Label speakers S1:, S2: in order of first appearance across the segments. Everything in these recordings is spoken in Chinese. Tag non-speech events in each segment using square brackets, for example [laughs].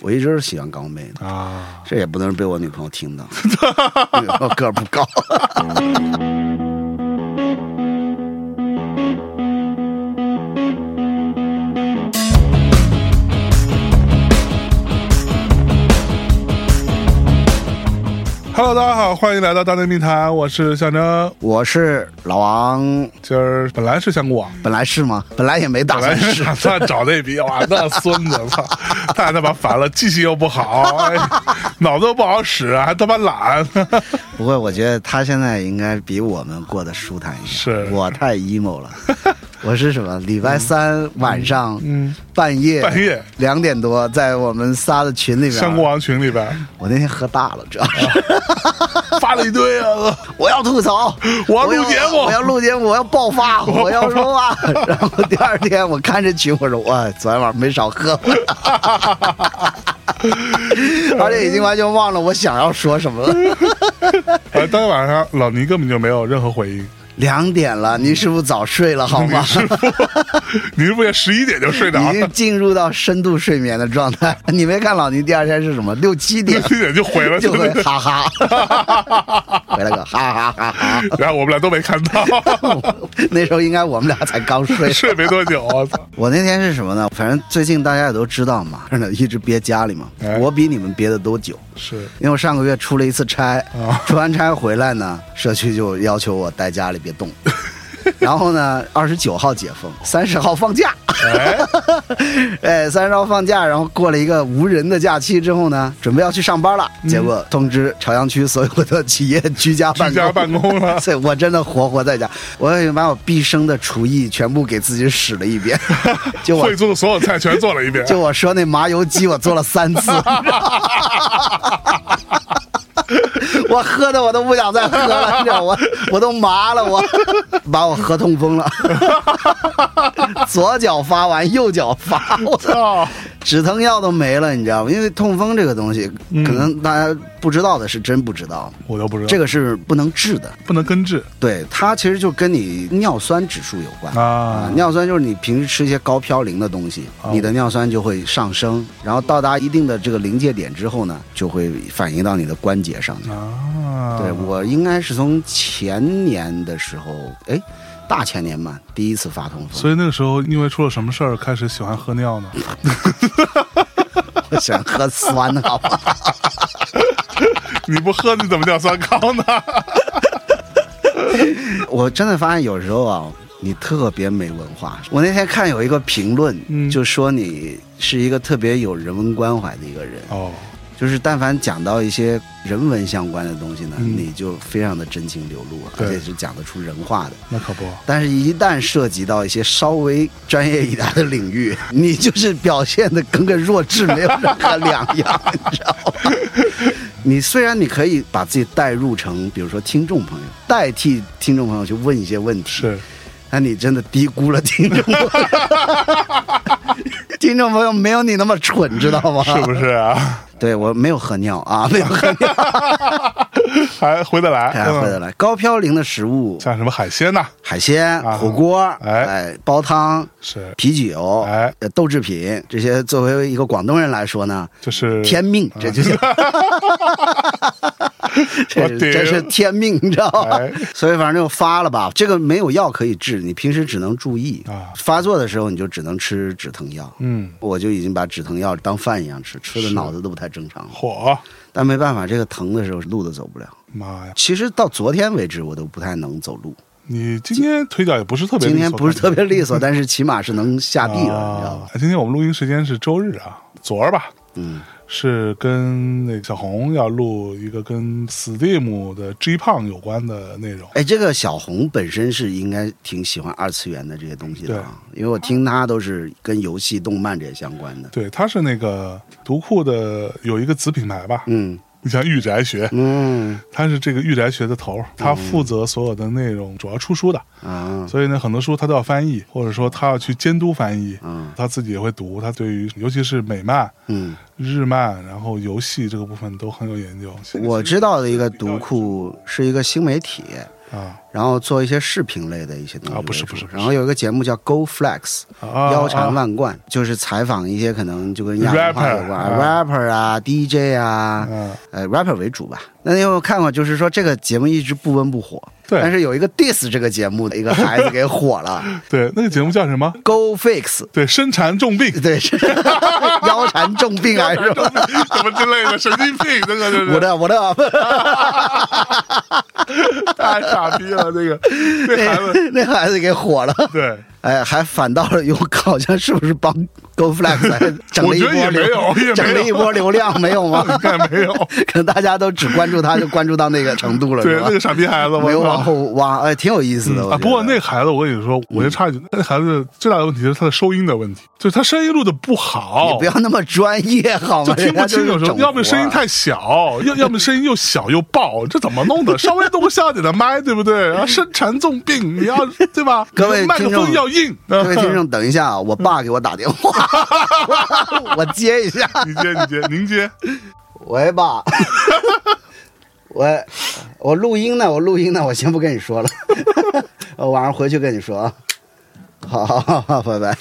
S1: 我一直喜欢高妹的，
S2: 啊，
S1: 这也不能被我女朋友听到， [laughs] 女朋友个儿不
S2: [laughs]
S1: 高。
S2: Hello，大家好，欢迎来到大内密谈，我是象征。
S1: 我是老王，
S2: 今儿本来是想我， [laughs]
S1: 本来是吗？本来也没打
S2: 本来
S1: 算
S2: 是
S1: 是。
S2: 打算找那逼， [laughs] 哇，那孙子，操，太他妈烦了，记性又不好， [laughs] 哎、脑子又不好使，啊还他妈懒。
S1: 不过我觉得他现在应该比我们过得舒坦一些。
S2: 是
S1: 我太 emo
S2: [laughs]
S1: 了。我是什么？礼拜三晚上，
S2: 嗯，
S1: 半夜
S2: 半夜
S1: 两点多，在我们仨的群里边，
S2: 相公王群里边
S1: 我那天喝大了，主要是、
S2: 发了一堆 [laughs] 啊，
S1: 我要吐槽，
S2: 我要录节目
S1: 我要录节目，我要爆
S2: [laughs]
S1: 发，
S2: 要爆发
S1: 我要说话。 [laughs] 然后第二天我看这群，我说 [laughs] 哇，昨天晚上没少喝， [laughs] 而且已经完全忘了我想要说什么
S2: [laughs]
S1: 了。
S2: 呃，当天晚上老倪根本就没有任何回 [laughs] 应。
S1: 两点了，您是不是早睡了好
S2: [laughs]
S1: 吗？
S2: 你是不是也十一点就睡着
S1: 已
S2: 了
S1: 经？进入到深度睡眠的状态。 [laughs] 你没看老倪第二天是什么？六七点
S2: [laughs] 十一点就回了，
S1: 就会
S2: 对对对
S1: 哈
S2: [laughs]
S1: 哈，回来个哈哈哈哈。 [laughs]
S2: 然 [laughs] 后我们俩都没看到，
S1: 那时候应该我们俩才刚睡。
S2: 睡没多久，我操！
S1: 我那天是什么呢？反正最近大家也都知道嘛， [laughs] 是的，一直憋家里嘛。
S2: 哎
S1: 我比你们憋的都久，
S2: 是
S1: 因为我上个月出了一次
S2: [laughs]
S1: 差
S2: 啊，
S1: 出完差回来呢，社区就要求我待家里别
S2: [laughs]
S1: 动。然后呢，二十九号解封，三十号放假。
S2: 哎，
S1: [laughs] 哎，三十号放假，然后过了一个无人的假期之后呢，准备要去上班了，
S2: 嗯
S1: 结果通知朝阳区所有的企业居家办
S2: 居
S1: 公。
S2: 家办公了。
S1: [laughs] 所以我真的活活在家，我也把我毕生的厨艺全部给自己使了一遍。 [laughs] 就我
S2: [laughs] 会做的所有菜全做了一遍，
S1: 就我说那麻油鸡，我做了三次， [laughs] 我喝的我都不想再喝了，你知道我我都麻了，我把我喝痛风了， [laughs] 左脚发完，右脚发，我操！
S2: [laughs] 啊，
S1: 止疼药都没了，你知道吗？因为痛风这个东西，可能大家不知道的是真不知道，
S2: 我都不知道
S1: 这个是不能治的。
S2: 不能根治
S1: 对，它其实就跟你尿酸指数有关。啊
S2: 啊，
S1: 尿酸就是你平时吃一些高嘌呤的东西，
S2: 哦
S1: 你的尿酸就会上升，然后到达一定的这个临界点之后呢，就会反映到你的关节上面。
S2: 啊，
S1: 对我应该是从前年的时候，哎，大前年吧，第一次发痛风，
S2: 所以那个时候因为出了什么事儿，开始喜欢喝尿呢？
S1: 我喜欢喝酸的，好
S2: [laughs]
S1: 吧？
S2: 你不喝你怎么尿酸高呢？
S1: 我真的发现有时候啊，你特别没文化。我那天看有一个评论，
S2: 嗯
S1: 就说你是一个特别有人文关怀的一个人，
S2: 哦，
S1: 就是但凡讲到一些人文相关的东西呢，
S2: 嗯
S1: 你就非常的真情流露，而
S2: 对
S1: 且是讲得出人话的。
S2: 那可不，
S1: 但是，一旦涉及到一些稍微专业一点的领域，你就是表现的跟个弱智没有任何两样，你知道吗？
S2: [laughs]
S1: 你虽然你可以把自己代入成，比如说听众朋友，代替听众朋友去问一些问题，
S2: [laughs] 是
S1: 但你真的低估了听众朋
S2: [laughs]
S1: 友。听众朋友没有你那么蠢，知道吗？
S2: 是不是啊？ [laughs]
S1: 对我没有喝尿啊，没有喝尿，
S2: 还回得来，
S1: 大家哎回得
S2: 嗯
S1: 来。高嘌呤的食物，
S2: 像什么海鲜呐？
S1: 海鲜、
S2: 啊
S1: 火锅，
S2: 哎
S1: 哎，煲汤、
S2: 是，
S1: 啤酒、
S2: 哎
S1: 呃豆制品这些，作为一个广东人来说呢，
S2: 就是
S1: 天命，这就
S2: [laughs]
S1: 叫， [laughs] 这
S2: 我
S1: 是
S2: 顶
S1: 这是天命，你知道吗
S2: 哎？
S1: 所以反正就发了吧，这个没有药可以治，你平时只能注意
S2: 啊
S1: 发作的时候你就只能吃止疼药。
S2: 嗯，
S1: 我就已经把止疼药当饭一样吃，吃的
S2: 是
S1: 脑子都不太正常了。
S2: 火，
S1: 但没办法，这个疼的时候路都走不了。
S2: 妈呀！
S1: 其实到昨天为止，我都不太能走路。
S2: 你今天腿脚也不是特别利索，
S1: 今天不是特别利
S2: 索
S1: 索，但是起码是能下地了，你知道吧？？
S2: 啊今天我们录音时间是周日啊，昨儿吧，
S1: 嗯，
S2: 是跟那个小红要录一个跟 Steam 的 G 胖有关的内容。
S1: 哎，这个小红本身是应该挺喜欢二次元的这些东西的啊，因为我听她都是跟游戏、动漫这些相关的。
S2: 对，它是那个读库的有一个子品牌吧，
S1: 嗯
S2: 你像御宅学，
S1: 嗯
S2: 它是这个御宅学的头儿，它负责所有的内容，主要出书的，
S1: 啊
S2: 所以呢，很多书它都要翻译，或者说它要去监督翻译，
S1: 嗯
S2: 他自己也会读，他对于尤其是美漫、
S1: 嗯，
S2: 日漫，然后游戏这个部分都很有研究。
S1: 我知道的一个读库是一个新媒体，
S2: 啊
S1: 然后做一些视频类的一些东西
S2: 啊不是
S1: 为主
S2: 不是不是
S1: 然后有一个节目叫 Go Flex，
S2: 啊
S1: 腰缠万贯，就是采访一些可能就跟亚文化有关
S2: Rapper，
S1: 啊 rapper 啊、DJ 啊，
S2: 嗯
S1: 呃 rapper 为主吧。那你有没有看过，就是说这个节目一直不温不火，
S2: 对
S1: 但是有一个 diss 这个节目的一个孩子给火了
S2: 对，那个节目叫什么？
S1: ，Go Fix，
S2: 对，身缠
S1: [laughs]
S2: 重病
S1: 对，是腰缠重病还是什么？
S2: 什么之类的，神经病，那个就是
S1: 我的我的，
S2: 太傻逼了，那个那孩
S1: [laughs]
S2: 子，
S1: 那那孩子给火了。
S2: 对，
S1: 哎，还反倒是用，好像是不是帮 GoFlex 还整了一波流，
S2: 我觉得也没有也没有
S1: 整了一波流量没有吗？
S2: 看没有？
S1: 可能大家都只关注他，就关注到那个程度了，
S2: 对
S1: 是，吧
S2: 那个傻逼孩子，
S1: 没有
S2: 我
S1: 往
S2: 操。
S1: 后挖，哎，挺有意思的。我
S2: 啊，不过
S1: 觉得嗯
S2: 那孩子，我跟你说，我就插一句，那孩子最大的问题是他的收音的问题，就是他声音录的不好，
S1: 你不要那么专业好
S2: 哦就
S1: 吗？
S2: 听不清，有
S1: 人家就是
S2: 时候
S1: 整活儿啊
S2: 要么声音太小， [laughs] 要要么声音又小又爆，这怎么弄的？稍微弄下点的麦，对不对？然后身缠重病，你要对吧？
S1: 各位
S2: 麦克
S1: 听
S2: 风
S1: 众
S2: 要硬，
S1: 各位听众，等一下啊，我爸给我打电话，我接一下。
S2: [laughs] 你接你接，您接，
S1: 喂， [laughs] 爸，喂，我录音呢，我录音呢，我先不跟你说了， [laughs] 我晚上回去跟你说啊。好好好好，拜拜。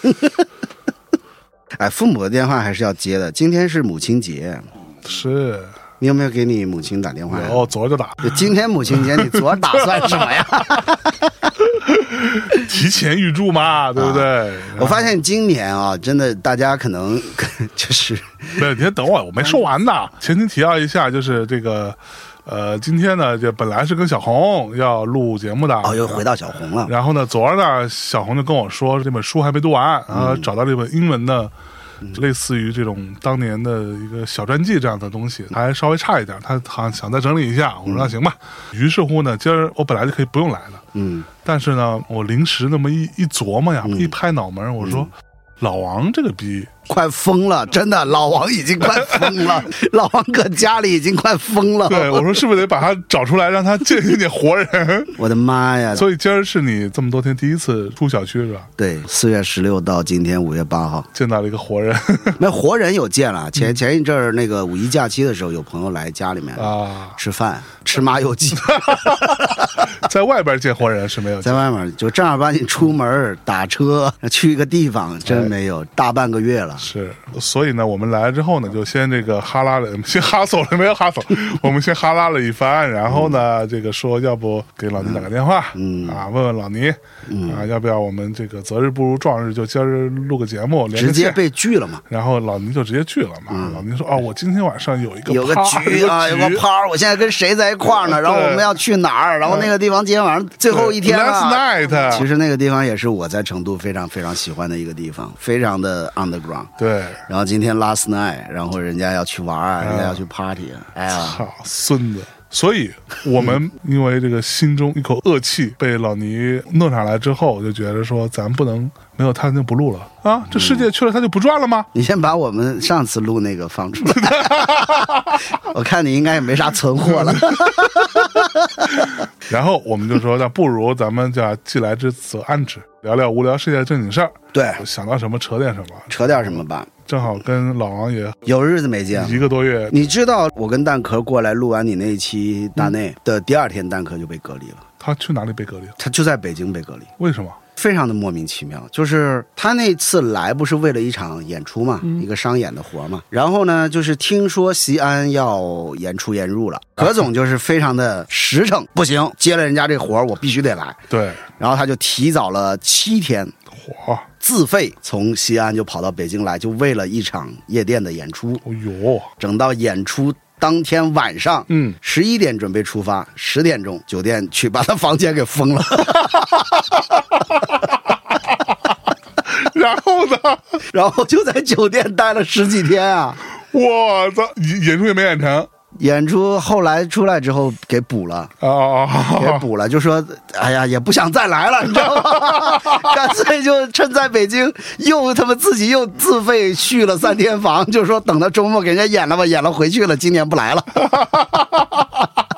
S1: 哎，父母的电话还是要接的。今天是母亲节，
S2: 是，
S1: 你有没有给你母亲打电话呀？
S2: 有昨儿就打，
S1: 就今天母亲节，你昨儿打算什么呀？
S2: 提前预祝嘛，对不对？
S1: 我发现今年啊，真的大家可能就是
S2: 没有，你先等我，我没说完呢。前情提要一下，就是这个，呃，今天呢，就本来是跟小红要录节目的，
S1: 哦，又回到小红了。
S2: 然后呢，昨儿呢，小红就跟我说这本书还没读完，然
S1: 嗯
S2: 后找到了一本英文的，类似于这种当年的一个小传记这样的东
S1: 嗯
S2: 西，还稍微差一点，她好像想再整理一下。我说那行吧。于是乎呢，今儿我本来就可以不用来了，
S1: 嗯，
S2: 但是呢，我临时那么一一琢磨呀，一拍脑门儿，我说、
S1: 嗯
S2: 老王这个逼。 [laughs]
S1: 快疯了，真的，老王已经快疯了，老王搁家里已经快疯了。
S2: 对，我说是不是得把他找出来，让他见见你
S1: [laughs]
S2: 活人？
S1: 我的妈呀！
S2: 所以今儿是你这么多天第一次出小区是吧？
S1: 对，四月十六到今天五月八号，
S2: 见到了一个活人
S1: 那活人有见了。前前一阵儿那个五一假期的时候，有朋友来家里面
S2: 嗯啊，
S1: 吃饭，吃麻油鸡，
S2: [laughs] 在外边见活人是没有
S1: 在外面就正儿八经出门儿打车去一个地方，
S2: 哎
S1: 真没有大半个月了。
S2: 是，所以呢，我们来了之后呢，就先这个哈拉了，先哈走了，没有
S1: [laughs]
S2: 哈走，我们先哈拉了一番，然后呢，这个说要不给老倪打个电话，
S1: 嗯
S2: 啊，问问老倪，啊，要不要我们这个择日不如撞日，就今儿录个节目，连
S1: 直
S2: 个
S1: 接
S2: 线
S1: 被拒了嘛？
S2: 然后老倪就直接去了嘛，老倪说哦，我今天晚上有一个
S1: 嗯有个
S2: 趴
S1: 局啊，有
S2: 局
S1: 个趴儿，我现在跟谁在一块儿呢？然后我们要去哪儿？然后那个地方今天晚上最后一天了。嗯
S2: ，last night，
S1: 其实那个啊地方也是我在成都非常非常喜欢的一个地方，非常的 underground。
S2: 对，
S1: 然后今天 last night，然后人家要去玩儿，啊人家要去 party，哎呀，
S2: 操孙子！所以我们
S1: 嗯
S2: 因为这个心中一口恶气被老倪弄上来之后，就觉得说咱不能没有他就不录了
S1: 嗯
S2: 啊！这世界去了他就不转了吗？
S1: 你先把我们上次录那个放 [laughs] 出来，我看你应该也没啥存货 [laughs] 了。
S2: 然后我们就说，那不如咱们叫既来之则安之，聊聊无聊世界的正经事儿。
S1: 对
S2: 想到什么扯点什么，
S1: 扯点什么吧，
S2: 正好跟老王也
S1: 有日子没见了。
S2: 一个多月，
S1: 你知道我跟蛋壳过来录完你那一期大内的第二天，蛋壳就被隔离了，
S2: 他去哪里被隔离了？
S1: 他就在北京被隔离。
S2: 为什么？
S1: 非常的莫名其妙，就是他那次来不是为了一场演出嘛，一个商演的活嘛。然后呢，就是听说西安要演出演入了，何总就是非常的实诚，不行，接了人家这活儿我必须得来。
S2: 对，
S1: 然后他就提早了七天
S2: 火，
S1: 自费从西安就跑到北京来，就为了一场夜店的演出，
S2: 哦呦，
S1: 整到演出当天晚上。
S2: 嗯，
S1: 十一点准备出发，十点钟酒店去把他房间给封了，
S2: [laughs] 然后呢？
S1: 然后就在酒店待了十几天啊。
S2: 我操，演演出也没演成。
S1: 演出后来出来之后给补了，
S2: 哦，
S1: 给补了，就说哎呀也不想再来了，你知道吗？ [laughs] 干脆就趁在北京又他妈自己又自费续了三天房，就说等到周末给人家演了吧，演了回去了，今年不来了。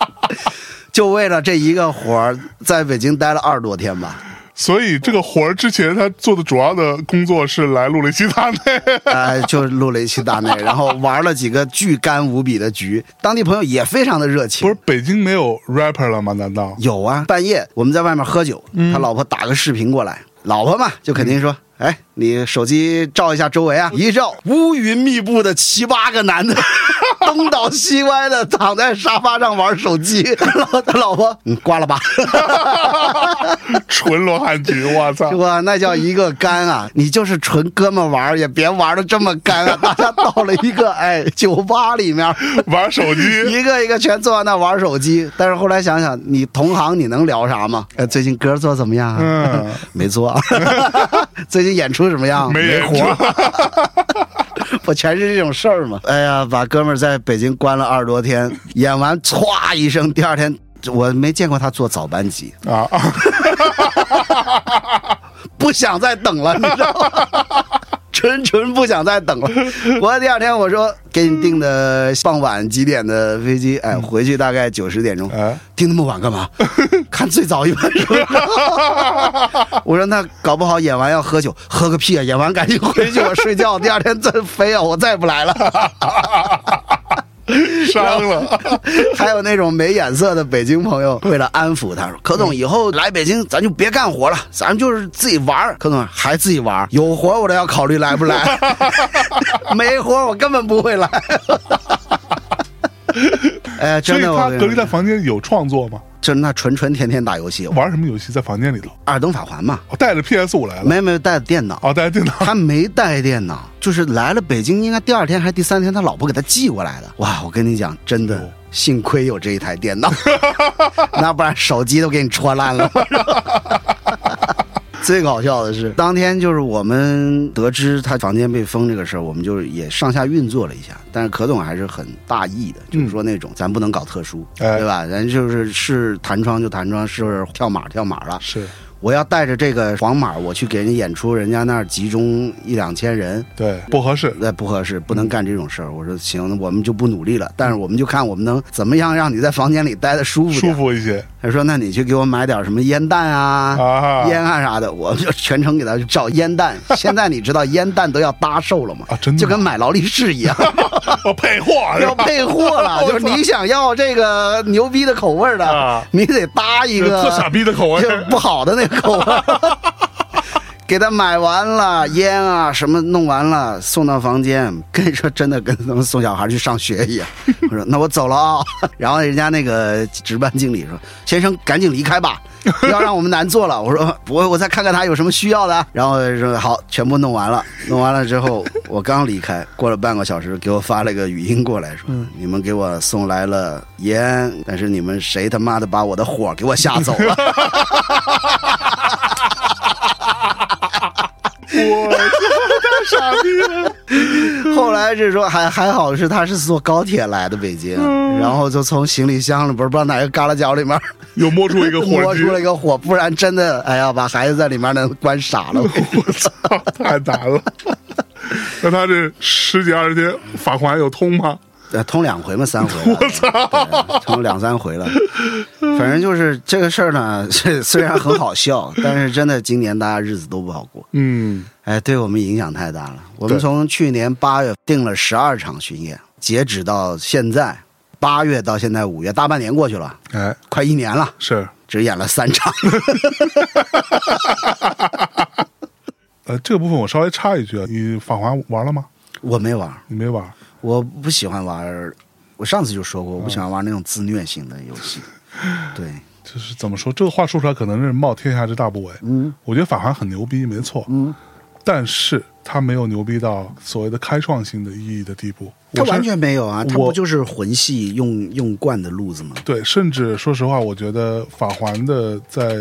S1: [laughs] 就为了这一个活儿，在北京待了二十多天吧。
S2: 所以这个活儿之前他做的主要的工作是来录了一期大内，
S1: 哎，就录了一期大内，然后玩了几个巨干无比的局，当地朋友也非常的热情
S2: [laughs] 不。是北京没有 rapper 了吗？难道
S1: 有啊，半夜我们在外面喝酒，他老婆打个视频过来，老婆嘛就肯定说。哎，你手机照一下周围啊！一照，乌云密布的七八个男的，东倒西歪的躺在沙发上玩手机。 [laughs] 然后他老婆，嗯，挂了吧。
S2: [laughs] 纯罗汉局？我 [laughs] 操！
S1: 哇，那叫一个干啊！你就是纯哥们玩儿，也别玩的这么干啊！大家到了一个哎酒吧里面，
S2: 玩手机，
S1: 一个一个全坐在那玩手机。但是后来想想，你同行你能聊啥吗？呃，最近歌做怎么样啊？
S2: 嗯
S1: [laughs] 没做啊。最近演出怎么样？
S2: 没演
S1: 活
S2: 出
S1: 儿。不全是这种事儿吗？哎呀，把哥们儿在北京关了二十多天，演完歘一声，第二天我没见过他坐早班机，
S2: 啊！
S1: 不想再等了，你知道吗？纯纯不想再等了。我第二天我说给你订的傍晚几点的飞机，哎，回去大概九十点钟
S2: 哎，
S1: 订那么晚干嘛？看最早一班是不是？我说那搞不好演完要喝酒，喝个屁啊！演完赶紧回去，我睡觉，第二天再飞啊，我再也不来了。
S2: 伤了， [laughs]
S1: [laughs] 还有那种没眼色的北京朋友，为了安抚他说：“柯
S2: 嗯
S1: 总，以后来北京咱就别干活了，咱们就是自己玩儿。”柯总还自己玩儿，有活我都要考虑来不
S2: [laughs]
S1: 来，没活我根本不会来。哎呀，
S2: 所
S1: 真
S2: 以
S1: 的，
S2: 他
S1: 我
S2: 隔离在房间有创作吗？
S1: 真的纯纯天天打游戏，
S2: 玩什么游戏在房间里头？
S1: 二等法环嘛，
S2: 我带着 PS 五来了，
S1: 没没带电脑。
S2: 哦，带着电脑，
S1: [laughs] 他没带电脑，就是来了北京，应该第二天还是第三天，他老婆给他寄过来的。哇，我跟你讲，真的，幸亏有这一台电脑， [laughs] 那不然手机都给你戳烂了。 [laughs] 最搞笑的是，当天就是我们得知他房间被封这个事儿，我们就是也上下运作了一下。但是可总还是很大义的，就是说那种、咱不能搞特殊，
S2: 哎
S1: 对吧？咱就是是弹窗就弹窗，是跳码跳码了，
S2: 是
S1: 我要带着这个黄码，我去给人演出，人家那儿集中一两千人，
S2: 对，不合适。
S1: 那不合适，不能干这种事儿。我说行，那我们就不努力了，但是我们就看我们能怎么样让你在房间里待的舒服
S2: 舒
S1: 点。
S2: 服一些
S1: 他说：“那你去给我买点什么烟弹啊、
S2: 啊
S1: 烟啊啥的。”我就全程给他去找烟弹。现在你知道烟弹都要搭售了吗？
S2: 啊 [laughs] 真的吗
S1: 就跟买劳力士一
S2: [laughs]
S1: 样，
S2: 我配货是
S1: 要
S2: 吧？
S1: 配货了。就是你想要这个牛逼的口味儿的，
S2: 啊
S1: 你得搭一
S2: 这
S1: 个
S2: 特傻逼的口味
S1: 就，是 [laughs] 不好的那个口味儿。 [laughs] 给他买完了烟啊，什么弄完了，送到房间。跟你说，真的跟他们送小孩去上学一样。 [laughs] 我说那我走了啊、 [laughs] 然后人家那个值班经理说：“先生，赶紧离开吧， [laughs] 不要让我们难做了。” [laughs] 我说：“不会，我再看看他有什么需要的啊。” [laughs] 然后说：“好，全部弄完了。 [laughs] 弄完了之后，我刚离开，过了半个小时，给我发了个语音过来说：‘
S2: 嗯
S1: 你们给我送来了烟，但是你们谁他妈的把我的火给我吓走了？’” [laughs]
S2: 我操，太傻逼了！
S1: [laughs] 后来是说还还好是他是坐高铁来的北京，然后就从行李箱里边儿不知道哪个旮旯角里面儿
S2: 又摸出一个火
S1: 摸
S2: 机
S1: 出，了一个火，不然真的哎呀把孩子在里面能关傻了。
S2: [laughs] 我操，太难了。那他这十几二十天返还有通吗？
S1: 呃，通两回嘛，三回了，我操，通两三回了。反正就是这个事儿呢，是虽然很好笑，但是真的今年大家日子都不好过，
S2: 嗯，
S1: 哎，对我们影响太大了。我们
S2: 对
S1: 从去年八月定了十二场巡演，截止到现在八月到现在五月，大半年过去了，
S2: 哎，
S1: 快一年了。
S2: 是，
S1: 只演了三场。 [laughs]
S2: 呃，这个部分我稍微插一句啊，你返还玩了吗？
S1: 我没玩儿，
S2: 你没玩？
S1: 我不喜欢玩儿。我上次就说过，我不喜欢玩那种自虐型的游戏。对，
S2: 就是怎么说，这个话说出来可能是冒天下之大不韪。
S1: 嗯
S2: 我觉得返还很牛逼，没错，
S1: 嗯，
S2: 但是他没有牛逼到所谓的开创性的意义的地步。
S1: 他
S2: 我是
S1: 完全没有啊，他
S2: 我
S1: 不就是魂系用用惯的路子吗？
S2: 对，甚至说实话，我觉得返还的在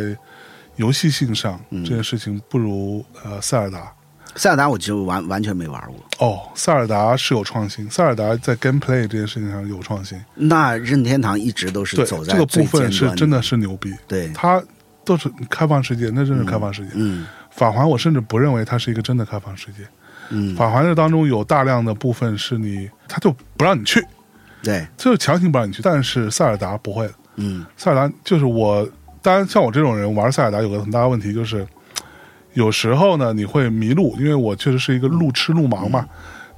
S2: 游戏性上、
S1: 嗯
S2: 这件事情不如呃塞尔达。
S1: 塞尔达我就完完全没玩过。
S2: 哦，塞尔达是有创新，塞尔达在 gameplay 这件事情上有创新。
S1: 那任天堂一直都是
S2: 对，
S1: 走
S2: 这
S1: 在
S2: 个
S1: 最
S2: 部
S1: 尖端
S2: 分是真的是牛逼。
S1: 对
S2: 它都是开放世界，那真是开放世界。
S1: 嗯
S2: 返还我甚至不认为它是一个真的开放世界。
S1: 嗯，
S2: 返还这当中有大量的部分是你，他就不让你去，
S1: 对，
S2: 就是强行不让你去。但是塞尔达不会的，
S1: 嗯
S2: 塞尔达就是我当然，像我这种人玩塞尔达有个很大的问题就是，有时候呢你会迷路，因为我确实是一个路痴路盲
S1: 嗯
S2: 嘛。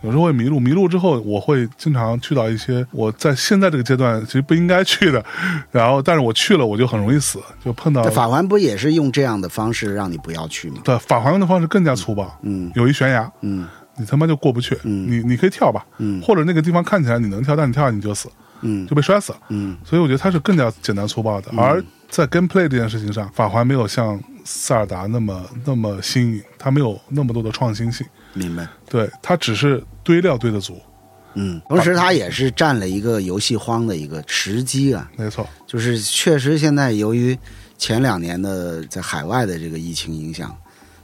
S2: 有时候会迷路，迷路之后我会经常去到一些我在现在这个阶段其实不应该去的， [laughs] 然后但是我去了我就很容易死，就碰到
S1: 那法环不也是用这样的方式让你不要去吗？
S2: 对返还的方式更加粗暴。
S1: 嗯
S2: 有一悬崖，
S1: 嗯
S2: 你他妈就过不去，你你可以跳吧，
S1: 嗯
S2: 或者那个地方看起来你能跳，但你跳下你就死，
S1: 嗯
S2: 就被摔死了。
S1: 嗯
S2: 所以我觉得它是更加简单粗暴的。而在 gameplay 这件事情上，法环没有像塞尔达那么那么新颖，它没有那么多的创新性，
S1: 明白。
S2: 对，它只是堆料堆的足，
S1: 嗯，同时它也是占了一个游戏荒的一个时机啊，
S2: 没错，
S1: 就是确实现在由于前两年的在海外的这个疫情影响，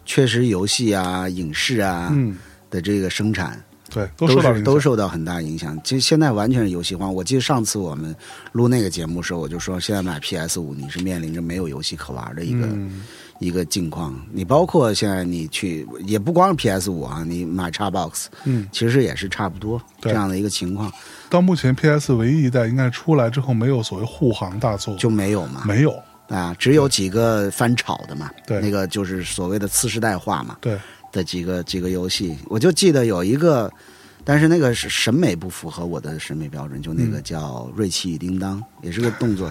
S1: 确实游戏啊、影视啊
S2: 嗯，
S1: 的这个生产
S2: 对，都
S1: 都
S2: 受到了
S1: 是
S2: 影响
S1: 都受到很大影响。其实现在完全是游戏荒。我记得上次我们录那个节目的时候，我就说现在买 PS 五你是面临着没有游戏可玩的一个、
S2: 嗯，
S1: 一个境况。你包括现在你去，也不光是 PS 五啊，你买 Xbox，
S2: 嗯，
S1: 其实也是差不多
S2: 对
S1: 这样的一个情况，
S2: 到目前 PS 唯一一代应该是出来之后没有所谓护航大作，
S1: 就没有嘛
S2: 没有，
S1: 啊，只有几个翻炒的嘛，
S2: 对
S1: 那个就是所谓的次世代化嘛
S2: 对，
S1: 的几个几个游戏，我就记得有一个。但是那个是审美不符合我的审美标准，就那
S2: 嗯
S1: 个叫《瑞奇与叮当》，也是个动
S2: [laughs]
S1: 作，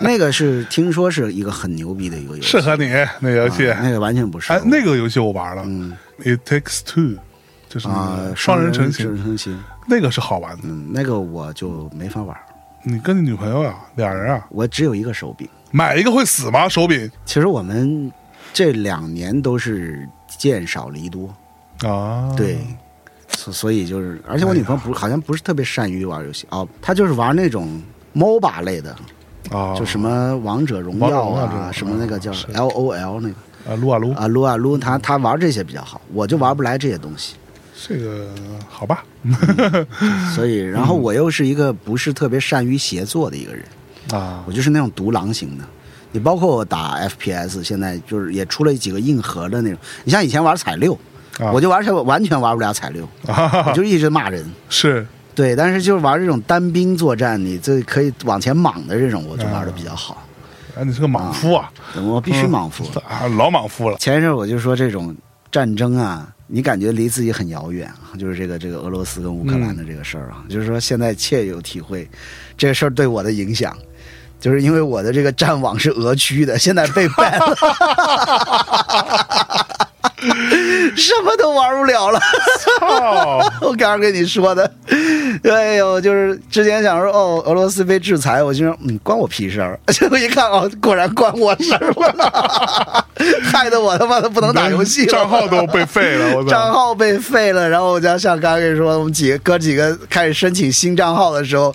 S1: 那个是听说是一个很牛逼的一个游戏，啊
S2: 适合你那游戏，
S1: 啊那个完全不是
S2: 哎，那个游戏我玩了、
S1: 嗯
S2: i t Takes Two，就是那
S1: 啊
S2: 个嗯双人成
S1: 双
S2: 型，
S1: 人成型，
S2: 那个是好玩的。
S1: 嗯，那个我就没法玩儿，
S2: 你跟你女朋友啊，俩人啊，
S1: 我只有一个手柄。
S2: 买一个会死吗？手柄
S1: 其实我们这两年都是见少离多，
S2: 啊，
S1: 对，所、所以就是，而
S2: 哎
S1: 且我女朋友不、好像不是特别善于玩游戏哦，她就是玩那种 MOBA 类的，
S2: 啊，
S1: 就什么王者荣
S2: 王者
S1: 耀
S2: 荣耀这
S1: 啊，
S2: 种
S1: 什么那个叫
S2: 啊是
S1: LOL 那个
S2: 啊，撸啊撸，
S1: 啊撸啊撸，她她玩这些比较好，我就玩不来这些东西。
S2: 这个
S1: [laughs]
S2: 好吧，嗯
S1: 所以，然后我又是一个不是特别善于协作的一个人。
S2: 啊
S1: 我，就是那种独狼型的。你包括我打 FPS，现在就是也出了几个硬核的那种。你像以前玩彩六，
S2: 啊
S1: 我就玩我完全玩不了彩六，我就一直骂人。
S2: 是
S1: 对，但是就是玩这种单兵作战，你这可以往前莽的这种，我就玩的比较好。
S2: 啊，你是个莽夫啊，
S1: 嗯我必须莽夫。
S2: 啊，老莽夫了，
S1: 前一阵儿我就说这种战争啊，你感觉离自己很遥远啊，就是这个这个俄罗斯跟乌克兰的这个事儿啊，就是说现在切有体会，这个事儿对我的影响，就是因为我的这个战网是俄区的，现在被 ban 了， [laughs] 什么都玩不了了。
S2: 操，
S1: [laughs] 我刚刚跟你说的，哎呦，就是之前想说哦，俄罗斯被制裁，我就说嗯，关我屁事儿。 [laughs] 结果一看哦，果然关我事儿了， [laughs] 害得我他妈的 [laughs] 不能打游戏了，
S2: 账号都被废了，我
S1: 账
S2: 操，
S1: 号被废了。然后我就像刚刚跟你说，我们几个哥几个开始申请新账号的时候，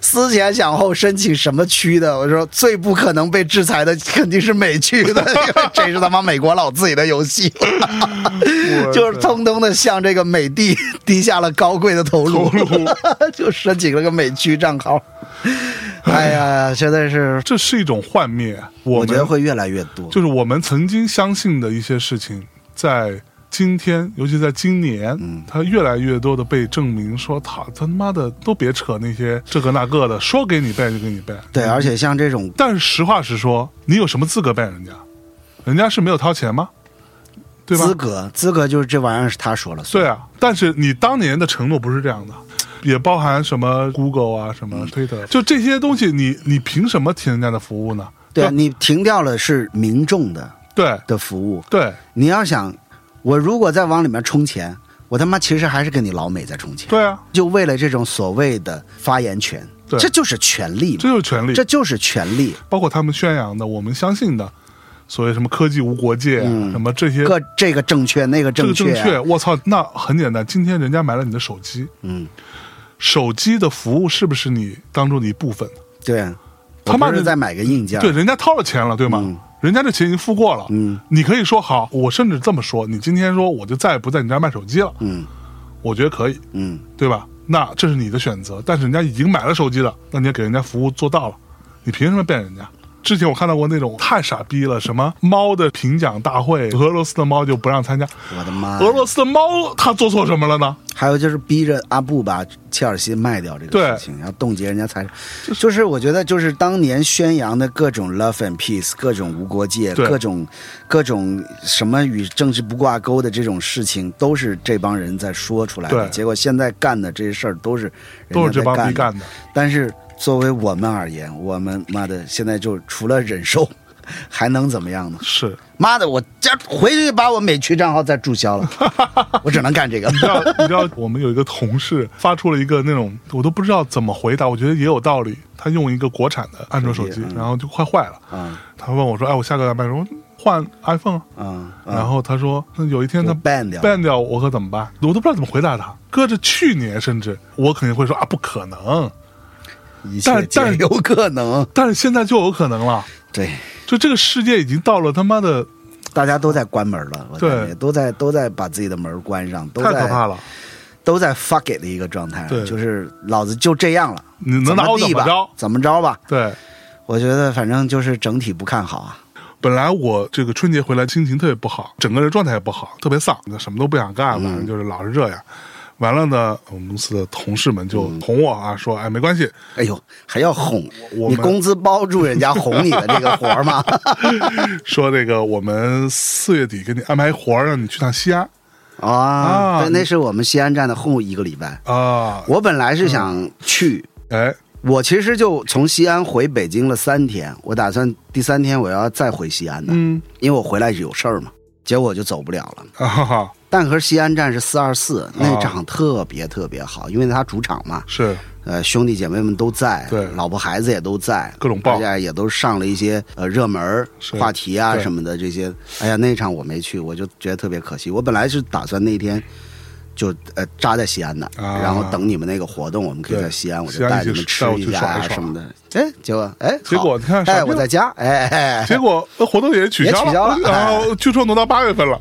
S1: 思前想后申请什么区的？我说最不可能被制裁的肯定是美区
S2: [laughs]
S1: 的，因为这是他妈美国佬自己的游戏。
S2: 我
S1: 就是通通的向这个美帝低下了高贵的头颅，
S2: 头颅
S1: [laughs] 就申请了个美区账号。哎呀，现在是
S2: 这是一种幻灭，
S1: 我
S2: 我
S1: 觉得
S2: 们
S1: 会越来越多。
S2: 就是我们曾经相信的一些事情，在今天，尤其在今年，
S1: 嗯
S2: 它越来越多的被证明说，他他妈的都别扯那些这个那个的，说给你背就给你背。
S1: 对，而且像这种
S2: 但是实话实说，你有什么资格背人家？人家是没有掏钱吗？对吧
S1: 资？格，资格就是这玩意儿是他说了算。
S2: 对啊，但是你当年的承诺不是这样的，也包含什么 Google 啊，什么 Twitter，、就这些东西你，你凭什么提人家的服务呢？
S1: 对啊，你停掉了是民众的
S2: 对
S1: 的服务，
S2: 对
S1: 你要想，我如果再往里面充钱，我他妈其实还是跟你老美在充钱，
S2: 对啊，
S1: 就为了这种所谓的发言权，
S2: 对
S1: 这就是权利
S2: 这
S1: 嘛，
S2: 就是权利。
S1: 这就是权利。
S2: 包括他们宣扬的，我们相信的，所谓什么科技无国界啊，
S1: 嗯
S2: 什么这些
S1: 各这个正确，那个
S2: 这
S1: 正确
S2: 个正
S1: 啊、
S2: 确，我操，那很简单，今天人家买了你的手机，
S1: 嗯，
S2: 手机的服务是不是你当中的一部分？
S1: 对，
S2: 他妈
S1: 我不是
S2: 的
S1: 在买个硬件儿，
S2: 对，人家掏了钱了，对吗？
S1: 嗯
S2: 人家这钱已经付过了，
S1: 嗯，
S2: 你可以说好，我甚至这么说，你今天说我就再也不在你这儿卖手机了，
S1: 嗯
S2: 我觉得可以，
S1: 嗯，
S2: 对吧？那这是你的选择，但是人家已经买了手机了，那你也给人家服务做到了，你凭什么变人家？之前我看到过那种太傻逼了，什么猫的评奖大会，俄罗斯的猫就不让参加。
S1: 我的妈呀！
S2: 俄罗斯的猫它做错什么了呢？
S1: 还有就是逼着阿布把切尔西卖掉这个
S2: 对
S1: 事情，然后冻结人家财产，就是我觉得就是当年宣扬的各种 love and peace，各种无国界，
S2: 对
S1: 各种各种什么与政治不挂钩的这种事情，都是这帮人在说出来的。
S2: 对
S1: 结果现在干的这些事儿都是人家
S2: 都是这
S1: 在
S2: 帮
S1: 干的。
S2: 逼干的。
S1: 但是作为我们而言，我们妈的现在就除了忍受， [laughs] 还能怎么样呢？
S2: 是，
S1: 妈的，我这回去把我美区账号再注销
S2: [laughs]
S1: 了，我只能干这个。
S2: 你知
S1: [laughs]
S2: 道，你知道我们有一个同事发出了一个那种我都不知道怎么回答，我觉得也有道理。他用一个国产的安卓手机
S1: 手机，嗯
S2: 然后就快坏了。
S1: 啊
S2: 他问我说：“哎，我下个礼拜说换 iPhone 啊。”
S1: 啊！
S2: 然后他说：“那有一天他
S1: 就 ban 掉了
S2: ban 掉我可怎么办？我都不知道怎么回答他。搁着去年，甚至我肯定会说啊，不可能。
S1: 一
S2: 但
S1: 切皆
S2: 但
S1: 有可能。
S2: 但是现在就有可能了，
S1: 对，
S2: 就这个世界已经到了他妈的
S1: 大家都在关门了，我感觉
S2: 对
S1: 都在都在把自己的门关上，都
S2: 太
S1: 在
S2: 可怕了。
S1: 都在 fuck it 的一个状态，
S2: 对
S1: 就是老子就这样了，
S2: 你能拿我
S1: 怎么地吧
S2: 怎么着
S1: 怎么着吧？
S2: 对，
S1: 我觉得反正就是整体不看好啊。
S2: 本来我这个春节回来心情特别不好，整个人状态也不好，特别丧，什么都不想干，反
S1: 嗯
S2: 正就是老是这样。完了呢，我们公司的同事们就哄我啊，说：“哎，没
S1: [laughs]
S2: 关系，
S1: 哎呦，还要哄
S2: 我
S1: 你
S2: 们
S1: 工资包住人家哄你的这个活儿
S2: [laughs]
S1: 吗？
S2: 说这个我们四月底给你安排活儿，让你去趟西安
S1: 啊，
S2: 啊
S1: 对，那是我们西安站的后一个礼拜，
S2: 啊。
S1: 我本来是
S2: 嗯
S1: 想去，”
S2: 哎，
S1: 我其实就从西安回北京了三天，我打算第三天我要再回西安的，
S2: 嗯
S1: 因为我回来是有事儿嘛，结果我就走不了了。
S2: 啊哈哈，
S1: 蛋壳西安站是四二四，那场特别特别好，因为它主场嘛，
S2: 是
S1: 呃，兄弟姐妹们都在，
S2: 对
S1: 老婆孩子也都在，
S2: 各种爆
S1: 大家也都上了一些呃热门儿
S2: 是
S1: 话题啊
S2: 对
S1: 什么的这些。哎呀，那场我没去，我就觉得特别可惜。我本来是打算那天就呃扎在西安的，
S2: 啊
S1: 然后等你们那个活动，我们可以
S2: 对
S1: 在西安，我就
S2: 西安
S1: 带
S2: 一
S1: 你
S2: 起
S1: 们吃
S2: 带我去
S1: 一下
S2: 耍一
S1: 啊
S2: 耍
S1: 什么的。哎，结果哎，
S2: 结
S1: 好
S2: 果你看
S1: 哎
S2: 傻逼
S1: 我在家，哎哎，
S2: 结果呃活动也取消
S1: 也取消了
S2: 然后据说挪到八
S1: [laughs]
S2: 月份了。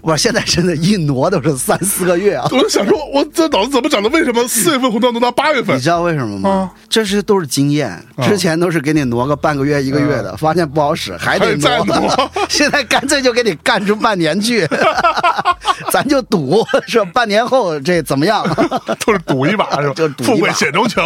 S1: 我现在真的一挪都是三四个月啊。
S2: 我就想说，我这脑子怎么长的？为什么四月份活动挪到八月份
S1: 你？知道为什么吗？
S2: 啊
S1: 这是都是经验，
S2: 啊
S1: 之前都是给你挪个半个月、一个月的，发现不好使，还得
S2: 嗯还得再
S1: 挪
S2: 挪。
S1: [laughs] 现在干脆就给你干出半年去，
S2: [laughs]
S1: 咱就赌说半年后这怎么样？ [laughs]
S2: 都是赌一把是吧？
S1: 就赌一把
S2: 富贵险中求。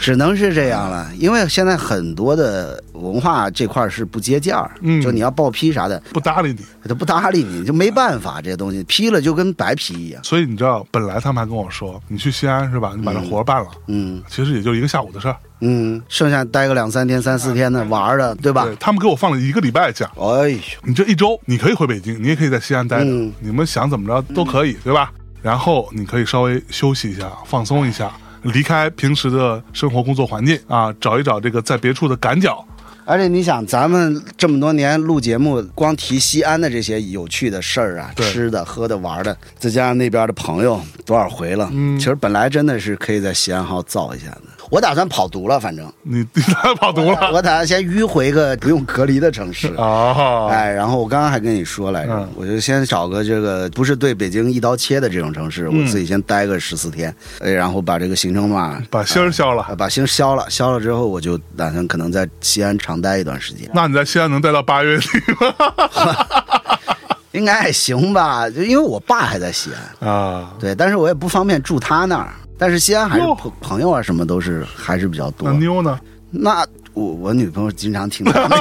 S1: 只能是这样了，因为现在很多的文化这块儿是不接价儿，
S2: 嗯
S1: 就你要报批啥的，
S2: 不搭理你。
S1: 他不搭理你，就没办法，这些东西批了就跟白批一样。
S2: 所以你知道，本来他们还跟我说，你去西安是吧？你把这活儿办了，
S1: 嗯
S2: 其实也就一个下午的事儿。
S1: 嗯，剩下待个两三天、三四天的玩儿的，对吧？
S2: 对他们给我放了一个礼拜假，
S1: 哎呦，
S2: 你这一周你可以回北京，你也可以在西安待着，
S1: 嗯
S2: 你们想怎么着都可以，对吧？然后你可以稍微休息一下，放松一下，离开平时的生活工作环境啊，找一找这个在别处的赶脚。
S1: 而且你想，咱们这么多年录节目，光提西安的这些有趣的事儿啊，
S2: 对
S1: 吃的、喝的、玩的，再加上那边的朋友多少回了，
S2: 嗯
S1: 其实本来真的是可以在西安好好造一下的。我打算跑毒了，反正
S2: 你你太跑毒
S1: [laughs]
S2: 了
S1: 我打算先迂回个不用隔离的城市。
S2: [laughs] 啊！
S1: 哎，然后我刚刚还跟你说来着，
S2: 嗯
S1: 我就先找个这个不是对北京一刀切的这种城
S2: 嗯
S1: 市，我自己先待个十四天，哎，然后把这个行程码
S2: 把心儿消了。
S1: 啊把星消了，消了之后，我就打算可能在西安长待一段时间。
S2: 那你在西安能待到八月底
S1: 应该还行吧，就因为我爸还在西安，
S2: 吗？啊，
S1: 对，但是我也不方便住他那儿。但是西安还是
S2: 哟
S1: 朋朋友啊，什么都是还是比较多
S2: [laughs] 那。妞呢？
S1: 那我我女朋友经常听
S2: [laughs]
S1: 他们，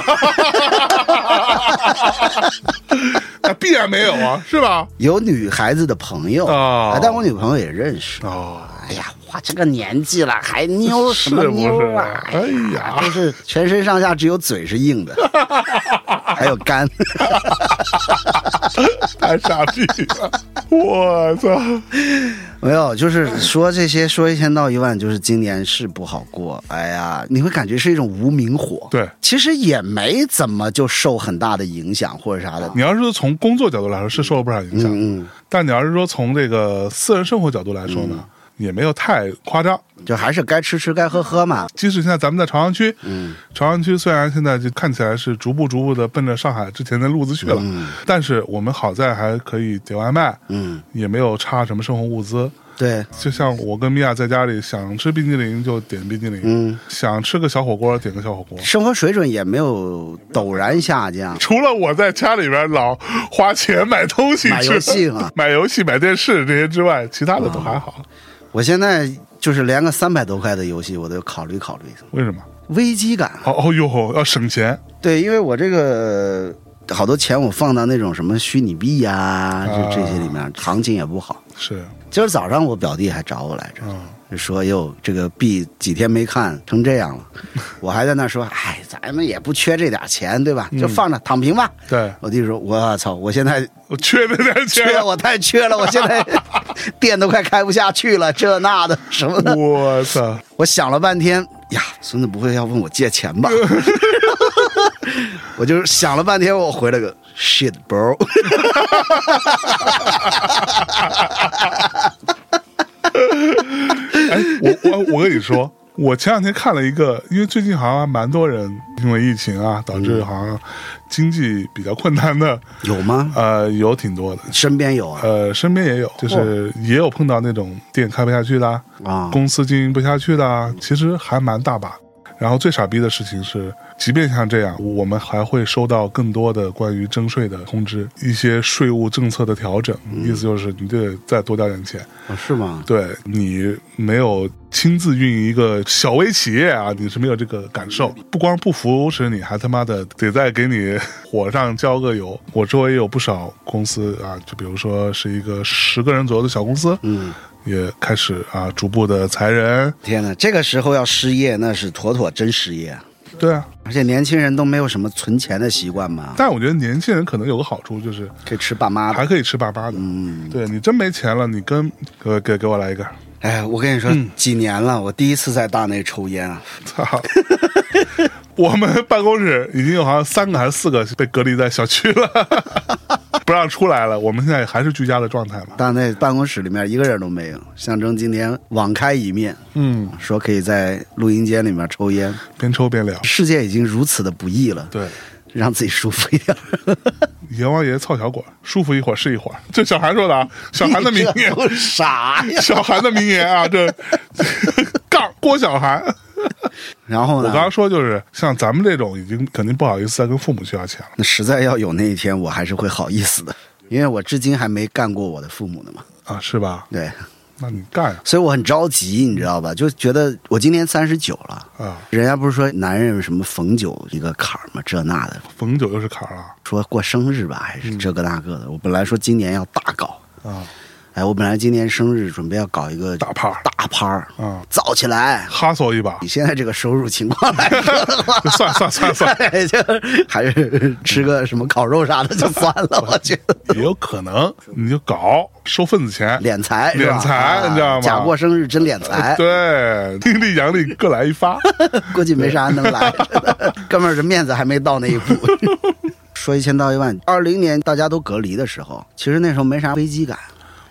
S2: 那必然没有啊，是吧？
S1: 有女孩子的朋友
S2: 哦
S1: 啊，但我女朋友也认识。
S2: 哦，
S1: 哎呀，我这个年纪了还妞什
S2: 是
S1: 么
S2: 不是
S1: 妞啊？
S2: [laughs] 哎
S1: 呀，
S2: 呀
S1: 都是全身上下只有嘴是
S2: [laughs]
S1: 硬的，还有肝。
S2: 太傻逼 [laughs] 了！我操！
S1: 没有，就是说这些，说一千道一万，就是今年是不好过。哎呀，你会感觉是一种无名火。
S2: 对
S1: 其实也没怎么就受很大的影响或者啥的。
S2: 你要是从工作角度来说，是受了不少影响，
S1: 嗯
S2: 但你要是说从这个私人生活角度来说呢，也没有太夸张。
S1: 嗯，就还是该吃吃该喝喝嘛。
S2: 即使现在咱们在朝阳区，
S1: 嗯，
S2: 朝阳区虽然现在就看起来是逐步逐步的奔着上海之前的路子去了，但是我们好在还可以点外卖，
S1: 嗯，
S2: 也没有差什么生活物资。
S1: 对，
S2: 就像我跟米娅在家里想吃冰激凌就点冰激凌，
S1: 嗯，
S2: 想吃个小火锅点个小火锅。
S1: 生活水准也没有陡然下
S2: [laughs]
S1: 降。
S2: 除了我在家里边老花钱买东西、
S1: 买游戏啊
S2: 买游戏、买电视这些之外，其他的都还好。
S1: 我现在就是连个三百多块的游戏我都考虑考虑，
S2: 为什么？
S1: 危机感。
S2: 哦哦哟，要省钱
S1: 对，因为我这个好多钱我放到那种什么虚拟币呀、就这些里面，行情也不好。
S2: 是，
S1: 今儿早上我表弟还找我来着，
S2: 嗯，
S1: 就说哟，这个币几天没看成这样了，我还在那说，哎，咱们也不缺这点钱，对吧？就放着躺平吧。
S2: 对，
S1: 我弟说，我操，我现在
S2: 我缺那点钱
S1: 缺，我太缺了，我现在店都快开不下去了，这那的什么的。
S2: 我操，
S1: 我想了半天，呀，孙子不会要问我借钱吧？我就是想了半天，我回了个 shit bro。
S2: 哎，我我我跟你说， [laughs] 我前两天看了一个，因为最近好像蛮多人因为疫情啊，导
S1: 嗯
S2: 致好像经济比较困难的，
S1: 有吗？
S2: 呃，有挺多的。
S1: [laughs] 身边有啊
S2: 呃，身边也有，就是也有碰到那种店开不下去的啊，
S1: 啊，
S2: 公司经营不下去的啊，其实还蛮大把。然后最傻逼的事情是，即便像这样，我们还会收到更多的关于征税的通知，一些税务政策的调整，意思就是你得再多交点钱。
S1: 哦是吗？
S2: 对你没有亲自运营一个小微企业啊，你是没有这个感受。不光不扶持你，还他妈的得再给你 [laughs] 火上浇个油。我周围也有不少公司啊，就比如说是一个十个人左右的小公司，
S1: 嗯，
S2: 也开始啊逐步的裁人。
S1: 天哪，这个时候要失业，那是妥妥真失业啊！
S2: 对啊，
S1: 而且年轻人都没有什么存钱的习惯嘛，
S2: 但我觉得年轻人可能有个好处就是
S1: 可以吃爸妈的。
S2: 还可以吃爸妈的。
S1: 啊嗯，
S2: 对你真没钱了，你跟给给给我来一个，
S1: 哎，我跟你说，
S2: 嗯
S1: 几年了，我第一次在大内抽烟啊。
S2: 操！ [laughs] 我们办公室已经有好像三个还是四个被隔离在小区了，不让出来了。我们现在还是居家的状态嘛。
S1: 大内办公室里面一个人都没有，象征今天网开一面，
S2: 嗯，
S1: 说可以在录音间里面抽烟。
S2: 边抽边聊。
S1: 世界已经如此的不易了，
S2: 对，
S1: 让自己舒服一
S2: [laughs]
S1: 点。
S2: 阎王爷凑小果，舒服一会儿是一会儿。这小韩说的啊，小韩的名
S1: 这
S2: 言，
S1: 都是啥呀？
S2: 小韩的名言啊，这 [laughs] 杠郭小韩。
S1: 然后
S2: 我
S1: 呢？
S2: 刚刚说就是像咱们这种已经肯定不好意思再跟父母去要钱了。
S1: 那实在要有那一天，我还是会好意思的，因为我至今还没干过我的父母呢嘛。
S2: 啊，是吧？
S1: 对，
S2: 那你干啊
S1: 所以我很着急，你知道吧？就觉得我今年三十九了，
S2: 啊！
S1: 人家不是说男人有什么逢九一个坎儿吗？这那的，
S2: 逢九又是坎儿啊
S1: 说过生日吧，还是这个那
S2: 嗯
S1: 个的。我本来说今年要大搞，
S2: 啊！
S1: 哎，我本来今年生日准备要搞一个
S2: 大趴儿
S1: 大趴儿
S2: 啊，
S1: 造起来。
S2: 哈索一把
S1: 以，现在这个收入情况来说的话，
S2: [laughs] 就算算算算，
S1: [laughs] 哎就还是吃个什么烤肉啥的就算
S2: [laughs]
S1: 了，我觉得。
S2: 也有可能你就搞收份子钱，
S1: 敛财是吧，
S2: 敛财
S1: 啊
S2: 你知道吗
S1: 假过生日真敛财，
S2: 对，阴历阳历各来一发。
S1: [laughs] 估计没啥能来，真的
S2: [laughs]
S1: 哥们儿这面子还没到那一步。说一千道一万，二零年大家都隔离的时候，其实那时候没啥危机感。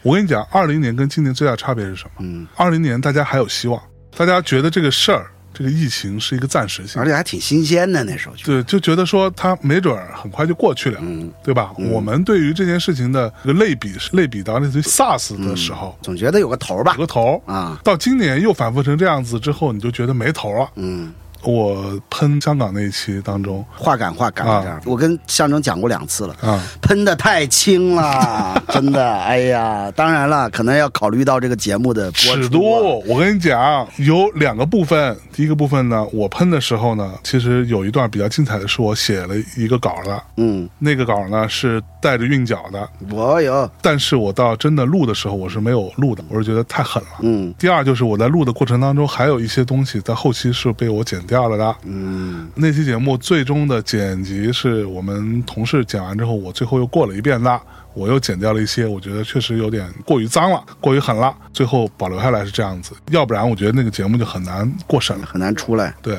S2: 我跟你讲，二零年跟今年最大差别是什么？
S1: 嗯，
S2: 二零年大家还有希望，大家觉得这个事儿，这个疫情是一个暂时性
S1: 而。且还挺新鲜的，那时候就
S2: 对，就觉得说它没准儿很快就过去了，
S1: 嗯
S2: 对吧？我们对于这件事情的这个类比是类比到类似于 SARS
S1: 嗯
S2: 的时候，
S1: 总觉得有个头儿吧
S2: 有。个头儿
S1: 啊，
S2: 到今年又反复成这样子之后，你就觉得没头儿了。
S1: 嗯，
S2: 我喷香港那一期当中
S1: 话赶话赶
S2: 啊
S1: 这样。我跟象征讲过两次了，
S2: 啊，
S1: 喷的太轻了，真的。哎呀，当然了，可能要考虑到这个节目的播出
S2: 尺
S1: 啊
S2: 度，我跟你讲，有两个部分。第一个部分呢，我喷的时候呢，其实有一段比较精彩的是我写了一个稿的，
S1: 嗯，
S2: 那个稿呢是带着韵脚的，
S1: 我有，
S2: 但是我到真的录的时候，我是没有录的，我是觉得太狠了。
S1: 嗯
S2: 第二就是我在录的过程当中，还有一些东西在后期是被我剪掉了的。
S1: 嗯
S2: 那期节目最终的剪辑是我们同事剪完之后，我最后又过了一遍的，我又剪掉了一些，我觉得确实有点过于脏了，过于狠了，最后保留下来是这样子，要不然我觉得那个节目就很难过审了。
S1: 很难出来。
S2: 对，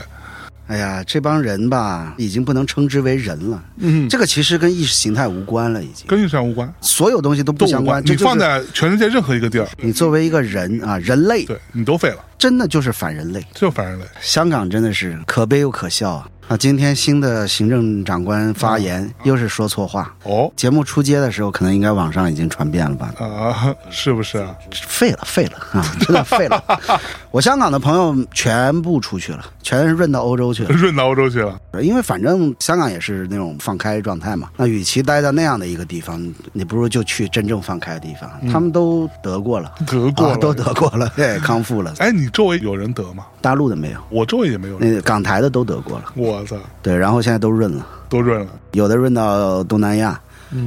S1: 哎呀，这帮人吧，已经不能称之为人了。
S2: 嗯，
S1: 这个其实跟意识形态无关了，已经
S2: 跟预算无关，
S1: 所有东西都不
S2: 都
S1: 相
S2: 无
S1: 关。
S2: 关。
S1: 这
S2: 你
S1: 就是
S2: 放在全世界任何一个地儿，
S1: 你作为一个人啊，人类
S2: 对你都废了，
S1: 真的就是反人类。
S2: 就反人类。
S1: 香港真的是可悲又可笑啊！啊，今天新的行政长官发言
S2: 嗯
S1: 又是说错话。
S2: 哦
S1: 节目出街的时候，可能应该网上已经传遍了吧？
S2: 啊， [laughs] 是不是啊？
S1: 废了，废了啊！真的废了。
S2: [laughs]
S1: 我香港的朋友全部出去了，全润到欧洲去了。
S2: [laughs] 润到欧洲去了，
S1: 因为反正香港也是那种放开状态嘛，那与其待在那样的一个地方，你不如就去真正放开的地方。他们都得过了，
S2: 得嗯过
S1: 啊
S2: 了
S1: 都得过了，对，康复
S2: [laughs]
S1: 了。
S2: 哎，你周围有人得吗？
S1: 大陆的没有，
S2: 我周围也没有人。
S1: 那个港台的都得过了，
S2: 我操，
S1: 对，然后现在都润了，
S2: 都润了。
S1: 有的润到东南亚，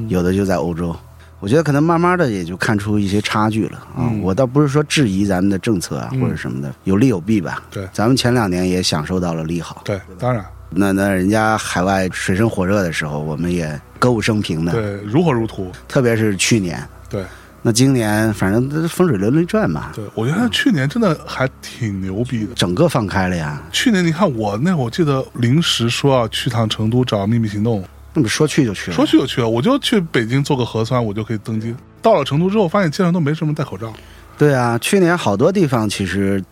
S1: 有的就在欧洲。我觉得可能慢慢的也就看出一些差距了啊！
S2: 嗯
S1: 我倒不是说质疑咱们的政策啊、或者什么的，有利有弊吧。
S2: 对
S1: 咱们前两年也享受到了利好，
S2: 对，当然，
S1: 那那人家海外水深火热的时候，我们也歌舞升平的，
S2: 对，如火如荼。
S1: 特别是去年，
S2: 对
S1: 那今年反正都是风水轮流转嘛，
S2: 对，我觉得他去年真的还挺牛逼的。
S1: 整个放开了呀。
S2: 去年你看我那会儿，我记得临时说要去趟成都找秘密行动，
S1: 那么说去就去了，
S2: 说去就去了，我就去北京做个核酸，我就可以登机。
S1: 嗯
S2: 到了成都之后，发现街上都没什么人戴口罩。
S1: 对啊，去年好多地方其实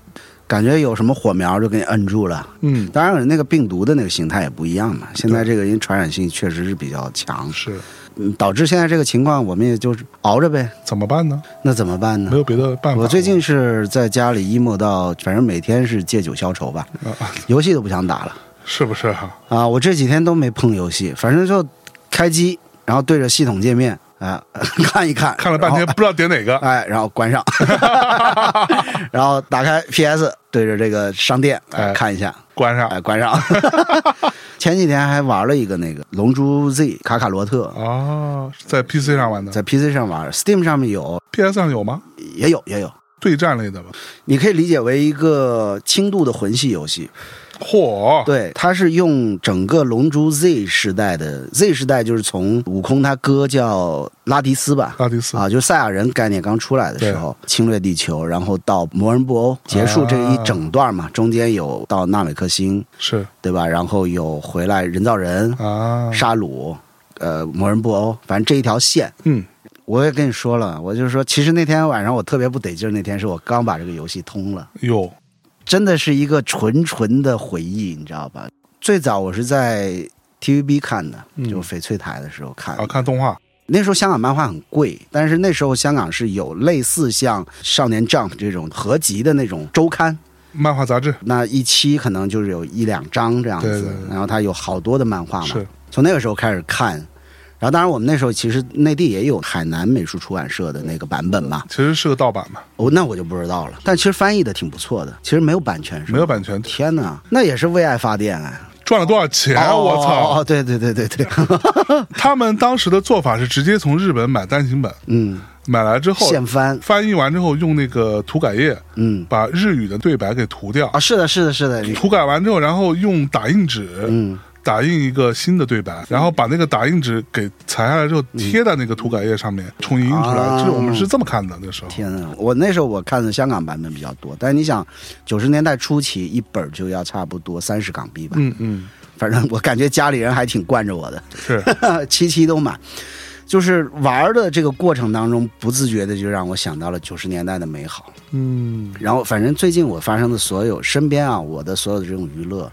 S1: 感觉有什么火苗就给你摁住了。
S2: 嗯，
S1: 当然，那个病毒的那个形态也不一样嘛。现在这个因为传染性确实是比较强，
S2: 是
S1: 嗯导致现在这个情况，我们也就是熬着呗。
S2: 怎么办呢？
S1: 那怎么办呢
S2: 没？有别的办
S1: 嗯
S2: 法。
S1: 我最近是在家里 emo 到，反正每天是借酒消愁吧，
S2: 啊啊
S1: 游戏都不想打了。
S2: 是不是啊？
S1: 啊，我这几天都没碰游戏，反正就开机，然后对着系统界面啊 [laughs] 看一看，
S2: 看了半天
S1: 然后，
S2: 不知道点哪个。
S1: 哦哎，然后关
S2: [laughs]
S1: 上，然后打开 PS，对着这个商店哎
S2: 哎
S1: 看一下，
S2: 关上
S1: 哎，关上。 [laughs] 前几天还玩了一个那个《龙珠 Z》卡卡罗特，
S2: 哦，在 PC 上玩的
S1: 在 PC 上玩，Steam 上面有，
S2: ，PS 上有吗？
S1: 也有，也有。
S2: 对战类的吧？
S1: 你可以理解为一个轻度的魂系游戏，
S2: 嚯，
S1: 对，它是用整个《龙珠 Z》时代的 Z 时代，就是从悟空他哥叫拉迪斯吧，
S2: 拉迪斯
S1: 啊，就赛亚人概念刚出来的时候，侵略地球，然后到魔人布欧结束这一整段嘛，中间有到纳美克星，
S2: 是
S1: 对吧？然后有回来人造人、
S2: 啊，
S1: 沙鲁，呃，魔人布欧，反正这一条线。
S2: 嗯，
S1: 我也跟你说了，我就说，其实那天晚上我特别不得劲儿，那天是我刚把这个游戏通了，
S2: 有
S1: 真的是一个纯纯的回忆，你知道吧？最早我是在 TVB 看的，
S2: 嗯
S1: 就翡翠台的时候看的
S2: 啊，看动画
S1: 那时候香港漫画很贵，但是那时候香港是有类似像《少年 Jump》这种合集的那种周刊，
S2: 漫画杂志
S1: 那一期可能就是有一两张这样子，
S2: 对对对
S1: 然后它有好多的漫画嘛。
S2: 是
S1: 从那个时候开始看，然后当然我们那时候其实内地也有海南美术出版社的那个版本嘛，
S2: 其实是个盗版嘛，
S1: 哦，那我就不知道了。但其实翻译的挺不错的，其实没有版权是吧？
S2: 没有。版权，
S1: 天哪，那也是为爱发电啊！
S2: 赚了多少钱？
S1: 哦
S2: 哎我
S1: 哦
S2: 操！
S1: 哦，对对对对
S2: [laughs]
S1: 对，
S2: 他们当时的做法是直接从日本买单行本，
S1: 嗯，
S2: 买来之后
S1: 现翻，
S2: 翻译完之后用那个涂改液
S1: 嗯，
S2: 把日语的对白给涂掉
S1: 啊，，是的，是的，是的，
S2: [laughs] 涂改完之后，然后用打印纸。
S1: 嗯。
S2: 打印一个新的对白，然后把那个打印纸给裁下来之后贴在那个涂改液上面，重印出来。
S1: 啊
S2: 就是我们是这么看的，那时候
S1: 天呐，我那时候我看的香港版本比较多，但是你想，九十年代初期一本儿就要差不多三十港币吧，
S2: 嗯嗯，
S1: 反正我感觉家里人还挺惯着我的， [laughs]
S2: 是
S1: 七七都买。就是玩儿的这个过程当中，不自觉的就让我想到了九十年代的美好。
S2: 嗯
S1: 然后，反正最近我发生的所有身边啊，我的所有的这种娱乐，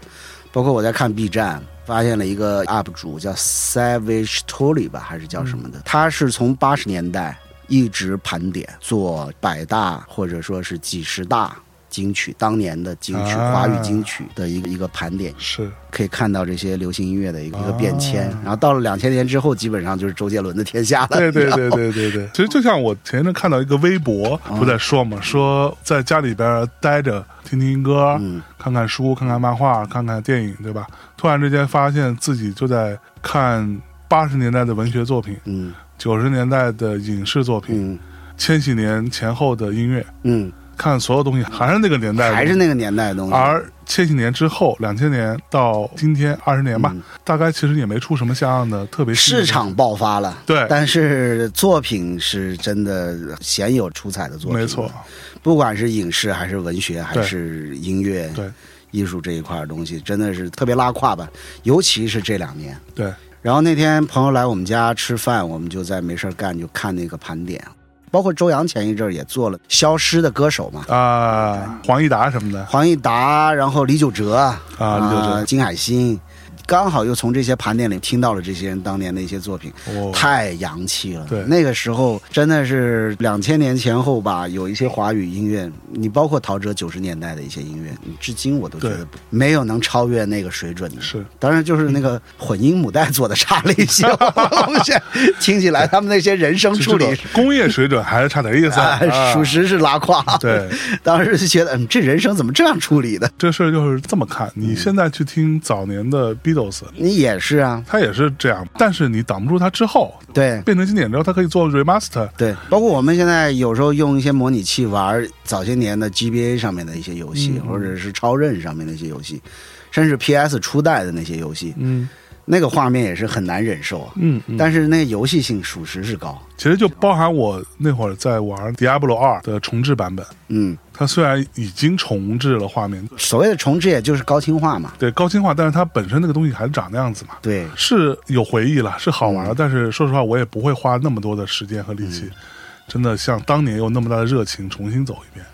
S1: 包括我在看 B 站，发现了一个 UP 主叫 Savage Tory 吧，还是叫什么
S2: 嗯
S1: 的，他是从八十年代一直盘点做百大或者说是几十大金曲，当年的金曲，
S2: 啊
S1: 华语金曲的一个一个盘点，
S2: 是
S1: 可以看到这些流行音乐的一个一个变迁。然后到了两千年之后，基本上就是周杰伦的天下了。
S2: 啊 [laughs] 对对
S1: 你知道
S2: 对
S1: 吗
S2: 对对对，嗯其实就像我前一阵看到一个微博，不在说嘛，说在家里边待着，听听歌，
S1: 嗯
S2: 看看书，看看漫画，看看电影，对吧？突然之间发现自己就在看八十年代的文学作品，
S1: 嗯
S2: 九十年代的影视作品，
S1: 嗯
S2: 千禧年前后的音乐，
S1: 嗯，
S2: 看所有东西还是那个年代的，
S1: 还是那个年代的东西。
S2: 而千禧年之后，两千年到今天二十年吧，大概其实也没出什么像样的特别新的
S1: 市场爆发了，
S2: 对
S1: 但是作品是真的鲜有出彩的作品，
S2: 没错，，
S1: 不管是影视还是文学还
S2: 对
S1: 是音乐、
S2: 对
S1: 艺术这一块儿东西，真的是特别拉胯吧，尤其是这两年。
S2: 对，
S1: 然后那天朋友来我们家吃饭，我们就在没事儿干就看那个盘点，包括周扬前一阵儿也做了《消失的歌手》嘛，
S2: 啊，黄义达什么的，
S1: 黄义达，然后李玖哲啊
S2: 啊李玖哲
S1: 金海心。刚好又从这些盘点里听到了这些人当年的一些作品，
S2: 哦
S1: 太洋气了。
S2: 对
S1: 那个时候真的是两千年前后吧，有一些华语音乐，你包括陶喆九十年代的一些音乐，你至今我都觉得
S2: 对
S1: 不没有能超越那个水准的。
S2: 是，
S1: 当然就是那个混音母带做的差了一
S2: [laughs]
S1: 些，我们现在听起来他们那些人声
S2: 就
S1: 处
S2: 这
S1: 理
S2: 个工业水准还是差点意思啊
S1: [laughs] 啊，属实是拉胯。
S2: 对，
S1: [laughs] 当时就觉得，嗯，这人生怎么这样处理的？
S2: 这事儿就是这么看。你现在去听早年的 Beatles，
S1: 你也是啊，
S2: 他也是这样，但是你挡不住他之后
S1: 对
S2: 变成经典之后，他可以做 remaster。
S1: 对，包括我们现在有时候用一些模拟器玩早些年的 GBA 上面的一些游戏，或者是超任上面的一些游戏，甚至 PS 初代的那些游戏，
S2: 嗯
S1: 那个画面也是很难忍受啊。
S2: 嗯嗯，
S1: 但是那个游戏性属实是高，
S2: 其实就包含我那会儿在玩 Diablo 二的重置版本，
S1: 嗯，
S2: 它虽然已经重置了画面，
S1: 所谓的重置也就是高清化嘛，
S2: 对高清化，但是它本身那个东西还是长那样子嘛。
S1: 对，
S2: 是有回忆了，是好玩了，
S1: 嗯
S2: 但是说实话，我也不会花那么多的时间和力气，真的像当年有那么大的热情重新走一遍。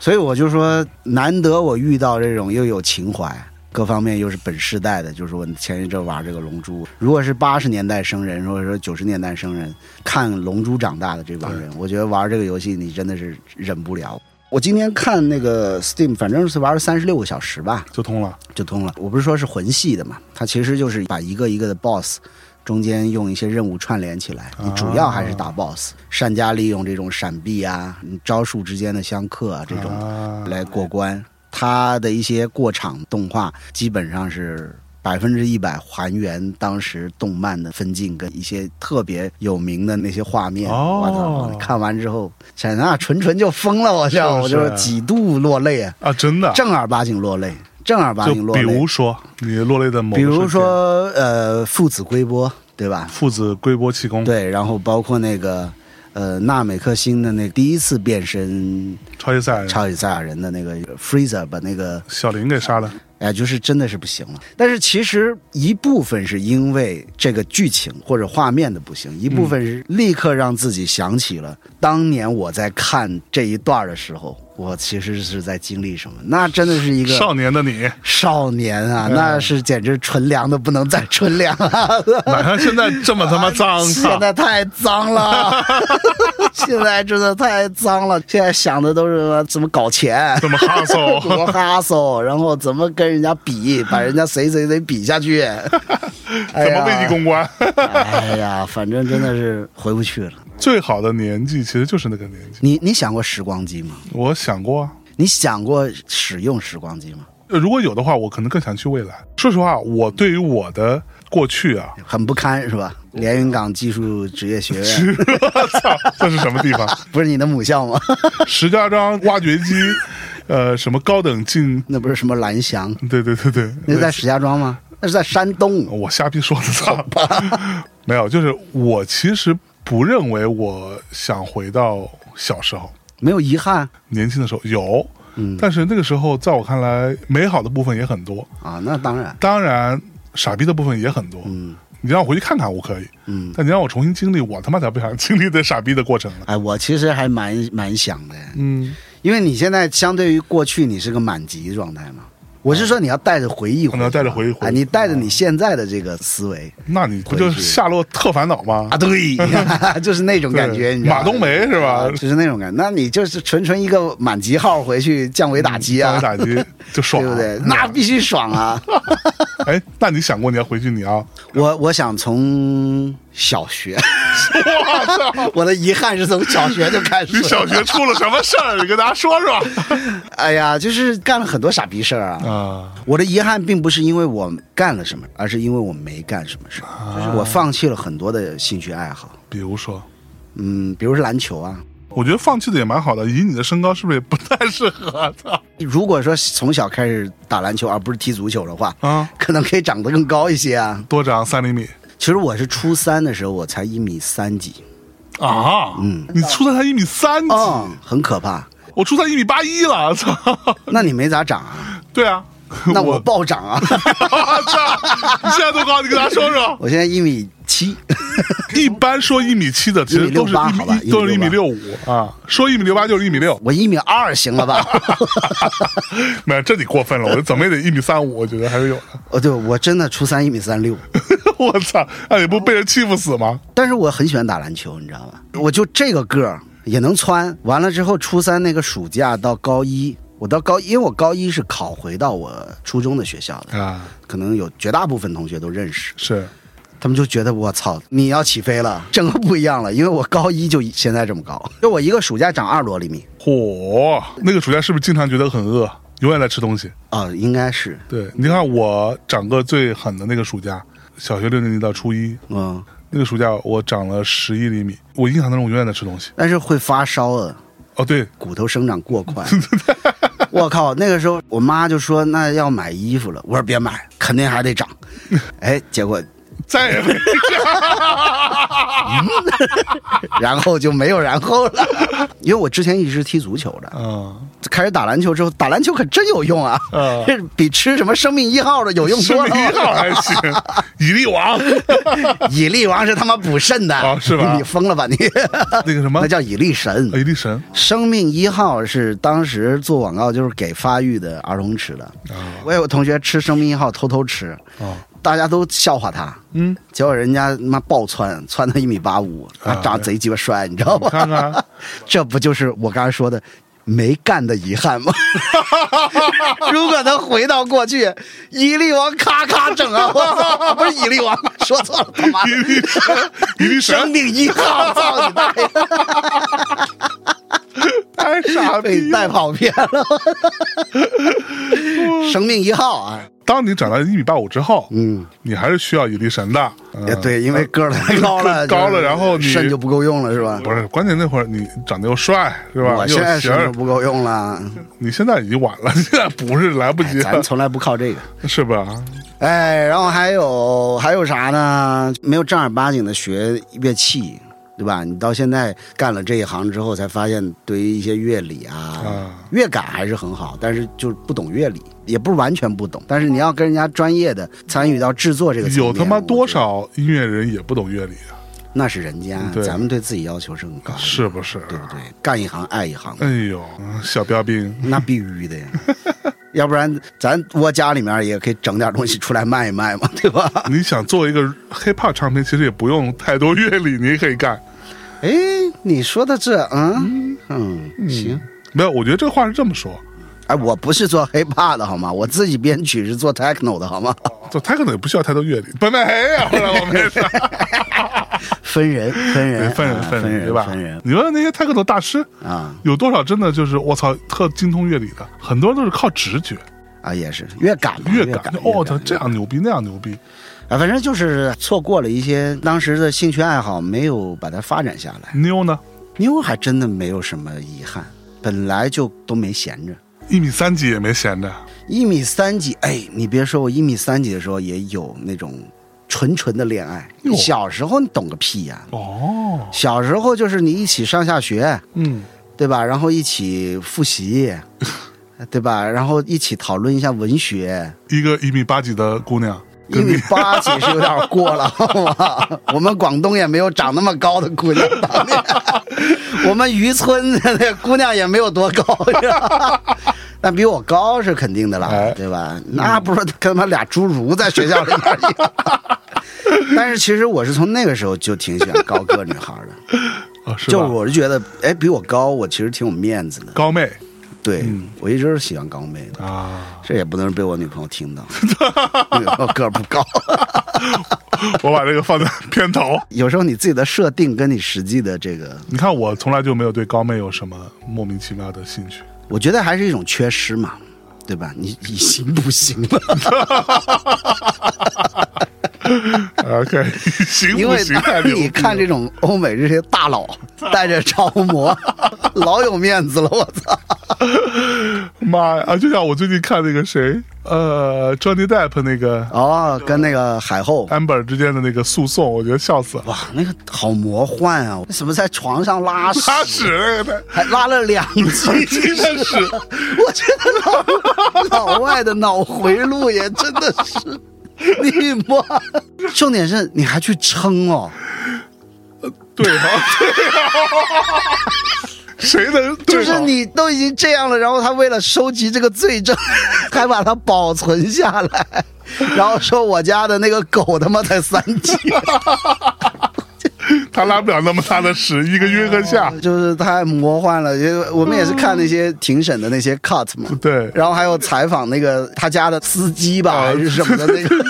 S1: 所以我就说，难得我遇到这种又有情怀，各方面又是本世代的，就是我前一阵玩这个《龙珠》，如果是八十年代生人，或者说九十年代生人，看《龙珠》长大的这帮人，我觉得玩这个游戏你真的是忍不了。我今天看那个 Steam，反正是玩了三十六个小时吧，
S2: 就通了，
S1: 就通了。我不是说是魂系的嘛，它其实就是把一个一个的 BOSS 中间用一些任务串联起来，你主要还是打 BOSS，善加利用这种闪避啊、你招数之间的相克啊这种
S2: 啊，
S1: 来过关。它的一些过场动画基本上是百分之一百还原当时动漫的分镜跟一些特别有名的那些画面。
S2: 哦
S1: 我操！看完之后，想那纯纯就疯了，我操！
S2: 是不是
S1: 我就几度落泪啊，
S2: 啊，真的，
S1: 正儿八经落泪，正儿八
S2: 就
S1: 经落
S2: 比
S1: 泪。
S2: 如说你落泪的某，
S1: 比如，说呃，父子归波，对吧？
S2: 父子归波气功，
S1: 对，然后包括那个呃，纳美克星的那第一次变身
S2: 超级赛亚人
S1: 超级赛亚人的那个呃 Freezer 把那个
S2: 小林给杀了，
S1: 哎，就是真的是不行了。但是其实一部分是因为这个剧情或者画面的不行，一
S2: 嗯
S1: 部分是立刻让自己想起了当年我在看这一段的时候，我其实是在经历什么。那真的是一个
S2: 少年的你，
S1: 少年啊，
S2: 嗯
S1: 那是简直纯良的不能再纯良了。
S2: 哪像现在这么
S1: [laughs]
S2: 他妈脏
S1: 现
S2: 啊！
S1: 在太脏
S2: [laughs]
S1: 了，现在真的太脏了。现在想的都是怎么搞钱，
S2: 这么哈
S1: 怎 [laughs]
S2: 手，
S1: 么哈
S2: [laughs]
S1: 搜，然后怎么跟人家比，把人家谁谁谁比下
S2: [laughs]
S1: 去，
S2: 怎 [laughs] 么危机公关？
S1: 哎呀，反正真的是回不去了。
S2: 最好的年纪其实就是那个年纪。
S1: 你你想过时光机吗？
S2: 我想过啊，
S1: 你想过使用时光机吗？
S2: 呃如果有的话，我可能更想去未来。说实话，我对于我的过去啊，
S1: 很不堪是吧？连云港技术职业学院
S2: 我 [laughs] 操，这是什么地方？
S1: 不是你的母校吗？ [laughs]
S2: 石家庄挖掘机，呃，什么高等进？
S1: 那不是什么蓝翔，
S2: 对对对对，
S1: 那是在石家庄吗？那是在山东。
S2: 我瞎逼说的，操！没有，就是我其实不认为我想回到小时候，
S1: 没有遗憾
S2: 年轻的时候有，
S1: 嗯
S2: 但是那个时候在我看来，美好的部分也很多，
S1: 啊，那当然，
S2: 当然傻逼的部分也很多。嗯，你让我回去看看，我可以。
S1: 嗯，
S2: 但你让我重新经历，我他妈才不想经历的傻逼的过程了。
S1: 哎，我其实还蛮蛮想的，
S2: 嗯，
S1: 因为你现在相对于过去，你是个满级状态嘛。我是说你要带着回忆回去，
S2: 可能带着回忆回
S1: 啊，你带着你现在的这个思维
S2: 那你不就是夏洛特烦恼吗？
S1: 啊， [laughs] 对，就是那种感觉，
S2: 对
S1: 你知道吗
S2: 马冬梅是吧
S1: 啊就是那种感觉，那你就是纯纯一个满级号回去降维打击啊，
S2: 打击就爽，嗯
S1: 对不对？那必须爽
S2: [laughs]
S1: 啊！
S2: 哎，那你想过你要回去，你要
S1: 我我想从小学， [laughs] 我的遗憾是从小学就开始
S2: 你
S1: 了。
S2: 小学出了什么事儿？你跟大家说说
S1: 哎呀，就是干了很多傻逼事儿啊！
S2: [laughs] 啊！
S1: 我的遗憾并不是因为我干了什么，而是因为我没干什么事儿，
S2: 啊
S1: 就是我放弃了很多的兴趣爱好。
S2: 比如说，
S1: 嗯，比如说篮球啊。
S2: 我觉得放弃的也蛮好的，以你的身高是不是也不太适合？操
S1: 如果说从小开始打篮球而不是踢足球的话，
S2: 啊，
S1: 可能可以长得更高一些啊。
S2: 多长三厘米
S1: 其实我是初三的时候，我才一米三几，
S2: 啊？嗯，你出的才一米三几，
S1: 哦，很可怕。
S2: 我出才一米八一了，操！
S1: 那你没咋长啊？
S2: 对啊，
S1: 那
S2: [laughs] 我 [laughs]
S1: 我暴涨啊！
S2: 我操！你现在多高？你跟大家说说。
S1: 我现在一米七七，
S2: 一般说一米七的，其实都是
S1: 1.68好吧
S2: 一米，都是一米六五啊。说一米六八就是一米六， [laughs]
S1: 我一米二行了吧？
S2: 没有这你过分了，我怎么也得一米三五，我觉得还是有的。 [laughs]
S1: 哦，对，我真的初三一米三六，
S2: 我操，那你不被人欺负死吗？
S1: 但是我很喜欢打篮球，你知道吗？我就这个个儿也能穿。完了之后，初三那个暑假到高一，我到高，因为我高一是考回到我初中的学校的，
S2: 啊，
S1: 可能有绝大部分同学都认识，
S2: 是
S1: 他们就觉得我操，你要起飞了，整个不一样了。因为我高一就现在这么高，就我一个暑假长二十多厘米
S2: 嚯，那个暑假是不是经常觉得很饿，永远在吃东西？
S1: 啊、应该是，
S2: 对，你看我长个最狠的那个暑假，小学六年级到初一
S1: 嗯，
S2: 那个暑假，我长了十一厘米。我印象当中，我永远在吃东西。
S1: 但是会发烧的。
S2: 哦，对，
S1: 骨头生长过快。我靠！那个时候我妈就说那要买衣服了，我说别买，肯定还得长。哎，结果
S2: 再 [laughs] 也没
S1: 然后就没有然后了，因为我之前一直踢足球的，
S2: 啊，
S1: 开始打篮球之后，打篮球可真有用啊，
S2: 嗯
S1: 这比吃什么生命一号的有用
S2: 生 [laughs]
S1: 多
S2: 命一
S1: 了。
S2: 号还行，以力 [laughs] 王
S1: 以力王是他妈补肾的，
S2: 哦是吧啊
S1: 你疯了吧你？
S2: 那个什么
S1: 那，叫以力神。
S2: 啊以力神
S1: 生命一号是当时做广告就是给发育的儿童吃的，
S2: 啊
S1: 我有个同学吃生命一号偷偷吃，
S2: 啊，
S1: 大家都笑话他，
S2: 嗯，
S1: 结果人家他妈爆窜，窜到一米八五，他长得贼鸡巴帅，你知道
S2: 啊你
S1: 吗？
S2: 看看，
S1: [laughs] 这不就是我刚才说的没干的遗憾
S2: [laughs]
S1: 吗？如果能回到过去，以力王咔咔整啊！我操，不是以力王，说错了，他妈的
S2: [laughs] 以力神，以力
S1: 啊生
S2: 神，
S1: 命一号，操你大爷，
S2: 太傻逼
S1: 被
S2: 了。
S1: 带跑偏
S2: [laughs]
S1: 了。生命一号啊，
S2: 当你长到一米八五之后，
S1: 嗯，
S2: 你还是需要以力神的。嗯
S1: 也对，因为个儿太高了，
S2: [laughs] 高了
S1: 就是
S2: 然后你
S1: 肾就不够用了，是吧？
S2: 不是，关键那会儿你长得又帅，是吧？
S1: 我
S2: 又
S1: 现在
S2: 有型
S1: 肾
S2: 儿
S1: 就，不够用了，
S2: 你现在已经晚了， [laughs] 现在不是来不
S1: 哎
S2: 及
S1: 咱
S2: 了，
S1: 从来不靠这个。
S2: 是吧？
S1: 哎，然后还有还有啥呢？没有正儿八经的学乐器，对吧？你到现在干了这一行之后，才发现对于一些乐理啊、
S2: 啊
S1: 乐感还是很好，但是就是不懂乐理，也不是完全不懂。但是你要跟人家专业的参与到制作这个层面，
S2: 有他妈
S1: 我觉得
S2: 多？少音乐人也不懂乐理啊，
S1: 那是人家，
S2: 对
S1: 咱们对自己要求是很高的，
S2: 是不是？
S1: 对不对？干一行爱一行，
S2: 哎呦，小标兵，
S1: 那必须的呀。 [laughs] 要不然咱窝家里面也可以整点东西出来卖一卖嘛，对吧？
S2: 你想做一个 hiphop 唱片，其实也不用太多乐理，你也可以干。
S1: 哎，你说的这，嗯嗯，行。
S2: 没有，我觉得这话是这么说，
S1: 哎，我不是做 hiphop 的好吗？我自己编曲是做 techno 的好吗？
S2: 做他可能也不需要太多乐理。本来没有了，我没说，
S1: [laughs] 分人，分人，
S2: 分人 [laughs]
S1: 啊
S2: 分
S1: 分
S2: 人，对吧
S1: 分人？
S2: 你问那些泰克的大师，
S1: 啊
S2: 有多少真的就是我操特精通乐理的？很多都是靠直觉、
S1: 啊，也是乐感嘛，
S2: 乐
S1: 乐
S2: 感。
S1: 乐
S2: 哦，他这样牛逼，那样牛逼。
S1: 啊，反正就是错过了一些当时的兴趣爱好，没有把它发展下来。
S2: 妞呢，
S1: 妞还真的没有什么遗憾，本来就都没闲着。
S2: 一米三几也没闲着。
S1: 一米三几，哎，你别说，我一米三几的时候也有那种纯纯的恋爱
S2: 哟。
S1: 小时候你懂个屁呀、
S2: 哦，
S1: 小时候就是你一起上下学，
S2: 嗯，
S1: 对吧？然后一起复习，对吧？然后一起讨论一下文学。
S2: 一个一米八几的姑娘，
S1: 一米八几是有点过了，好吗？我们广东也没有长那么高的姑娘，当年我们渔村的那姑娘也没有多高，是吧？但比我高是肯定的
S2: 哎
S1: 啦，对吧？那不是跟他妈俩侏儒在学校里面一样。但是其实我是从那个时候就挺喜欢高个女孩的，
S2: 啊，是吧？
S1: 就我是觉得，哎，比我高，我其实挺有面子的。
S2: 高妹
S1: 对，我一直是喜欢高妹的，
S2: 嗯啊，
S1: [laughs] 这也不能被我女朋友听
S2: [laughs]
S1: 到， [laughs] 女朋友个儿不高。
S2: 我把这个放在片头。
S1: 有时候你自己的设定跟你实际的这个，
S2: 你看，我从来就没有对高妹有什么莫名其妙的兴趣。
S1: 我觉得还是一种缺失嘛，对吧？你你行不行
S2: [laughs]
S1: 了？
S2: OK，行啊
S1: 因
S2: 不
S1: 为
S2: 行？太牛逼
S1: 你看这种欧美这些大佬带着超
S2: [laughs]
S1: 模，老有面子了，我操！
S2: [laughs] 妈呀！啊，就像我最近看那个谁，呃，Johnny Depp 那个
S1: 哦，跟那个海后。
S2: Amber 之间的那个诉讼，我觉得笑死了。
S1: 哇，那个好魔幻啊！什么在床上拉屎，
S2: 拉屎那个
S1: 还拉了两
S2: 太，
S1: 集，
S2: 真的是，
S1: [laughs] 我觉得老老外的脑回路也真的是，你摸。重点是你还去撑哦，
S2: 对啊，对啊，谁
S1: 就
S2: 能对
S1: 是
S2: 啊
S1: 你都已经这样了，然后他为了收集这个罪证，还把它保存下来，然后说我家的那个狗他妈才三级，
S2: 他拉不了那么大的屎，一个约克夏，
S1: 就是太魔幻了。因为我们也是看那些庭审的那些 cut 嘛，
S2: 对，
S1: 然后还有采访那个他家的司机吧，
S2: 啊
S1: 还是什么的，那
S2: [laughs]
S1: 个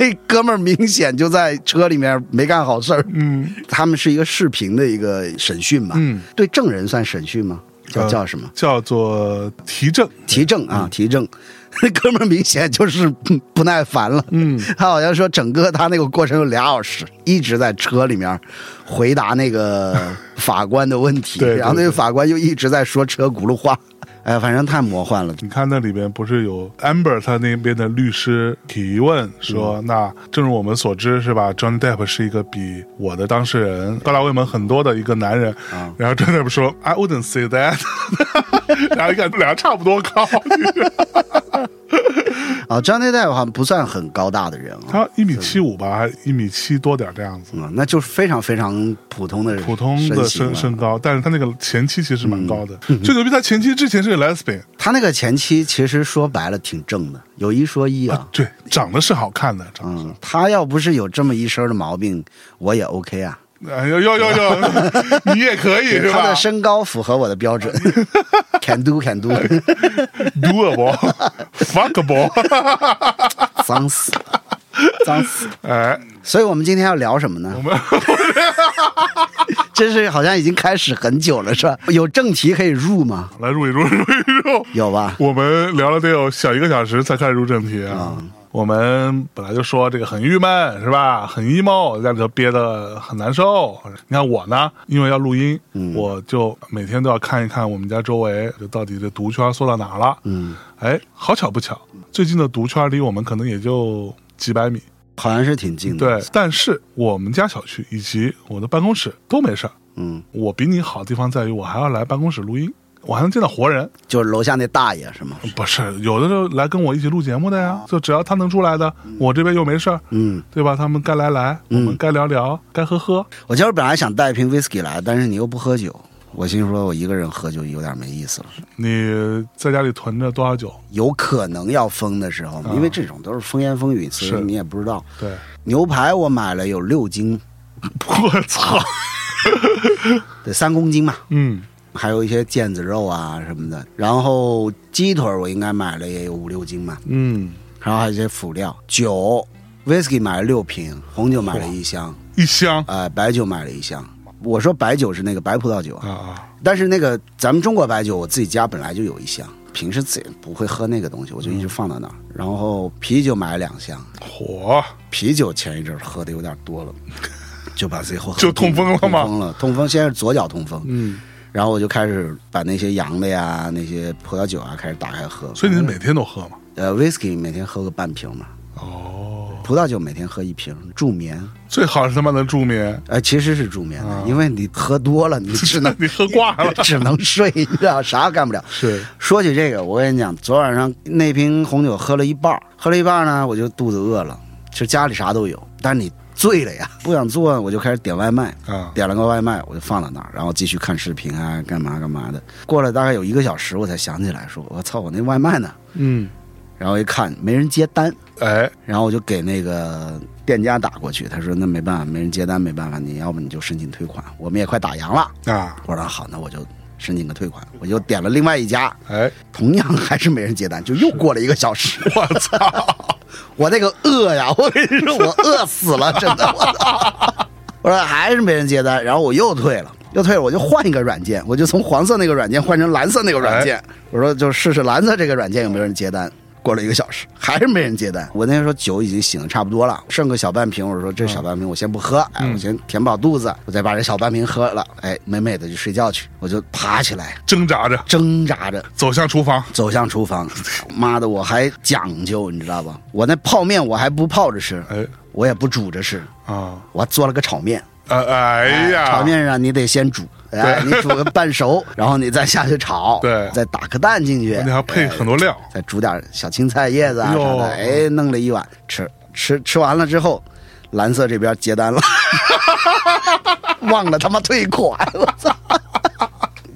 S1: 那哥们儿明显就在车里面没干好事儿。
S2: 嗯，
S1: 他们是一个视频的一个审讯嘛，
S2: 嗯，
S1: 对证人算审讯吗？叫
S2: 呃嗯
S1: 叫什么？
S2: 叫做提证，
S1: 提证啊，提证。 [laughs] 那哥们儿明显就是嗯不耐烦了，
S2: 嗯，
S1: 他好像说整个他那个过程有俩小时，一直在车里面回答那
S2: [laughs]
S1: 个法官的问题，
S2: 对对
S1: 然后那个
S2: 对
S1: 法官又一直在说车轱辘话，哎，反正太魔幻了，
S2: 你看那里边不是有 Amber 他那边的律师提问说，
S1: 嗯
S2: 那正如我们所知是吧，John Depp 是一个比我的当事人高大威猛很多的一个男人。
S1: 啊
S2: 然后 John Depp 说，I wouldn't say that 。 [laughs] 然后一看俩人差不多高，
S1: [laughs] 啊，张内大夫好像不算很高大的人啊、
S2: 他一米七五吧，还一米七多点这样子。
S1: 嗯，那就是非常非常普通的
S2: 普通
S1: 身
S2: 的身
S1: 形啊嗯
S2: 身
S1: 了
S2: 高，但是他那个前妻其实蛮高的。最牛逼，他前妻之前是
S1: 嗯
S2: 个 lesbian，
S1: 他那个前妻其实说白了挺正的，有一说一
S2: [laughs]
S1: 啊，
S2: 对，长得是好看的，长得是
S1: 嗯，他要不是有这么一身的毛病，我也 OK 啊。
S2: 哎呦呦呦呦， [laughs] 你也可以 [laughs] 是
S1: 他
S2: 吧
S1: 的身高符合我的标
S2: [laughs]
S1: 准，can do can do， [laughs]
S2: [laughs] ？doable，fuckable，
S1: 脏死了，脏死了。
S2: 哎，
S1: 所以我们今天要聊什么呢
S2: 我？们 [laughs]
S1: 真是好像已经开始很久了，是吧？有正题可以入吗？
S2: 来入一入入一入，
S1: 有吧？
S2: 我们聊了得有小一个小时才开始入正题啊。我们本来就说这个很郁闷是吧？很 emo，在里头憋得很难受。你看我呢，因为要录音，我就每天都要看一看我们家周围这到底这毒圈缩到哪儿了。嗯，哎，好巧不巧，最近的毒圈离我们可能也就几百米。
S1: 好像是挺近的。，
S2: 对，但是我们家小区以及我的办公室都没事儿。
S1: 嗯，
S2: 我比你好的地方在于，我还要来办公室录音，我还能见到活人。
S1: 就是楼下那大爷是吗？
S2: 不是，啊有的时候来跟我一起录节目的呀，就只要他能出来的，我这边又没事儿，
S1: 嗯，
S2: 对吧？他们该来来，我们该聊聊，该喝喝。
S1: 我今儿本来想带一瓶 whisky 来，但是你又不喝酒，我心说我一个人喝酒有点没意思了。
S2: 你在家里囤着多少酒？
S1: 有可能要封的时候，因为这种都是风言风语，所
S2: 是
S1: 以你也不知道。
S2: 对，
S1: 牛排我买了有六斤，
S2: 我操，
S1: 对，三公斤嘛，
S2: 嗯，
S1: 还有一些腱子肉啊什么的。然后鸡腿我应该买了也有五六斤嘛，
S2: 嗯，
S1: 然后还有一些辅料。酒，whisky 买了六瓶，红酒买了一箱，
S2: 一箱
S1: 呃，白酒买了一箱。我说白酒是那个白葡萄酒啊，
S2: 啊啊，
S1: 但是那个咱们中国白酒，我自己家本来就有一箱，平时自己不会喝那个东西，我就一直放到那儿。然后啤酒买了两箱， [laughs]
S2: 火，
S1: 啤酒前一阵儿喝的有点多了， [laughs] 就把自己后喝
S2: [laughs] 就痛风了吗
S1: 痛风了，痛风先是左脚痛风，
S2: 嗯，
S1: 然后我就开始把那些洋的呀、那些葡萄酒啊开始打开喝。
S2: 所以你是每天都喝吗？
S1: 呃，whisky 每天喝个半瓶嘛，
S2: 哦，
S1: 葡萄酒每天喝一瓶，助眠。
S2: 最好是他妈能助眠，
S1: 呃，其实是助眠
S2: 啊
S1: 的，因为你喝多了，你只
S2: [laughs]
S1: 能，
S2: 你喝挂了
S1: 只能睡，你知道啥也干不了。
S2: 是
S1: 说起这个，我跟你讲，昨晚上那瓶红酒喝了一半儿，喝了一半儿呢，我就肚子饿了。其实家里啥都有，但是你醉了呀，不想做，我就开始点外卖。
S2: 啊，
S1: 点了个外卖，我就放到那儿，然后继续看视频啊，干嘛干嘛的。过了大概有一个小时，我才想起来说，我操，我那外卖呢？
S2: 嗯，
S1: 然后一看没人接单，
S2: 哎，
S1: 然后我就给那个店家打过去，他说那没办法，没人接单，没办法，你要不你就申请退款，我们也快打烊了。
S2: 啊，
S1: 我说那好，那我就申请个退款，我就点了另外一家，
S2: 哎，
S1: 同样还是没人接单，就又过了一个小时。
S2: [laughs] 我操，
S1: 我那个饿呀， [laughs] 我跟你说，我饿死了，真的。我操 [laughs] 我说还是没人接单，然后我又退了，又退了，我就换一个软件，我就从黄色那个软件换成蓝色那个软
S2: 哎
S1: 件，我说就试试蓝色这个软件有没有人接单。过了一个小时，还是没人接单。我那时候酒已经醒的差不多了，剩个小半瓶。我说这小半瓶我先不喝，
S2: 嗯
S1: 哎，我先填饱肚子，我再把这小半瓶喝了，哎，美美的就睡觉去。我就爬起来，
S2: 挣扎着
S1: 挣扎着
S2: 走向厨房，
S1: 走向厨房。妈的，我还讲究，你知道吧？我那泡面我还不泡着吃，
S2: 哎，
S1: 我也不煮着吃，
S2: 啊，
S1: 我做了个炒面。
S2: 呃，哎呀，
S1: 炒面上你得先煮，哎，你煮个半
S2: [laughs]
S1: 熟，然后你再下去炒，
S2: 对
S1: 再打颗蛋进去
S2: 你，还配很多料，
S1: 再煮点小青菜叶子啊啥
S2: 哟
S1: 的，哎，弄了一碗吃。吃吃完了之后，蓝色这边结单
S2: [laughs]
S1: 了，忘了他 [laughs] 妈退款，我操！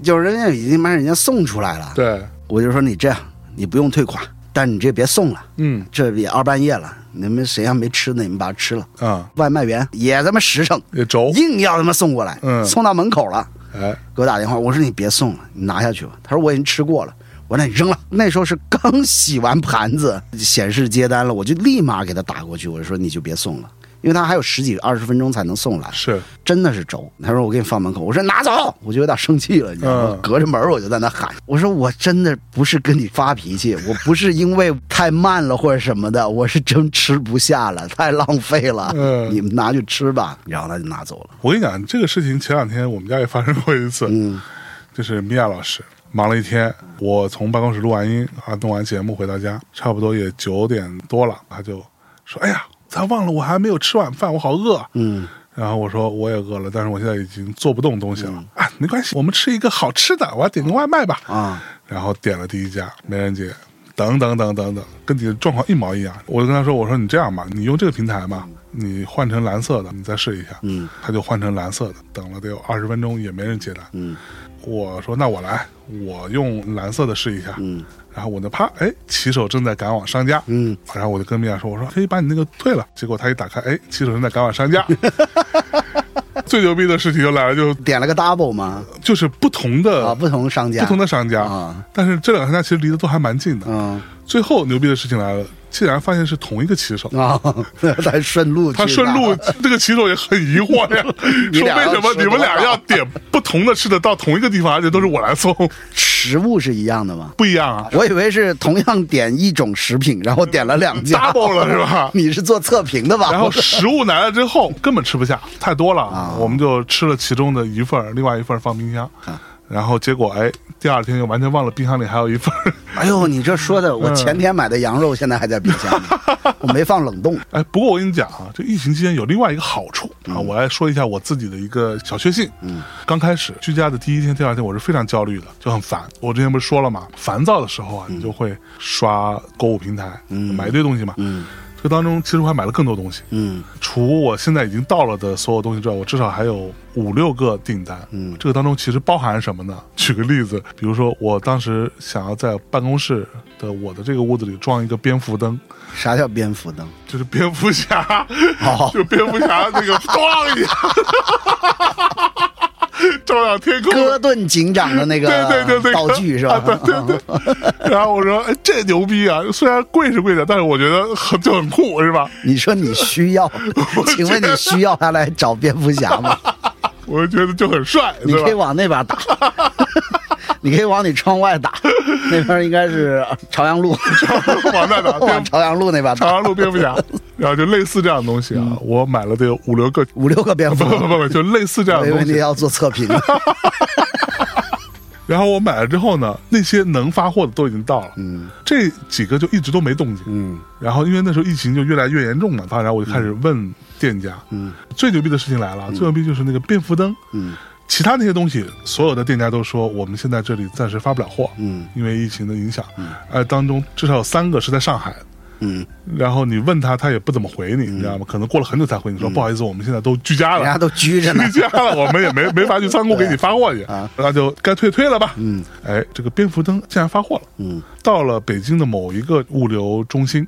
S1: 就是人家已经把人家送出来了，
S2: 对，
S1: 我就说你这样，你不用退款，但你这别送了，
S2: 嗯
S1: 这也二半夜了，你们谁要没吃呢，你们把它吃了。
S2: 啊，
S1: 外卖员也他妈实诚，
S2: 也轴，
S1: 硬要他妈送过来，
S2: 嗯
S1: 送到门口了，
S2: 哎，
S1: 给我打电话，我说你别送了，你拿下去吧。他说我已经吃过了。我说那你扔了。那时候是刚洗完盘子，显示接单了，我就立马给他打过去，我说你就别送了，因为他还有十几二十分钟才能送来，
S2: 是，
S1: [laughs] 真的是轴。他说我给你放门口，我说拿走，我就有点生气了，你知道吗？
S2: 嗯
S1: 隔着门我就在那喊，我说我真的不是跟你发脾
S2: [laughs]
S1: 气，我不是因为太慢了或者什么的，我是真吃不下了，太浪费了，
S2: 嗯
S1: 你们拿去吃吧。然后他就拿走了，
S2: 我跟你讲，这个事情前两天我们家也发生过一次，
S1: 嗯
S2: 就是米娅老师忙了一天，我从办公室录完音啊，弄完节目回到家，差不多也九点多了，她就说：“哎呀，她忘了我还没有吃晚饭，我好饿。”
S1: 嗯。
S2: 然后我说我也饿了，但是我现在已经做不动东西了、啊，没关系，我们吃一个好吃的，我要点个外卖吧。
S1: 啊，
S2: 然后点了第一家美人节，等等等等等，跟你的状况一毛一样。我就跟他说，我说你这样吧，你用这个平台吧，你换成蓝色的，你再试一下。
S1: 嗯，
S2: 他就换成蓝色的，等了得有二十分钟也没人接单。
S1: 嗯，
S2: 我说那我来，我用蓝色的试一下。
S1: 嗯，
S2: 然后我呢啪，哎，骑手正在赶往商家。
S1: 嗯，
S2: 然后我就跟米娅说，我说可以把你那个退了。结果他一打开，哎，骑手正在赶往商
S1: [laughs]
S2: 家。最牛逼的事情就来了，就
S1: 点了个 double 嘛，
S2: 就是不同的、
S1: 啊，不同商家，
S2: 嗯不同的商家，
S1: 啊
S2: 但是这两个商家其实离得都还蛮近的。
S1: 嗯
S2: 最后牛逼的事情来了，竟然发现是同一个骑手，
S1: 啊， [laughs] 他顺路去的，
S2: 他顺路 [laughs] 这个骑手也很疑惑
S1: [laughs]
S2: 呀，
S1: 你
S2: 说
S1: 俩
S2: 为
S1: 要
S2: 什么
S1: 吃
S2: 你
S1: 多
S2: 们俩
S1: 少
S2: 要点不同的吃的到同一个地方，而且都是我来送，
S1: 食物是一样的吗？
S2: 不一
S1: [laughs]
S2: 样啊
S1: 我以为是同样点一种食品，然后点了两家，
S2: ，double 了是吧？
S1: [laughs] 你是做测评的吧？
S2: 然后食物来了之后根本吃不下，太多了，
S1: 啊
S2: 我们就吃了其中的一份儿，另外一份儿放冰箱。
S1: 啊
S2: 然后结果哎，第二天就完全忘了冰箱里还有一份儿。
S1: 哎呦，你这说的，
S2: 嗯
S1: 我前天买的羊肉现在还在冰箱里，我没放冷冻。
S2: 哎，不过我跟你讲啊，这疫情期间有另外一个好处啊，
S1: 嗯
S2: 我来说一下我自己的一个小确幸。嗯，刚开始居家的第一天、第二天，我是非常焦虑的，就很烦。我之前不是说了嘛，烦躁的时候啊，你就会刷购物平台，买一堆东西嘛。
S1: 嗯嗯
S2: 这当中其实我还买了更多东西，
S1: 嗯
S2: 除我现在已经到了的所有东西之外，我至少还有五六个订单。
S1: 嗯
S2: 这个当中其实包含什么呢？举个例子，比如说我当时想要在办公室的我的这个屋子里装一个蝙蝠灯，
S1: 啥叫蝙蝠灯？
S2: 就是蝙蝠侠，
S1: 哦
S2: 就蝙蝠侠那
S1: [laughs]
S2: 个咣一下，照亮天空。
S1: 哥顿警长的那个
S2: 对对对对，
S1: 道具是吧？
S2: 啊对对对。然后我说，哎，这牛逼啊！虽然贵是贵点，但是我觉得很就很酷，是吧？
S1: [laughs] 你说你需要，请问你需要他来找蝙蝠侠
S2: [laughs]
S1: 吗？
S2: 我就觉得就很帅，
S1: 你可以
S2: 对吧？
S1: 往那边打， [laughs] 你可以往你窗外打，那边应该是朝阳路，
S2: 往
S1: [laughs]
S2: 那打
S1: 往
S2: 蝙
S1: 朝阳路那边
S2: 朝
S1: 打，
S2: 阳路蝙蝠侠，然后就类似这样的东西
S1: 嗯
S2: 啊，我买了得有五六个，
S1: 五六个蝙
S2: 不
S1: 蝠，
S2: 不不不，就类似这样
S1: 我
S2: 的
S1: 以为
S2: 东
S1: 你
S2: 西。
S1: 要做测评，
S2: [laughs] 然后我买了之后呢，那些能发货的都已经到了，嗯，这几个就一直都没动静，
S1: 嗯，
S2: 然后因为那时候疫情就越来越严重嘛，当然我就开始问店家，嗯，最牛逼的事情来了，最牛逼就是那个便服灯，
S1: 嗯
S2: 其他那些东西，所有的店家都说我们现在这里暂时发不了货，
S1: 嗯
S2: 因为疫情的影响，呃，当中至少有三个是在上海，
S1: 嗯，
S2: 然后你问他，他也不怎么回你，你知道吗？可能过了很久才回你说，不好意思，我们现在都居家
S1: 人
S2: 了
S1: 嗯家。都拘着
S2: [laughs]
S1: 呢
S2: 居家了，我们也没没法去仓库给你发货去，
S1: 啊
S2: 那就该退退了吧。嗯，哎，这个蝙蝠灯竟然发货了。
S1: 嗯，
S2: 到了北京的某一个物流中心，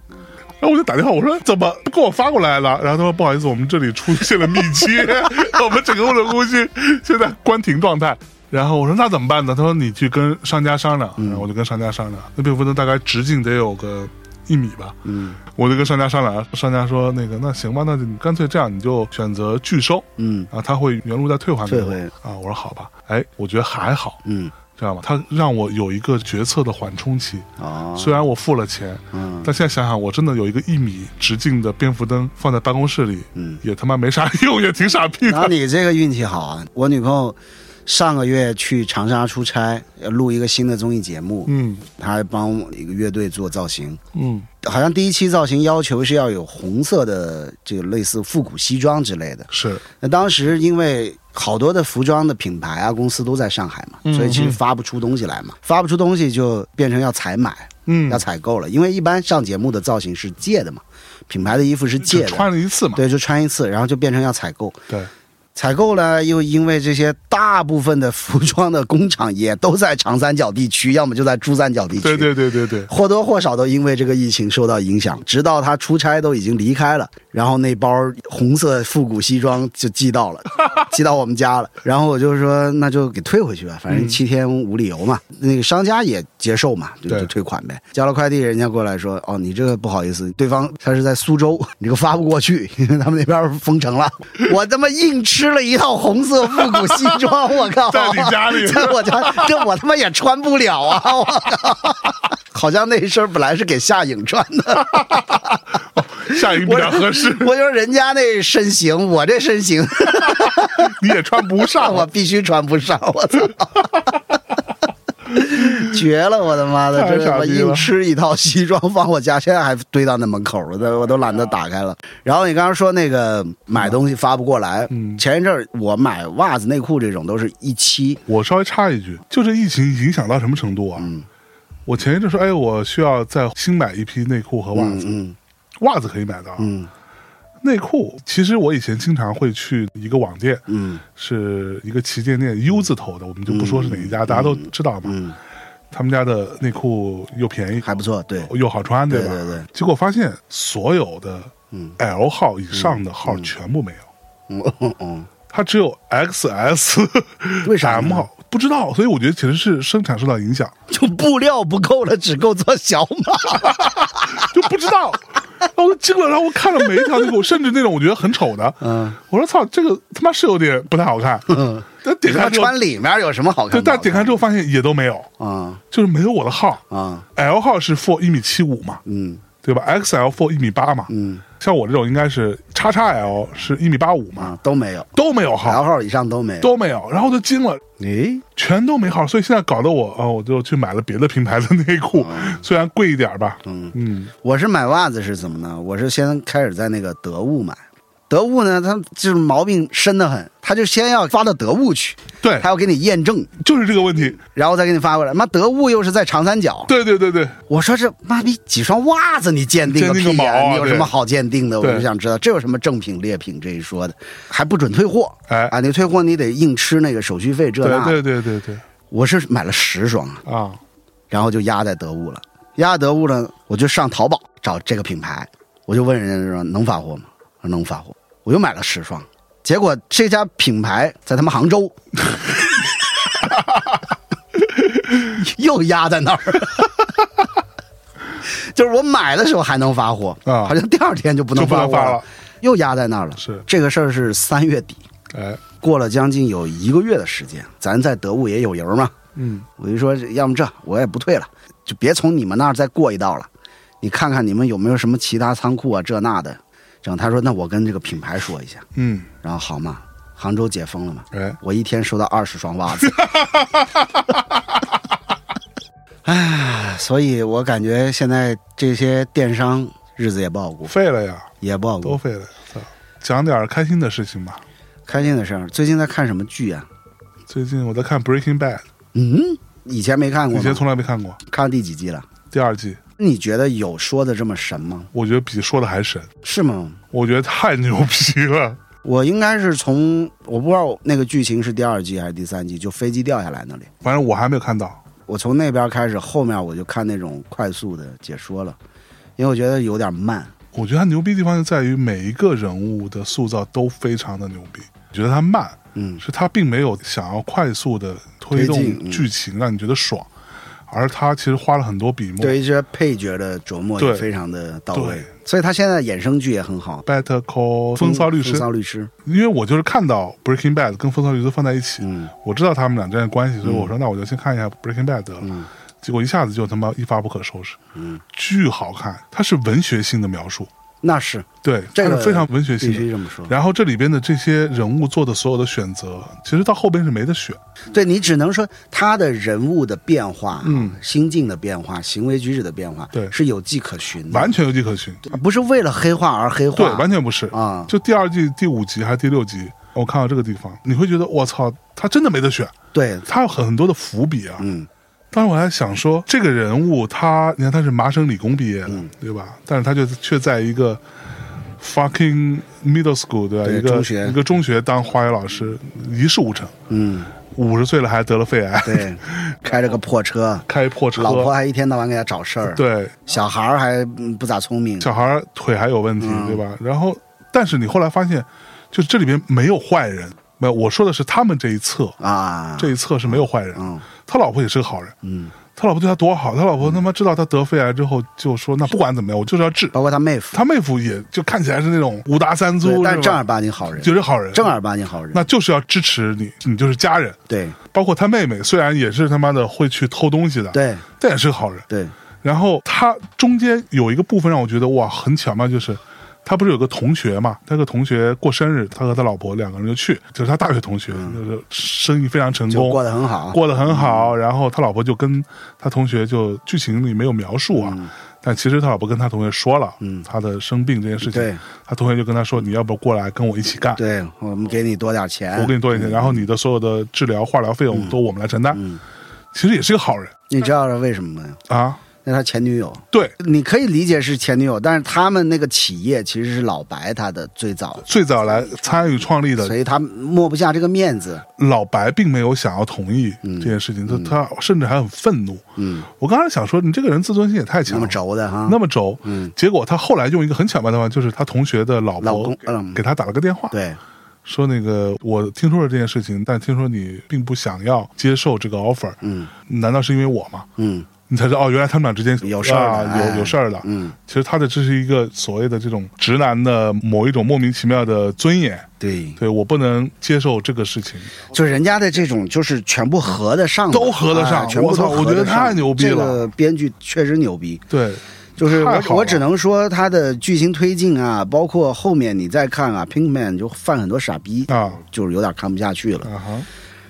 S2: 然后我就打电话，我说怎么不给我发过来了？然后他说不好意思，我们这里出现了密接， [laughs] 我们整个物流中心现在关停状态。然后我说那怎么办呢？他说你去跟商家商量，然后我就跟商家商量，那蝙蝠灯大概直径得有个一米吧，
S1: 嗯
S2: 我就跟商家商量，商家说那个那行吧，那就你干脆这样，你就选择拒收，
S1: 嗯
S2: 啊，他会原路再退还给我
S1: 退回
S2: 啊。我说好吧，哎，我觉得还好，
S1: 嗯，
S2: 知道吗？他让我有一个决策的缓冲期，
S1: 哦，
S2: 虽然我付了钱，
S1: 嗯
S2: 但现在想想，我真的有一个一米直径的蝙蝠灯放在办公室里，
S1: 嗯
S2: 也他妈没啥 [laughs] 用，也挺傻 [laughs] 逼
S1: 然后
S2: 的。
S1: 你这个运气好啊！我女朋友上个月去长沙出差，要录一个新的综艺节目，
S2: 嗯
S1: 她还帮一个乐队做造型。
S2: 嗯，
S1: 好像第一期造型要求是要有红色的，这个类似复古西装之类的。
S2: 是
S1: 那当时因为好多的服装的品
S2: 嗯
S1: 牌啊、公司都在上海嘛，所以其实发不出东西来嘛，发不出东西就变成要采买。
S2: 嗯
S1: 要采购了，因为一般上节目的造型是借的嘛，品牌的衣服是借的，
S2: 只穿了一次嘛，
S1: 对，就穿一次，然后就变成要采购。
S2: 对
S1: 采购呢，又因为这些大部分的服装的工厂也都在长三角地区，要么就在珠三角地区，
S2: 对对对对对，
S1: 或多或少都因为这个疫情受到影响。直到他出差都已经离开了，然后那包红色复古西装就寄到
S2: [laughs]
S1: 了，寄到我们家了。然后我就说那就给退回去吧，
S2: 嗯
S1: 反正七天无理由嘛。那个商家也接受嘛，就
S2: 对
S1: 就退款呗。交了快递，人家过来说哦，你这个不好意思，对方他是在苏州，你这个发不过去，因为他们那边封城了。我他妈硬吃了一套红色复古西装，我靠，
S2: [laughs] 在你家
S1: [laughs]
S2: 里
S1: 在我家，这我他妈也穿不了啊！ [laughs] 我靠，好像那一身本来是给夏颖穿的， [laughs]
S2: 下雨比较合适，
S1: 我说人家那身形，我这身形， [laughs]
S2: 你也穿不上
S1: 我
S2: 了，
S1: 必须穿不上，我操！ [laughs] 绝了，我他妈的，
S2: 太
S1: 这他
S2: 傻
S1: 妈
S2: 逼了
S1: 硬吃一套西装放我家，现在还堆到那门口了，都我都懒得打开了。然后你刚刚说那个买东西发不过来，
S2: 嗯
S1: 前一阵儿我买袜子、内裤这种都是一期，
S2: 我稍微插一句，就这疫情影响到什么程度啊？
S1: 嗯
S2: 我前一阵说，哎，我需要再新买一批内裤和袜
S1: 嗯
S2: 子，
S1: 嗯
S2: 袜子可以买到，啊
S1: 嗯
S2: 内裤其实我以前经常会去一个网店，
S1: 嗯
S2: 是一个旗舰店 U 字头的，我们就不说是哪一家，大家都知道嘛。
S1: 嗯，
S2: 他们家的内裤又便宜
S1: 还不错，对，
S2: 又好穿，吧？
S1: 对对对
S2: 结果发现所有的
S1: 嗯
S2: L 号以上的号全部没有，
S1: 嗯嗯嗯，
S2: 它只有 XS、
S1: [laughs] 为啥呢
S2: M 号，不知道。所以我觉得其实是生产受到影响，
S1: [laughs] 就布料不够了，只够做小码。
S2: 就不知
S1: [laughs]
S2: 道。然后我就惊了，然后我看了每一条内裤，甚至那种我觉得很丑的，
S1: [laughs] 嗯
S2: 我说操，这个他妈是有点不太好看。
S1: 嗯，
S2: 但点开
S1: 他
S2: 之后，
S1: 穿里面有什么好看
S2: 对，
S1: 的？
S2: 但点开之后发现也都没有，
S1: 啊
S2: 就是没有我的号。
S1: 啊
S2: L 号是 for 一米七五嘛，
S1: 嗯
S2: 对吧？XL for 一米八嘛，
S1: 嗯
S2: 像我这种应该是叉叉 L 是一米八五嘛，
S1: 啊都没有
S2: 都没有号，
S1: ，L 号以上都没有。
S2: 都没有，然后就惊了，
S1: 诶，
S2: 全都没号，所以现在搞得我啊、我就去买了别的品牌的内裤，
S1: 啊
S2: 虽然贵一点吧，嗯嗯，
S1: 我是买袜子是怎么呢？我是先开始在那个得物买。得物呢，它就是毛病深得很，他就先要发到得物去，
S2: 对
S1: 他，要给你验证，
S2: 就是这个问题，
S1: 然后再给你发过来。妈，得物又是在长三角，
S2: 对对对对，
S1: 我说这妈逼几双袜子你鉴定个
S2: 鉴定
S1: 屁
S2: 个
S1: 呀、
S2: 毛啊
S1: 你有什么好鉴定的？我
S2: 对
S1: 就想知道这有什么正品劣品这一说的，还不准退货。
S2: 哎
S1: 啊，你退货你得硬吃那个手续费这
S2: 对
S1: 那的。
S2: 对对对对
S1: 我是买了十双，
S2: 啊，
S1: 然后就压在得物了。压在得物呢，我就上淘宝找这个品牌，我就问人家说能发货吗？说能发货，我又买了十双。结果这家品牌在他们杭州， [laughs] 又压在那儿。 [laughs] 就是我买的时候还能发货，
S2: 啊
S1: 好像第二天就不能
S2: 就不
S1: 发
S2: 能
S1: 货
S2: 发了
S1: 又压在那儿了。
S2: 是
S1: 这个事儿是三月底，
S2: 哎，
S1: 过了将近有一个月的时间，咱在得物也有油嘛，
S2: 嗯，
S1: 我就说，要么这我也不退了，就别从你们那儿再过一道了。你看看你们有没有什么其他仓库啊，这那的。整他说，那我跟这个品牌说一下。
S2: 嗯，
S1: 然后好嘛，杭州解封了嘛，
S2: 哎，
S1: 我一天收到二十双袜
S2: [laughs]
S1: 子。哎，所以我感觉现在这些电商日子也不好过，
S2: 废了呀，
S1: 也不好
S2: 都
S1: 过。
S2: 废了，操，讲点开心的事情吧。
S1: 开心的事儿，最近在看什么剧啊？
S2: 最近我在看《Breaking Bad》，
S1: 嗯，以前没看过
S2: 以前
S1: 吗？
S2: 从来没看过
S1: 看到第几季了？
S2: 第二季，
S1: 你觉得有说的这么神吗？
S2: 我觉得比说的还神，
S1: 是吗？
S2: 我觉得太牛逼了。 [laughs]
S1: 我应该是从我不知道那个剧情是第二季还是第三季，就飞机掉下来那里。
S2: 反正我还没有看到，
S1: 我从那边开始，后面我就看那种快速的解说了，因为我觉得有点慢。
S2: 我觉得他牛逼的地方就在于每一个人物的塑造都非常的牛逼。觉得他慢，
S1: 嗯
S2: 是他并没有想要快速的推
S1: 推进
S2: 动
S1: 嗯
S2: 剧情让你觉得爽，而他其实花了很多笔墨。
S1: 对于嗯这些配角的琢磨也
S2: 对
S1: 非常的到位
S2: 对，
S1: 所以他现在衍生剧也很好。
S2: Better Call 风骚律师
S1: 风，骚律师，
S2: 因为我就是看到 Breaking Bad 跟风骚律师放在一起，
S1: 嗯
S2: 我知道他们俩之间的关系，所以我说那我就先看一下 Breaking Bad 得了。
S1: 嗯
S2: 结果一下子就他妈一发不可收拾，
S1: 嗯，
S2: 巨好看，它是文学性的描述，
S1: 那是
S2: 对，
S1: 这
S2: 它
S1: 个
S2: 是非常文学
S1: 必
S2: 性
S1: 须
S2: 的。
S1: 这么说。
S2: 然后这里边的这些人物做的所有的选择，其实到后边是没得选。
S1: 对你只能说他的人物的变化，
S2: 嗯，
S1: 心境的变化，行为举止的变化，
S2: 对
S1: 是有迹可循的，
S2: 完全有迹可循。
S1: 不是为了黑化而黑化，
S2: 对，完全不是。
S1: 啊，
S2: 就第二季第五集还是第六集，我看到这个地方，你会觉得我操，他真的没得选，
S1: 对，
S2: 他有很多的伏笔啊。
S1: 嗯，
S2: 当时我还想说，这个人物他，你看他是麻省理工毕业的，
S1: 嗯
S2: 对吧？但是他就却在一个 fucking middle school 对吧？
S1: 对
S2: 一个
S1: 中学
S2: 一个中学当化学老师，一事无成。
S1: 嗯，
S2: 五十岁了还得了肺癌， [laughs]
S1: 对，开着个破车，
S2: 开破车，
S1: 老婆还一天到晚给他找事儿，
S2: 对，
S1: 小孩儿还嗯不咋聪明，
S2: 小孩儿腿还有问题，
S1: 嗯
S2: 对吧？然后，但是你后来发现，就这里边没有坏人，没有，我说的是他们这一侧，
S1: 啊，
S2: 这一侧是没有坏人。
S1: 嗯
S2: 他老婆也是个好人，
S1: 嗯，
S2: 他老婆对他多好，他老婆他妈知道他得肺癌之后就说，那不管怎么样，我就是要治。
S1: 包括他妹夫，
S2: 他妹夫也就看起来是那种五大三
S1: 对
S2: 粗，
S1: 但是
S2: 是
S1: 正
S2: 吧
S1: 儿八经好人，
S2: 就是好人，
S1: 正儿八经好人，
S2: 那就是要支持你，你就是家人。
S1: 对
S2: 包括他妹妹，虽然也是他妈的会去偷东西的，，
S1: 对
S2: 但也是个好人。
S1: 对，
S2: 然后他中间有一个部分让我觉得哇很巧妙，就是他不是有个同学嘛？他有个同学过生日，他和他老婆两个人就去，就是他大学同学，就是生意非常成
S1: 嗯就
S2: 功，
S1: 过得很好，
S2: 过得很好。然后他老婆就跟他同学就剧情里没有描述啊，
S1: 嗯
S2: 但其实他老婆跟他同学说了，嗯，他的生病这件事
S1: 对
S2: 情，他同学就跟他说，你要不过来跟我一起干，
S1: 对嗯我们给你多点钱，
S2: 我给你多一点，然后你的所有的治疗化疗
S1: 嗯
S2: 费用都我们来承担。其实也是个好人
S1: 你知道是为什么吗？
S2: 啊，
S1: 那是他前女友，
S2: 对，
S1: 你可以理解是前女友，但是他们那个企业其实是老白他的最早，
S2: 最早来参与创立的
S1: 所以他抹不下这个面子。
S2: 老白并没有想要同意这件事情，他、他甚至还很愤怒。
S1: 嗯，
S2: 我刚才想说，你这个人自尊心也太强
S1: 那
S2: 了，
S1: 么轴的哈，
S2: 那么轴。嗯结果他后来用一个很巧妙的方法，就是他同学的老
S1: 老
S2: 婆
S1: 公
S2: 给,、
S1: 嗯
S2: 给他打了个电话，
S1: 对
S2: 说那个我听说了这件事情，但听说你并不想要接受这个 offer，
S1: 嗯
S2: 难道是因为我吗？
S1: 嗯，
S2: 你才知道哦，原来他们俩之间
S1: 有事儿的
S2: 啊，有
S1: 哎
S2: 有事儿的。
S1: 嗯，
S2: 其实他的这是一个所谓的这种直男的某一种莫名其妙的尊严，
S1: 对，
S2: 对我不能接受这个事情。
S1: 就是人家的这种就是全部合得上的，
S2: 都合得上
S1: 哎全部
S2: 我操
S1: 都合
S2: 我觉得
S1: 上
S2: 太牛逼了
S1: 这个编剧确实牛逼，
S2: 对，
S1: 就是
S2: 太
S1: 我
S2: 好了
S1: 我只能说他的剧情推进啊，包括后面你再看啊，Pinkman 就犯很多傻逼，
S2: 啊
S1: 就是有点看不下去了。
S2: 啊哈。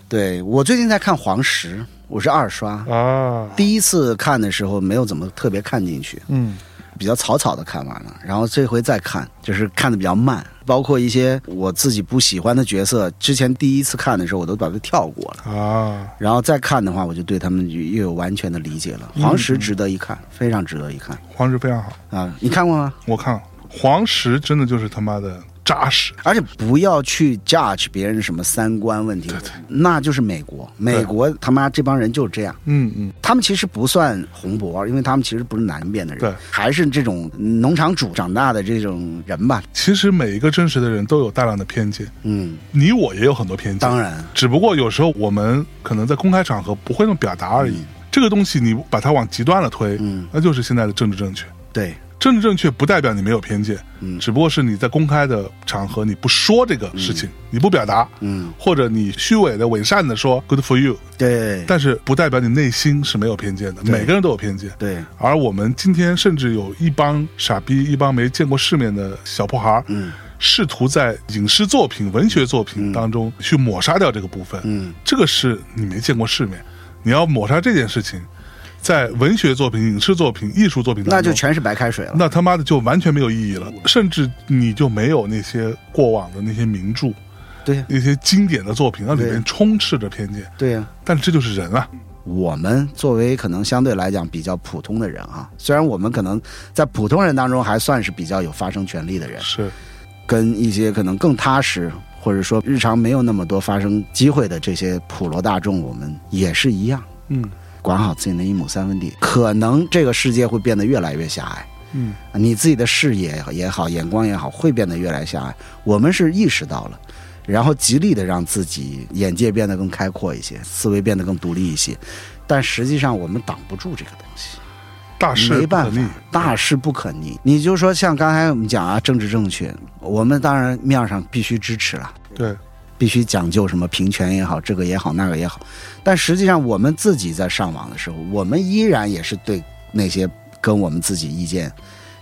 S1: 对我最近在看《黄石》，我是二刷，
S2: 啊，
S1: 第一次看的时候没有怎么特别看进去，
S2: 嗯
S1: 比较草草的看完了。然后这回再看，就是看的比较慢，包括一些我自己不喜欢的角色，之前第一次看的时候我都把它跳过了。
S2: 啊，
S1: 然后再看的话，我就对他们又有完全的理解了。黄石值得一看，非常值得一看
S2: 黄石非常好，
S1: 啊！你看过吗？
S2: 我看了黄石真的就是他妈的扎实，
S1: 而且不要去 judge 别人什么三观问题，那就是美国，美国他妈这帮人就是这样。
S2: 嗯嗯，
S1: 他们其实不算红脖，因为他们其实不是南边的人，
S2: 对
S1: 还是这种农场主长大的这种人吧。
S2: 其实每一个真实的人都有大量的偏见，
S1: 嗯，
S2: 你我也有很多偏见，
S1: 当，然，
S2: 只不过有时候我们可能在公开场合不会那么表达而已。这个东西你把它往极端了推，
S1: 嗯
S2: 那就是现在的政治正确。
S1: 对
S2: 政治正确不代表你没有偏见，
S1: 嗯
S2: 只不过是你在公开的场合你不说这个事情，你不表达，
S1: 嗯，
S2: 或者你虚伪的伪善的说 “good for you”，
S1: 对
S2: 但是不代表你内心是没有偏见的。每个人都有偏见，
S1: 对，
S2: 而我们今天甚至有一帮傻逼、一帮没见过世面的小破孩儿，
S1: 嗯
S2: 试图在影视作品、文学作品当中去抹杀掉这个部分。
S1: 嗯，
S2: 这个是你没见过世面，你要抹杀这件事情，在文学作品、影视作品、艺术作品当中，
S1: 那就全是白开水了。
S2: 那他妈的就完全没有意义了，甚至你就没有那些过往的那些名著、
S1: 对呀
S2: 那些经典的作品，那里面
S1: 对
S2: 充斥着偏见。
S1: 对呀、
S2: 但这就是人啊，
S1: 我们作为可能相对来讲比较普通的人啊，虽然我们可能在普通人当中还算是比较有发声权利的人，
S2: 是
S1: 跟一些可能更踏实，或者说日常没有那么多发生机会的这些普罗大众，我们也是一样，
S2: 嗯
S1: 管好自己的一亩三分地。可能这个世界会变得越来越狭隘，
S2: 嗯，
S1: 啊你自己的视野也好，眼光也好，会变得越来越狭隘。我们是意识到了。然后极力的让自己眼界变得更开阔一些，思维变得更独立一些，但实际上我们挡不住这个东西。
S2: 大事
S1: 没
S2: 啊不可
S1: 办法
S2: 逆。，
S1: 大事不可逆。你就说像刚才我们讲啊，政治正确，我们当然面儿上必须支持了，
S2: 对，
S1: 必须讲究什么平权也好，这个也好，那个也好。但实际上，我们自己在上网的时候，我们依然也是对那些跟我们自己意见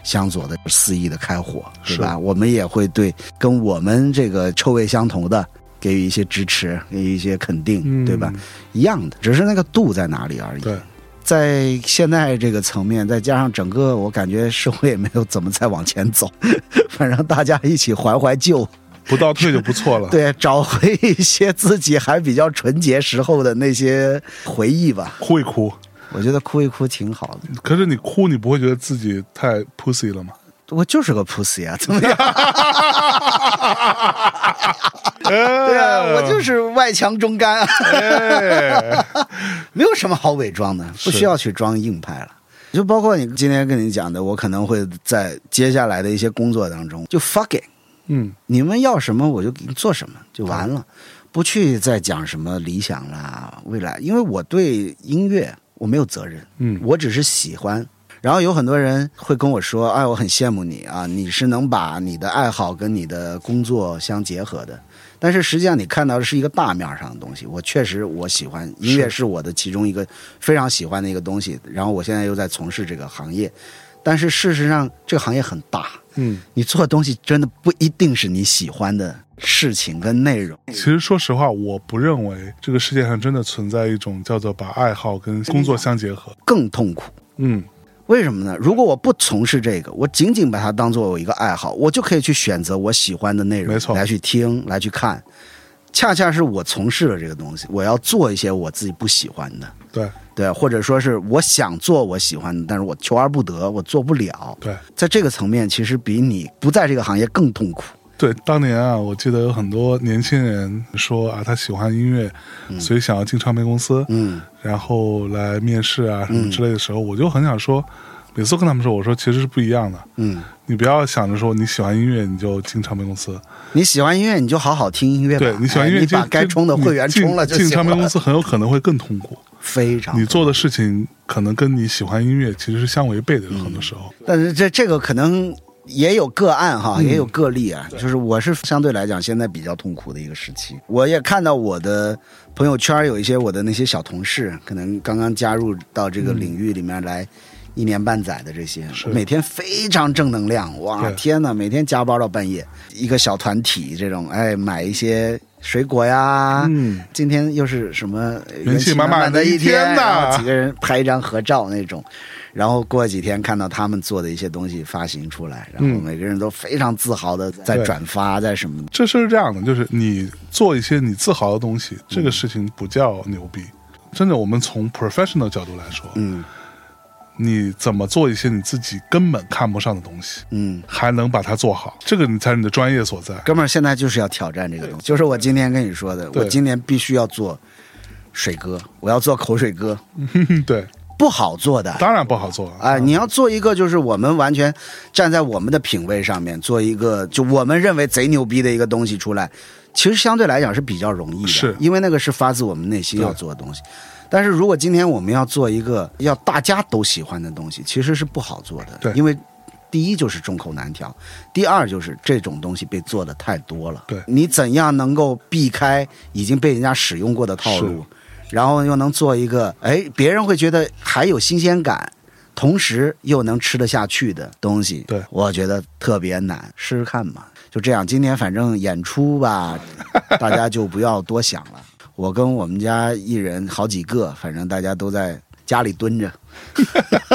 S1: 相左的肆意的开火，对吧？我们也会对跟我们这个臭味相投的给予一些支持，给予一些肯定，
S2: 嗯
S1: 对吧？一样的，只是那个度在哪里而已。
S2: 对，
S1: 在现在这个层面，再加上整个我感觉社会也没有怎么再往前走， [laughs] 反正大家一起怀怀旧，
S2: 不倒退就不错了。
S1: [laughs] 对，找回一些自己还比较纯洁时候的那些回忆吧。
S2: 哭一哭，
S1: 我觉得哭一哭挺好的。
S2: 可是你哭，你不会觉得自己太 pussy
S1: [laughs]
S2: 了吗？
S1: 我就是个 pussy 啊， [laughs] 怎么样？对
S2: 对
S1: 啊，我就是外强中干 [laughs] 啊，
S2: 哎，
S1: 没有什么好伪装的，不
S2: 是
S1: 需要去装硬派了。就包括你今天跟你讲的，我可能会在接下来的一些工作当中，就 fuck it，
S2: 嗯，
S1: 你们要什么我就给你做什么，就完了，不去再讲什么理想啦、未来，因为我对音乐我没有责任，
S2: 嗯
S1: 我只是喜欢。然后有很多人会跟我说：“哎，我很羡慕你啊，你是能把你的爱好跟你的工作相结合的。”但是实际上，你看到的是一个大面上的东西。我确实我喜欢音乐，是我的其中一个非常喜欢的一个东西。然后我现在又在从事这个行业，但是事实上这个行业很大，
S2: 嗯，
S1: 你做的东西真的不一定是你喜欢的事情跟内容。
S2: 其实说实话，我不认为这个世界上真的存在一种叫做把爱好跟工作相结合。
S1: 更痛苦。
S2: 嗯，
S1: 为什么呢？如果我不从事这个，我仅仅把它当做我一个爱好，我就可以去选择我喜欢的内容，
S2: 没错
S1: 来去听，来去看。恰恰是我从事了这个东西，我要做一些我自己不喜欢的，
S2: 对
S1: 对，或者说是我想做我喜欢的，但是我求而不得，我做不了。
S2: 对
S1: 在这个层面，其实比你不在这个行业更痛苦。
S2: 对，当年啊，我记得有很多年轻人说啊，他喜欢音乐，所以想要进唱片公司，
S1: 嗯，
S2: 然后来面试啊什么之类的时候，我就很想说，每次跟他们说，我说其实是不一样的。
S1: 嗯，
S2: 你不要想着说你喜欢音乐你就进唱片公司，
S1: 你喜欢音乐，你就好好听音乐吧。
S2: 对你喜欢音乐
S1: 哎你
S2: 进、
S1: 把该充的会员
S2: 进
S1: 充了就
S2: 进
S1: 行
S2: 唱片公
S1: 了。
S2: 司很有可能会更痛苦。
S1: 非常
S2: 你做的事情可能跟你喜欢音乐其实是相违背的，很多时候。
S1: 但是这这个可能也有个案哈，
S2: 嗯
S1: 也有个例啊。就是我是相对来讲现在比较痛苦的一个时期。我也看到我的朋友圈有一些我的那些小同事，可能刚刚加入到这个领域里面来。一年半载的这些，
S2: 嗯是
S1: 每天非常正能量，哇
S2: 对
S1: 天哪！每天加班到半夜，一个小团体这种，哎，买一些水果呀，
S2: 嗯，
S1: 今天又是什么呃
S2: 元气满满
S1: 的
S2: 的一
S1: 天，
S2: 天呐
S1: 然后几个人拍一张合照那种，然后过几天看到他们做的一些东西发行出来，然后
S2: 嗯
S1: 每个人都非常自豪的在
S2: 对
S1: 转发，在什么的。
S2: 这事是这样的，就是你做一些你自豪的东西，这个事情不叫牛逼。真的，我们从 professional 角度来说，
S1: 嗯
S2: 你怎么做一些你自己根本看不上的东西，
S1: 嗯，
S2: 还能把它做好，这个你才是你的专业所在。 [laughs]
S1: 哥们儿，现在就是要挑战这个东西，就是我今天跟你说的，
S2: 对
S1: 我今年必须要做水歌，我要做口水歌，
S2: 对，
S1: 不好做的。
S2: 当然不好做啊了。
S1: 哎，你要做一个，就是我们完全站在我们的品味上面做一个，就我们认为贼牛逼的一个东西出来，其实相对来讲是比较容易的，
S2: 是
S1: 因为那个是发自我们内心要做的东西。但是如果今天我们要做一个要大家都喜欢的东西，其实是不好做的，
S2: 对
S1: 因为。第一就是众口难调，第二就是这种东西被做的太多了。
S2: 对
S1: 你怎样能够避开已经被人家使用过的套路，然后又能做一个，哎，别人会觉得还有新鲜感，同时又能吃得下去的东西，
S2: 对
S1: 我觉得特别难，试试看吧。就这样，今年反正演出
S2: [laughs]
S1: 吧，大家就不要多想了。我跟我们家艺人好几个，反正大家都在家里蹲着， [laughs]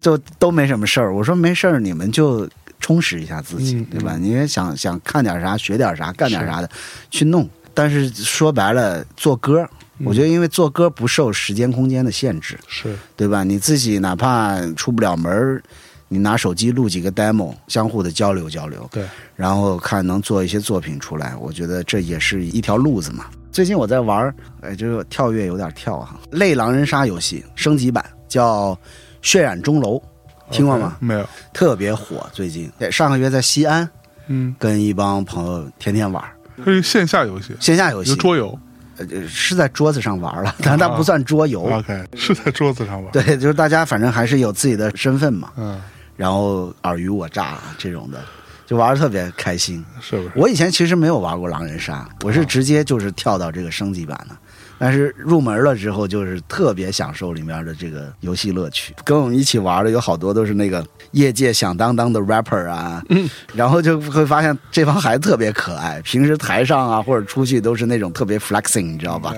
S1: 就都没什么事儿。我说没事儿，你们就充实一下自己，
S2: 嗯
S1: 对吧？你也想想看点啥，学点啥，干点啥的，去弄。但是说白了，做歌，
S2: 嗯
S1: 我觉得因为做歌不受时间空间的限制，
S2: 是，
S1: 对吧？你自己哪怕出不了门儿，你拿手机录几个 demo，相互的交流交流，
S2: 对，
S1: 然后看能做一些作品出来，我觉得这也是一条路子嘛。最近我在玩儿，哎，这个跳跃有点跳哈、类狼人杀游戏升级版叫《血染钟楼》，听过吗
S2: OK，没有。
S1: 特别火。最近对上个月在西安
S2: 嗯，
S1: 跟一帮朋友天天玩儿
S2: 这是线下游戏，
S1: 线下游
S2: 一个
S1: 戏，
S2: 桌哦游。
S1: 呃是在桌子上玩儿了，但它不算桌游。
S2: OK，是在桌子上玩。
S1: 哦对，就是大家反正还是有自己的身份嘛。
S2: 嗯，
S1: 然后尔虞我诈啊这种的，就玩的特别开心。
S2: 是不是？
S1: 我以前其实没有玩过狼人杀，我是直接就是跳到这个升级版的。但是入门了之后，就是特别享受里面的这个游戏乐趣。跟我们一起玩的有好多都是那个业界响当当的 rapper 啊， [laughs] 然后就会发现这帮孩子特别可爱。平时台上啊或者出去都是那种特别 flexing，你知道吧？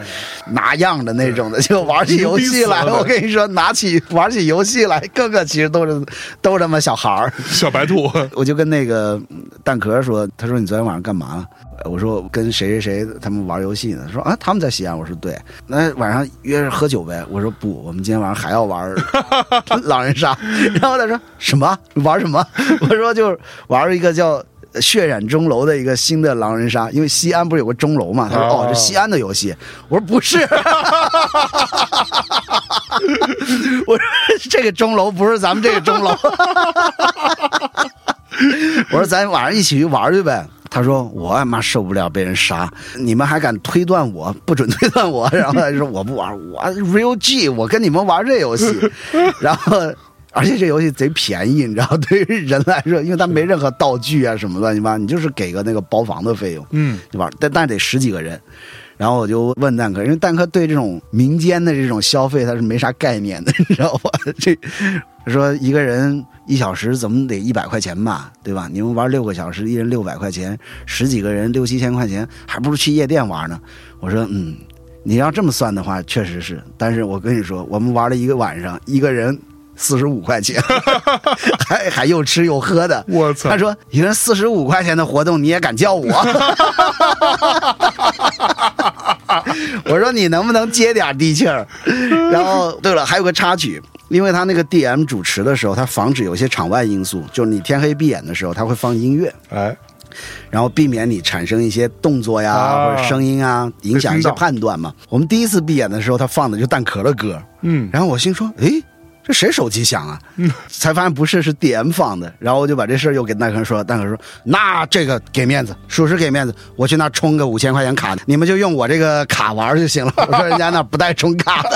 S1: 拿样的那种的，就玩起游戏来。
S2: 逼死了
S1: 我跟你说，拿起玩起游戏来，个个其实都是都他妈小孩儿。
S2: 小白兔， [laughs]
S1: 我就跟那个嗯蛋壳说，他说你昨天晚上干嘛了？我说我跟谁谁谁他们玩游戏呢，说啊他们在西安，我说对，那晚上约着喝酒呗，我说不，我们今天晚上还要玩狼人杀，然后他说什么玩什么， [laughs] 我说就是玩一个叫。血染钟楼的一个新的狼人杀，因为西安不是有个钟楼嘛？他说：“哦，这西安的游戏。”我说：“不是。”我说：“这个钟楼不是咱们这个钟楼。”我说：“咱晚上一起去玩去呗。”他说：“我妈受不了被人杀，你们还敢推断我？不准推断我！”然后他就说：“我不玩，我 real G，我跟你们玩这游戏。”然后。而且这游戏贼便宜，你知道，对于人来说，因为它没任何道具啊什么乱七八，你就是给个那个包房的费用，
S2: 嗯，
S1: 对吧？但但得十几个人。然后我就问蛋哥，因为蛋哥对这种民间的这种消费他是没啥概念的， [laughs] 你知道吧？这说一个人一小时怎么得一百块钱吧，对吧？你们玩六个小时，一人六百块钱，十几个人六七千块钱，还不如去夜店玩呢。我说，嗯，你要这么算的话，确实是。但是我跟你说，我们玩了一个晚上，一个人。四十五块钱， [laughs] 还还又吃又喝的，
S2: 我
S1: [laughs]
S2: 操！
S1: 他说：“你说四十五块钱的活动你也敢叫我？” [laughs] 我说：“你能不能接点地气儿？”然后，对了，还有个插曲，因为他那个 DM 主持的时候，他防止有些场外因素，就是你天黑闭眼的时候，他会放音乐，
S2: 哎，
S1: 然后避免你产生一些动作呀、
S2: 啊
S1: 或者声音啊，影响一些判断嘛。我们第一次闭眼的时候，他放的就蛋壳的歌，
S2: 嗯，
S1: 然后我心说：“诶。”这谁手机响啊？才发现不是，是 DM 放的。然后我就把这事儿又给蛋壳说了。蛋壳说：“那这个给面子，属实给面子。我去那充个五千块钱卡，你们就用我这个卡玩就行了。” [laughs] 我说：“人家那不带充卡
S2: [laughs]
S1: 的。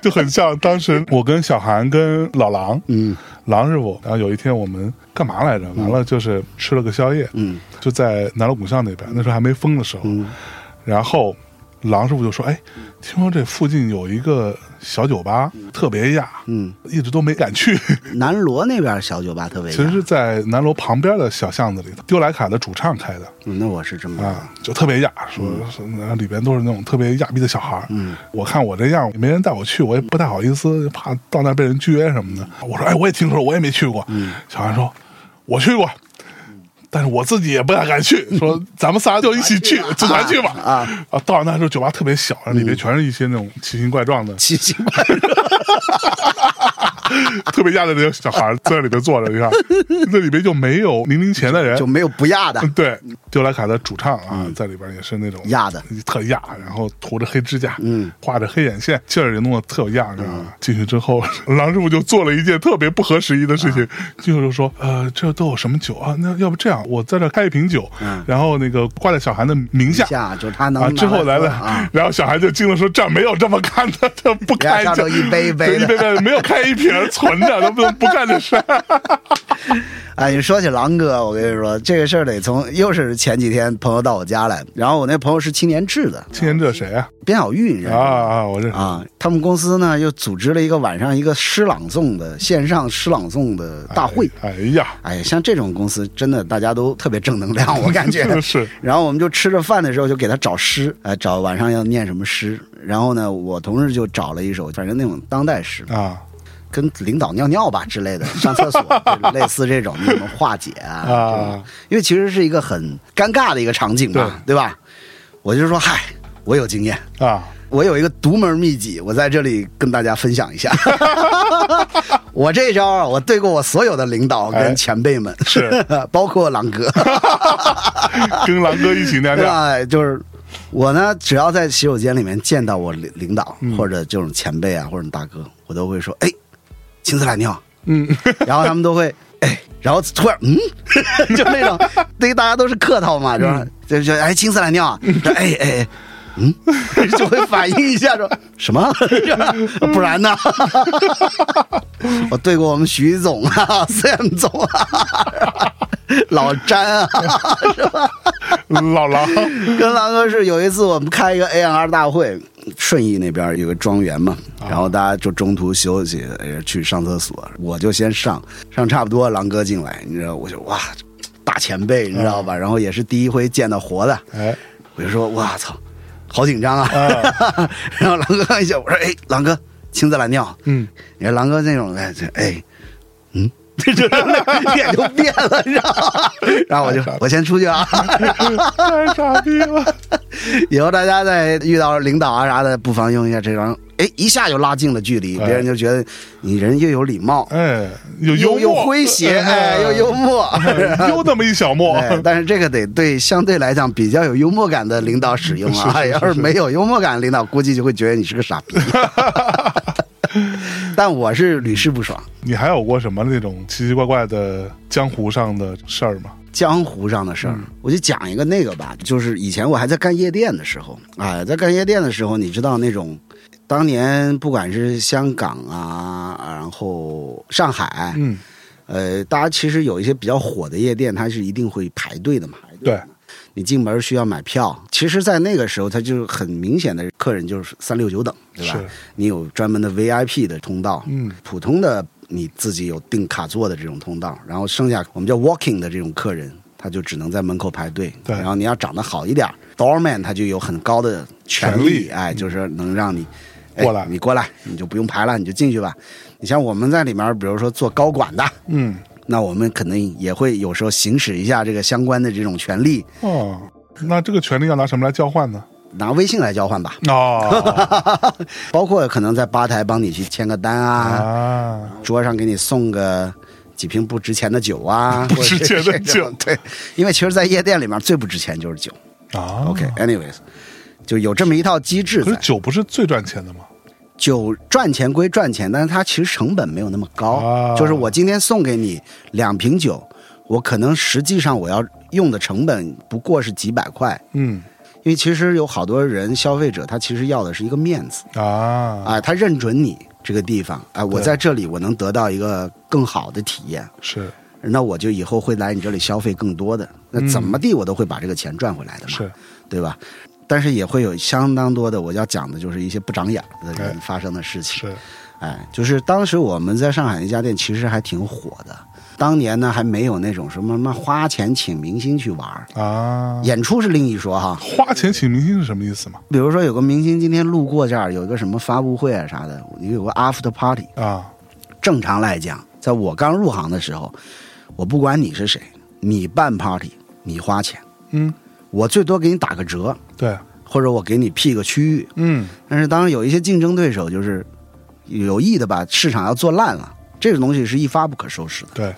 S2: 就很像当时我跟小韩跟老狼，
S1: 嗯
S2: 狼师傅，然后有一天我们干嘛来着？完了就是吃了个宵夜，
S1: 嗯，
S2: 就在南锣鼓巷那边，那时候还没封的时候，然后狼师傅就说：“哎，听说这附近有一个小酒吧，特别亚，
S1: 嗯，哎
S2: 一直都没敢去。
S1: 南锣那边小酒吧特别
S2: 其
S1: 雅
S2: 实是在南锣旁边的小巷子里，丢莱卡的主唱开的
S1: 嗯那我是这么
S2: 啊，就特别亚，说说然后里边都是那种特别亚逼的小孩儿。
S1: 嗯
S2: 我看我这样也没人带我去，我也不太好意思，怕到那儿被人撅什么的。我说，哎，我也听说，我也没去过。
S1: 嗯
S2: 小韩说，我去过，但是我自己也不太敢去。
S1: 嗯
S2: 说咱们仨就一起去，组团去吧。
S1: 啊嗯
S2: 啊！到了那时候酒吧特别小，里面全是一些那种奇形怪状的、
S1: 奇奇怪怪。
S2: 特别亚的那种小孩儿在里面坐着，你看那里面就没有零零钱的人
S1: 就。没嗯有不亚的
S2: 嗯对，丢莱卡的主唱啊，在里边也是那种
S1: 亚
S2: [laughs]
S1: 的，
S2: 特亚，然后涂着黑指甲，
S1: 嗯，
S2: 画着黑眼线，劲儿也弄得特有样儿啊。进去之后，狼师傅就做了一件特别不合时宜的事情，
S1: 啊
S2: 进去就说：“呃，这都有什么酒啊？那要不这样，我在这儿开一瓶酒，然后那个挂在小韩的名下。”
S1: 嗯下，就是他能
S2: 啊，
S1: 拿
S2: 之后来
S1: 喝
S2: 了， [laughs]
S1: 啊，
S2: 然后小孩就惊了，说这儿没有这么干的，这不开
S1: 人家
S2: 就
S1: 都一杯一杯的
S2: 对一杯杯的没有开一瓶存着，都不不干这事
S1: [laughs]
S2: 儿。
S1: 哎，你说起狼哥，我跟你说这个事儿得从又是前几天朋友到我家来，然后我那朋友是青年志的
S2: 青年这谁啊？
S1: 边小玉，你知
S2: 啊
S1: 道吗？
S2: 啊，我这
S1: 嗯啊，他们公司呢又组织了一个晚上一个诗朗诵的线上诗朗诵的大会。
S2: 哎呀，
S1: 哎，像这种公司真的大家都特别正能量， [laughs] 我感觉
S2: [laughs] 是
S1: 然后我们就吃着饭的时候就给他找诗，哎，找晚上要念什么诗。然后呢，我同事就找了一首，反正那种当代诗，
S2: 啊
S1: 跟领导尿尿吧之类的，上厕所 [laughs] 就是类似这种，你怎么化解啊？这种
S2: 啊，
S1: 因为其实是一个很尴尬的一个场景嘛，对吧？我就说，嗨，我有经验，
S2: 啊，
S1: 我有一个独门秘籍，我在这里跟大家分享
S2: [laughs]
S1: 一下。我这招啊，我对过我所有的领导
S2: 哎
S1: 跟前辈们，
S2: 是
S1: [laughs] 包括狼哥，
S2: [laughs] 跟狼哥一起尿
S1: 对
S2: 尿，
S1: 吧？就是我呢，只要在洗手间里面见到我领领导、
S2: 嗯
S1: 或者这种前辈啊，或者大哥，我都会说：“哎，亲自来尿。”
S2: 嗯，
S1: 然后他们都会哎，然后突然嗯， [laughs] 就那种，对于大家都是客套嘛，是吧？就就哎，亲自来尿啊，哎哎哎。嗯， [laughs] 就会反应一下说什么， [laughs] 不然呢？ [laughs] 我对过我们徐总啊，CM [laughs] 总啊， [laughs] 老詹啊，
S2: 嗯老狼
S1: [laughs] 跟狼哥是有一次我们开一个 ANR 大会，顺义那边有个庄园嘛，然后大家就中途休息呃去上厕所，我就先上，上差不多狼哥进来，你知道，我就哇，大前辈你知道吧？然后也是第一回见到活的，
S2: 哎，
S1: 我就说哇操，好紧张啊！ [laughs] 然后狼哥看一下，我说哎，狼哥亲自来尿，
S2: 嗯，
S1: 你看狼哥那种哎这哎，嗯，这就
S2: 哎
S1: 脸就变了，你知道吗？ [laughs] 然后我就我先出去啊，
S2: 嗯太傻逼了！
S1: 以后大家在遇到领导啊啥的，不妨用一下这张，哎，一下就拉近了距离，
S2: 哎
S1: 别人就觉得你人又有礼貌，
S2: 哎，有
S1: 又
S2: 幽
S1: 又
S2: 默，
S1: 诙谐，哎，又幽默。
S2: 哎，有那么一小默，
S1: [laughs] 哎，但是这个得对相对来讲比较有幽默感的领导使用啊，
S2: 是是是
S1: 要是没有幽默感的领导，估计就会觉得你是个傻
S2: [laughs]
S1: 逼。但我是屡试不爽，
S2: [laughs] 你还有过什么那种奇奇怪怪的江湖上的事儿吗？
S1: 江湖上的事
S2: 嗯
S1: 儿，我就讲一个那个吧，就是以前我还在干夜店的时候，啊，在干夜店的时候，你知道那种，当年不管是香港啊，然后上海，
S2: 嗯，
S1: 呃，大家其实有一些比较火的夜店，它是一定会排队的嘛。
S2: 对，
S1: 你进门需要买票，其实，在那个时候，它就很明显的客人就是三六九等，对吧
S2: 是？
S1: 你有专门的 VIP 的通道，
S2: 嗯，
S1: 普通的你自己有订卡座的这种通道，然后剩下我们叫 walking 的这种客人，他就只能在门口排队。
S2: 对
S1: 然后你要长得好一点，doorman 他就有很高的权
S2: 权利
S1: 哎，就是能让你。哎
S2: 过来
S1: 你过来，你就不用排了，你就进去吧。你像我们在里面，比如说做高管的，
S2: 嗯，
S1: 那我们肯定也会有时候行使一下这个相关的这种权利，
S2: 哦，那这个权利要拿什么来交换呢？
S1: 拿微信来交换吧， [laughs]
S2: 哦
S1: 包括可能在吧台帮你去签个单啊，
S2: 啊，
S1: 桌上给你送个几瓶不值钱的酒
S2: [laughs]
S1: 啊，
S2: 不值钱
S1: 或者是这
S2: 的
S1: 种
S2: 酒
S1: 对，因为其实，在夜店里面最不值钱就是酒。
S2: 啊
S1: OK，anyways，、就有这么一套机制
S2: 可
S1: 在
S2: 是。酒不是最赚钱的吗？
S1: 酒赚钱归赚钱，但是它其实成本没有那么高。
S2: 啊
S1: 就是我今天送给你两瓶酒，我可能实际上我要用的成本不过是几百块，
S2: 嗯
S1: 因为其实有好多人消费者他其实要的是一个面子。
S2: 啊，
S1: 啊，他认准你这个地方，哎，我
S2: 对
S1: 在这里我能得到一个更好的体验，
S2: 是
S1: 那我就以后会来你这里消费更多的，那怎么地我都会把这个钱赚回来的嘛，
S2: 是，
S1: 对吧？但是也会有相当多的，我要讲的就是一些不长眼的人
S2: 哎
S1: 发生的事情。
S2: 是，
S1: 哎，就是当时我们在上海那家店其实还挺火的，当年呢还没有那种什么什么花钱请明星去玩儿，
S2: 啊，
S1: 演出是另一说哈。
S2: 花钱请明星是什么意思嘛？
S1: 比如说有个明星今天路过这儿，有一个什么发布会啊啥的，有个 after party，
S2: 啊，
S1: 正常来讲，在我刚入行的时候，我不管你是谁，你办 party 你花钱，
S2: 嗯，
S1: 我最多给你打个折，
S2: 对，
S1: 或者我给你 P 个区域。
S2: 嗯，
S1: 但是当然有一些竞争对手就是有意的把市场要做烂了，这个东西是一发不可收拾的。
S2: 对，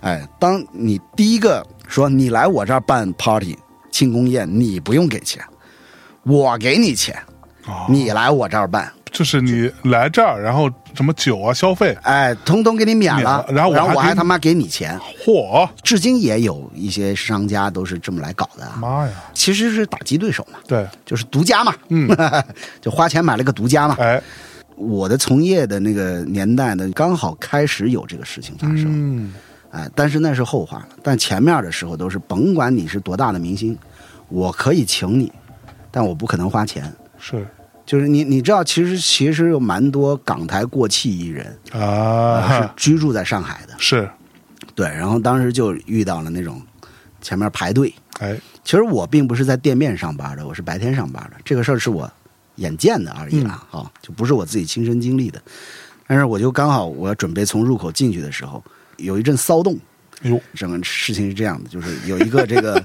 S1: 哎，当你第一个说你来我这儿办 party 庆功宴，你不用给钱，我给你钱，
S2: 哦
S1: 你来我这儿办，
S2: 就是你来这儿，然后什么酒啊，消费，
S1: 哎，通通给你免
S2: 免
S1: 了
S2: 了，然后我还
S1: 我还
S2: 给你
S1: 他妈给你钱。
S2: 嚯，
S1: 至今也有一些商家都是这么来搞的啊，
S2: 妈呀，
S1: 其实是打击对手嘛，
S2: 对，
S1: 就是独家嘛，
S2: 嗯，
S1: [laughs] 就花钱买了个独家嘛。
S2: 哎，
S1: 我的从业的那个年代呢，刚好开始有这个事情发生，
S2: 嗯，
S1: 哎，但是那是后话了。但前面的时候都是，甭管你是多大的明星，我可以请你，但我不可能花钱。
S2: 是
S1: 就是你，你知道，其实其实有蛮多港台过气艺人、呃是
S2: 啊，
S1: 居住在上海的，
S2: 是，
S1: 对。然后当时就遇到了那种前面排队，
S2: 哎，
S1: 其实我并不是在店面上班的，我是白天上班的。这个事儿是我眼见的而已啦，啊、就不是我自己亲身经历的。但是我就刚好我准备从入口进去的时候，有一阵骚动。
S2: 哟，
S1: 整个事情是这样的，就是有一个这个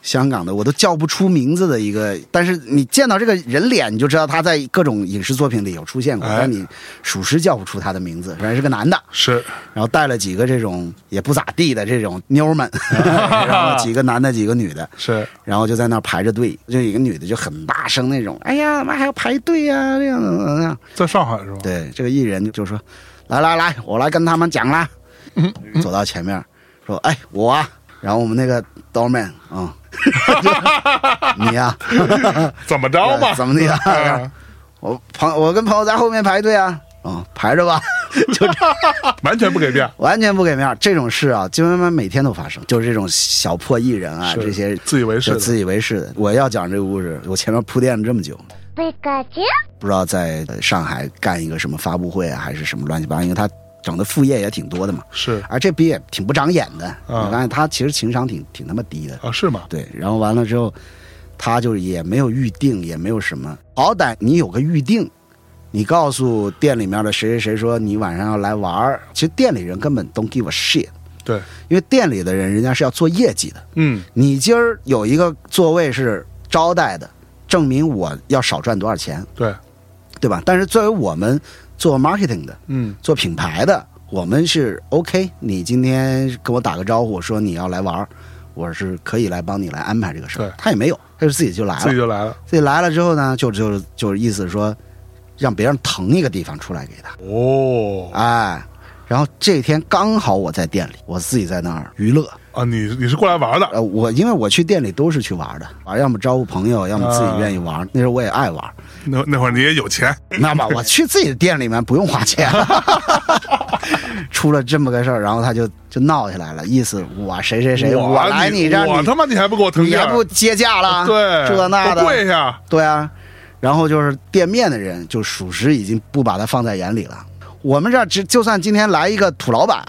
S1: 香港的，我都叫不出名字的一个，但是你见到这个人脸，你就知道他在各种影视作品里有出现过，
S2: 哎
S1: 但你属实叫不出他的名字。然是个男的，
S2: 是，
S1: 然后带了几个这种也不咋地的这种妞儿们，然后几个男的，几个女的，
S2: 是，
S1: 然后就在那儿排着队，就有一个女的就很大声那种，哎呀，妈还要排队呀、这样怎么怎么样？
S2: 在上海是吧？
S1: 对，这个艺人就说，来来来，我来跟他们讲啦，走到前面说，哎，我啊，然后我们那个 doorman 啊、 [laughs] 你呀、
S2: 怎么着
S1: [laughs]
S2: 嘛？
S1: 怎么
S2: [laughs]
S1: 的
S2: 啊
S1: 呀？我朋我跟朋友在后面排队啊，嗯，排着吧，就这
S2: 啊完全不给面，
S1: 完全不给面儿。这种事啊，基本上每天都发生，就是这种小破艺人啊，
S2: 是
S1: 这些
S2: 自以为是
S1: 就
S2: 的，
S1: 自以为是的。我要讲这个故事，我前面铺垫了这么久，
S3: Pikachu,
S1: 不知道在呃上海干一个什么发布会啊，还是什么乱七八糟，因为他整的副业也挺多的嘛，
S2: 是
S1: 而这逼也挺不长眼的，我发现他其实情商挺挺他妈低的，
S2: 啊，是吗？
S1: 对，然后完了之后，他就也没有预定，也没有什么，好歹你有个预定，你告诉店里面的谁谁谁说你晚上要来玩儿，其实店里人根本 don't give a shit，
S2: 对，
S1: 因为店里的人人家是要做业绩的。
S2: 嗯，
S1: 你今儿有一个座位是招待的，证明我要少赚多少钱，
S2: 对，
S1: 对吧？但是作为我们做 marketing 的、
S2: 嗯，
S1: 做品牌的，我们是 OK。你今天跟我打个招呼，说你要来玩儿，我是可以来帮你来安排这个事儿
S2: 对。
S1: 他也没有，他就自己就来了
S2: 自己。就来了。
S1: 自己来了之后呢，就就就是意思说，让别人腾一个地方出来给他，
S2: 哦，
S1: 哎，然后这天刚好我在店里，我自己在那儿娱乐，
S2: 啊，你你是过来玩的，
S1: 呃，我因为我去店里都是去玩的，玩要么招呼朋友，要么
S2: 啊
S1: 自己愿意玩，那时候我也爱玩，
S2: 那那会儿你也有钱，
S1: 那么我去自己的店里面不用花钱， [laughs] 出了这么个事儿，然后他就就闹起来了，意思我谁谁谁，
S2: 我啊
S1: 我来
S2: 你
S1: 这儿，
S2: 我
S1: 你
S2: 他妈你还不给我腾
S1: 你
S2: 地
S1: 还
S2: 儿
S1: 不接驾了，
S2: 对，
S1: 这那的，
S2: 我跪下，
S1: 对啊，然后就是店面的人就属实已经不把他放在眼里了。我们这儿只就算今天来一个土老板，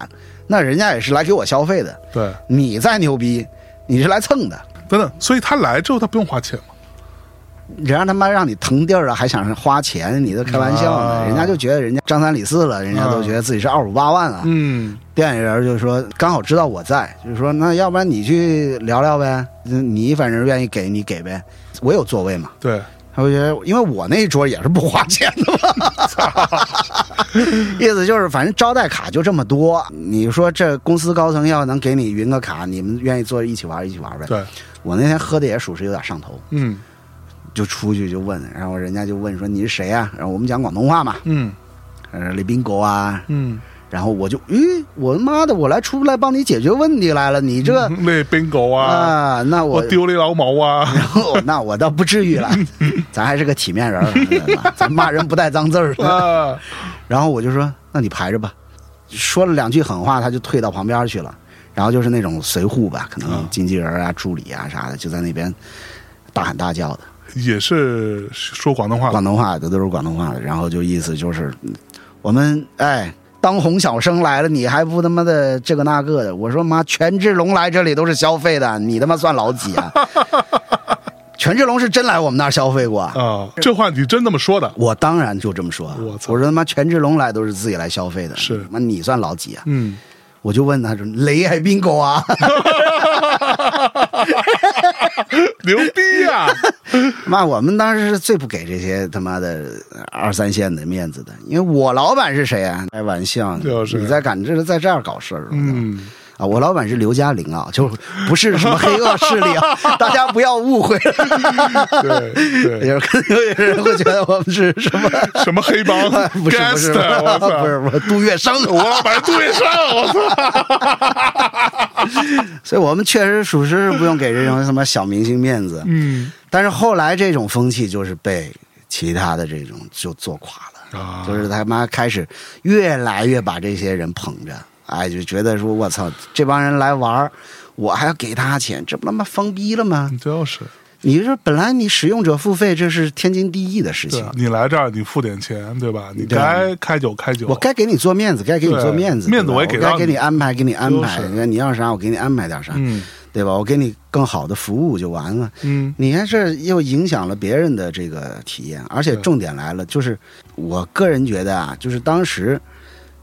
S1: 那人家也是来给我消费的。
S2: 对，
S1: 你再牛逼，你是来蹭的，
S2: 等等，所以他来之后他不用花钱嘛？
S1: 人家他妈让你腾地儿了，还想是花钱，你都开玩笑呢。
S2: 啊
S1: 人家就觉得人家张三李四了，人家都觉得自己是二五八万了。
S2: 嗯，
S1: 店里人就说刚好知道我在，就说那要不然你去聊聊呗，你反正愿意给你给呗，我有座位嘛。
S2: 对，
S1: 他会觉得，因为我那一桌也是不花钱的嘛，
S2: [laughs]
S1: 意思就是反正招待卡就这么多，你说这公司高层要能给你匀个卡，你们愿意坐一起玩一起玩呗。
S2: 对，
S1: 我那天喝的也属实有点上头，
S2: 嗯
S1: 就出去就问，然后人家就问说你是谁呀、然后我们讲广东话嘛，
S2: 嗯
S1: 呃，李斌狗啊，
S2: 嗯，
S1: 然后我就，咦，我他妈的我来出来帮你解决问题来了，你这啊、
S2: 那冰狗啊，
S1: 那我 [laughs]
S2: 嗯我丢了一老毛啊，
S1: 哦，那我倒不至于了，咱还是个体面人儿， [laughs] 咱骂人不带脏字儿。
S2: 啊，
S1: 然后我就说，那你排着吧。说了两句狠话，他就退到旁边去了。然后就是那种随扈吧，可能
S2: 嗯
S1: 经纪人啊、助理啊啥的，就在那边大喊大叫的，
S2: 也是说广东话的，
S1: 广东话的都是广东话的。然后就意思就是，嗯我们哎，当红小生来了，你还不他妈的这个那个的？我说妈，权志龙来这里都是消费的，你他妈算老几啊？ [laughs] 权志龙是真来我们那儿消费过啊
S2: 啊，这话你真那么
S1: [laughs]
S2: 说的？
S1: 我当然就这么说啊，
S2: 我
S1: 我
S2: 操
S1: 说他妈权志龙来都是自己来消费的，
S2: 是
S1: 妈你算老几啊？
S2: 嗯，
S1: 我就问他说雷海宾狗啊，
S2: 牛逼
S1: [laughs]
S2: 啊呀！
S1: 妈我们当时是最不给这些他妈的二三线的面子的，因为我老板是谁啊？开玩笑，
S2: 就是
S1: 你在敢这是在这儿搞事儿，
S2: 嗯，
S1: 啊，我老板是刘嘉玲啊，就不是什么黑恶势力
S2: [laughs]
S1: 啊，大家不要误会，
S2: 对对，
S1: 有可能有人会觉得我们是什么。
S2: 什么黑帮
S1: [laughs] 不是不是
S2: gangster，我操，
S1: 不是不是杜月笙，啊
S2: 我老板杜
S1: [laughs]
S2: 月笙，我操，
S1: 所以我们确实属实是不用给这种什么小明星面子。
S2: 嗯
S1: 但是后来这种风气就是被其他的这种就做垮了，
S2: 啊
S1: 就是他妈开始越来越把这些人捧着，哎，就觉得说我操，这帮人来玩儿，我还要给他钱，这不他妈疯逼了吗？
S2: 就是，
S1: 你说本来你使用者付费这是天经地义的事
S2: 对啊
S1: 情，
S2: 你来这儿你付点钱对吧？你
S1: 对
S2: 该开酒开酒，
S1: 我该给你做面子，该给你做面子，
S2: 对面
S1: 对
S2: 子
S1: 吧
S2: 我
S1: 我
S2: 也给到
S1: 该给
S2: 你
S1: 你安排，给你安排
S2: 就是，
S1: 你要啥我给你安排点啥，
S2: 嗯
S1: 对吧？我给你更好的服务就完了。
S2: 嗯
S1: 你看这又影响了别人的这个体验，而且
S2: 对
S1: 重点来了，就是我个人觉得啊，就是当时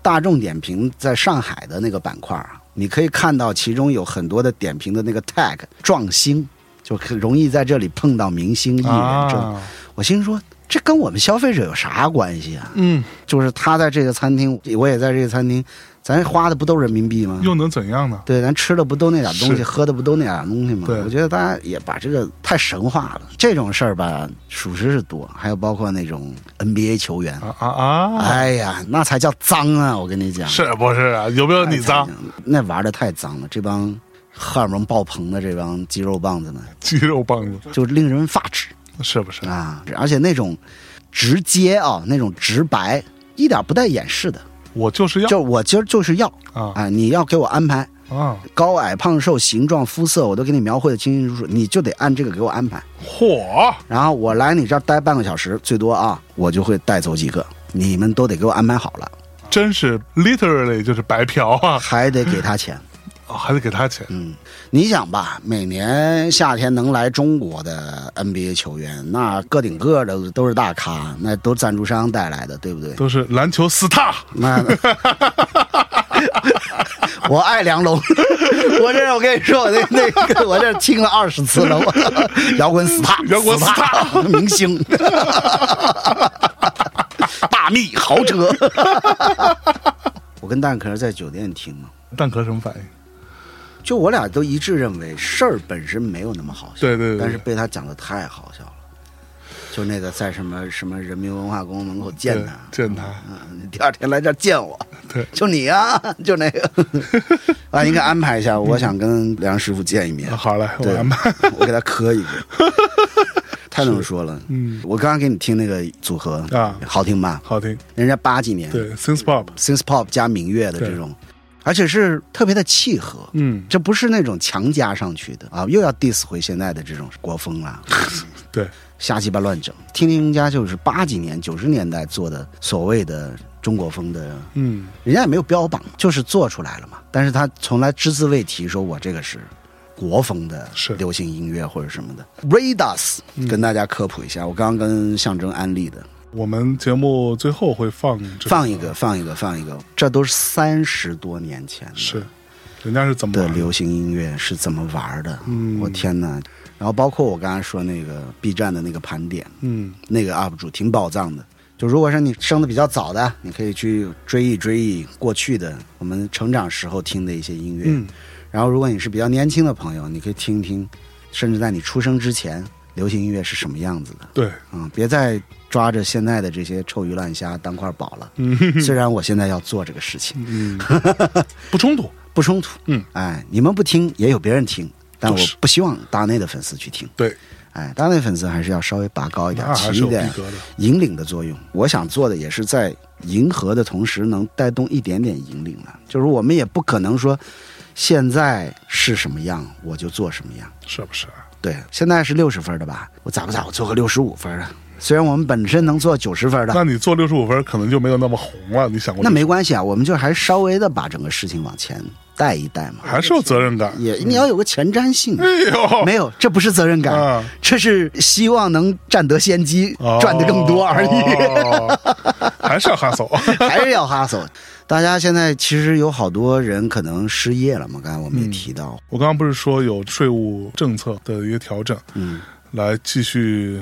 S1: 大众点评在上海的那个板块啊，你可以看到其中有很多的点评的那个 tag 撞星，就很容易在这里碰到明星艺人这。
S2: 啊，
S1: 我心说。这跟我们消费者有啥关系啊？
S2: 嗯，
S1: 就是他在这个餐厅，我也在这个餐厅，咱花的不都人民币吗？
S2: 又能怎样呢？
S1: 对，咱吃的不都那点东西，
S2: 是
S1: 喝的不都那点东西吗？
S2: 对
S1: 我觉得大家也把这个太神话了。这种事儿吧，属实是多，还有包括那种 NBA 球员，
S2: 啊啊啊！
S1: 哎呀，那才叫脏啊！我跟你讲，
S2: 是不是啊？有没有你
S1: 哎
S2: 脏？
S1: 那玩的太脏了。这帮荷尔蒙爆棚的这帮肌肉棒子们，
S2: 肌肉棒子
S1: 就令人发指
S2: 是不是？
S1: 啊！而且那种直接啊，那种直白，一点不带掩饰的，
S2: 我就是要
S1: 就我今儿就是要
S2: 啊
S1: 啊，你要给我安排。
S2: 啊！
S1: 高矮胖瘦、形状、肤色，我都给你描绘的清清楚楚，你就得按这个给我安排。
S2: 嚯！
S1: 然后我来你这儿待半个小时，最多啊，我就会带走几个，你们都得给我安排好了，
S2: 真是 literally 就是白嫖啊
S1: 还得给他钱。
S2: 哦还得给他钱，
S1: 嗯，你想吧，每年夏天能来中国的 NBA 球员，那个顶个的都是大咖，那都赞助商带来的，对不对？
S2: 都是篮球四大，
S1: 那
S2: [laughs]
S1: 我爱梁
S2: [laughs]
S1: 龙，我这我跟你说，我那那个我这听了二十次了，
S2: [laughs]
S1: 我摇滚死他，
S2: 摇滚死他
S1: 死他，明
S2: [laughs]
S1: 星，大秘豪哲。我跟蛋壳在酒店听嘛，
S2: 蛋壳什么反应？
S1: 就我俩都一致认为事儿本身没有那么好笑，
S2: 对对对
S1: 但是被他讲的太好笑了。就那个在什么什么人民文化宫门口见
S2: 对
S1: 他，
S2: 见他，
S1: 嗯， [laughs] 第二天来这儿见我，
S2: [laughs] 对，
S1: 就你啊， [laughs] 就那个啊，应该安排一下，我想跟梁师傅见一面
S2: 啊。好嘞，
S1: 嗯
S2: 我
S1: 对
S2: 安排。，
S1: [laughs] 我给他磕
S2: [laughs]
S1: 一个，太能说了。
S2: 嗯，
S1: 我刚刚给你听那个组合
S2: 啊
S1: 好听吧？
S2: 好听，
S1: 人家八几年
S2: 对，Since Bob，
S1: synth pop 加民乐的这种，而且是特别的契合。
S2: 嗯，
S1: 这不是那种强加上去的啊，又要 diss 回现在的这种国风
S2: [laughs]
S1: 啦、
S2: 对，
S1: 瞎鸡巴乱整。听听人家就是八几年、九十年代做的所谓的中国风的，
S2: 嗯，
S1: 人家也没有标榜，就是做出来了嘛。但是他从来只字未提说我这个是国风的
S2: 是嗯
S1: 流行音乐或者什么的。Radas 跟大家科普一下，我刚刚跟象征安利的，
S2: 我们节目最后会放这
S1: 放一个，放一个，放一个，这都是三十多年前的
S2: 是，人家是怎么
S1: 的
S2: 玩的
S1: 流行音乐是怎么玩的。
S2: 嗯
S1: 我天呐！然后包括我刚才说那个 B 站的那个盘点，
S2: 嗯，
S1: 那个 UP 主挺宝藏的。就如果是你生的比较早的，你可以去追忆追忆过去的我们成长时候听的一些音乐。
S2: 嗯
S1: 然后如果你是比较年轻的朋友，你可以听一听，甚至在你出生之前，流行音乐是什么样子的。
S2: 对，
S1: 嗯，别再抓着现在的这些臭鱼烂虾当块宝了。
S2: 嗯
S1: 虽然我现在要做这个事情，
S2: 嗯，不冲突，
S1: 不冲突。
S2: 嗯，
S1: 哎，你们不听也有别人听，但我
S2: 就是
S1: 不希望大内的粉丝去听。
S2: 对，
S1: 哎，大内粉丝还是要稍微拔高一点
S2: 那，还
S1: 起
S2: 是
S1: 一
S2: 有逼
S1: 点
S2: 格的，
S1: 引领的作用。我想做的也是在迎合的同时，能带动一点点引领了。就是我们也不可能说现在是什么样我就做什么样。
S2: 是不是啊？
S1: 对，现在是六十分的吧？我咋不咋？我做个六十五分的。虽然我们本身能做九十分的，
S2: 那你做六十五分可能就没有那么红了，你想过
S1: 那
S2: 这
S1: 没关系啊，我们就还稍微的把整个事情往前带一带嘛。
S2: 还是有责任感？
S1: 也你要有个前瞻性啊。
S2: 哎呦，
S1: 没有，这不是责任感，
S2: 啊
S1: 这是希望能占得先机，
S2: 哦
S1: 赚得更多而已，
S2: 哦还是要哈手，
S1: 还是要哈手。大家现在其实有好多人可能失业了嘛，刚才我们也提到，
S2: [laughs] 我刚刚不是说有税务政策的一个调整，
S1: 嗯
S2: 来继续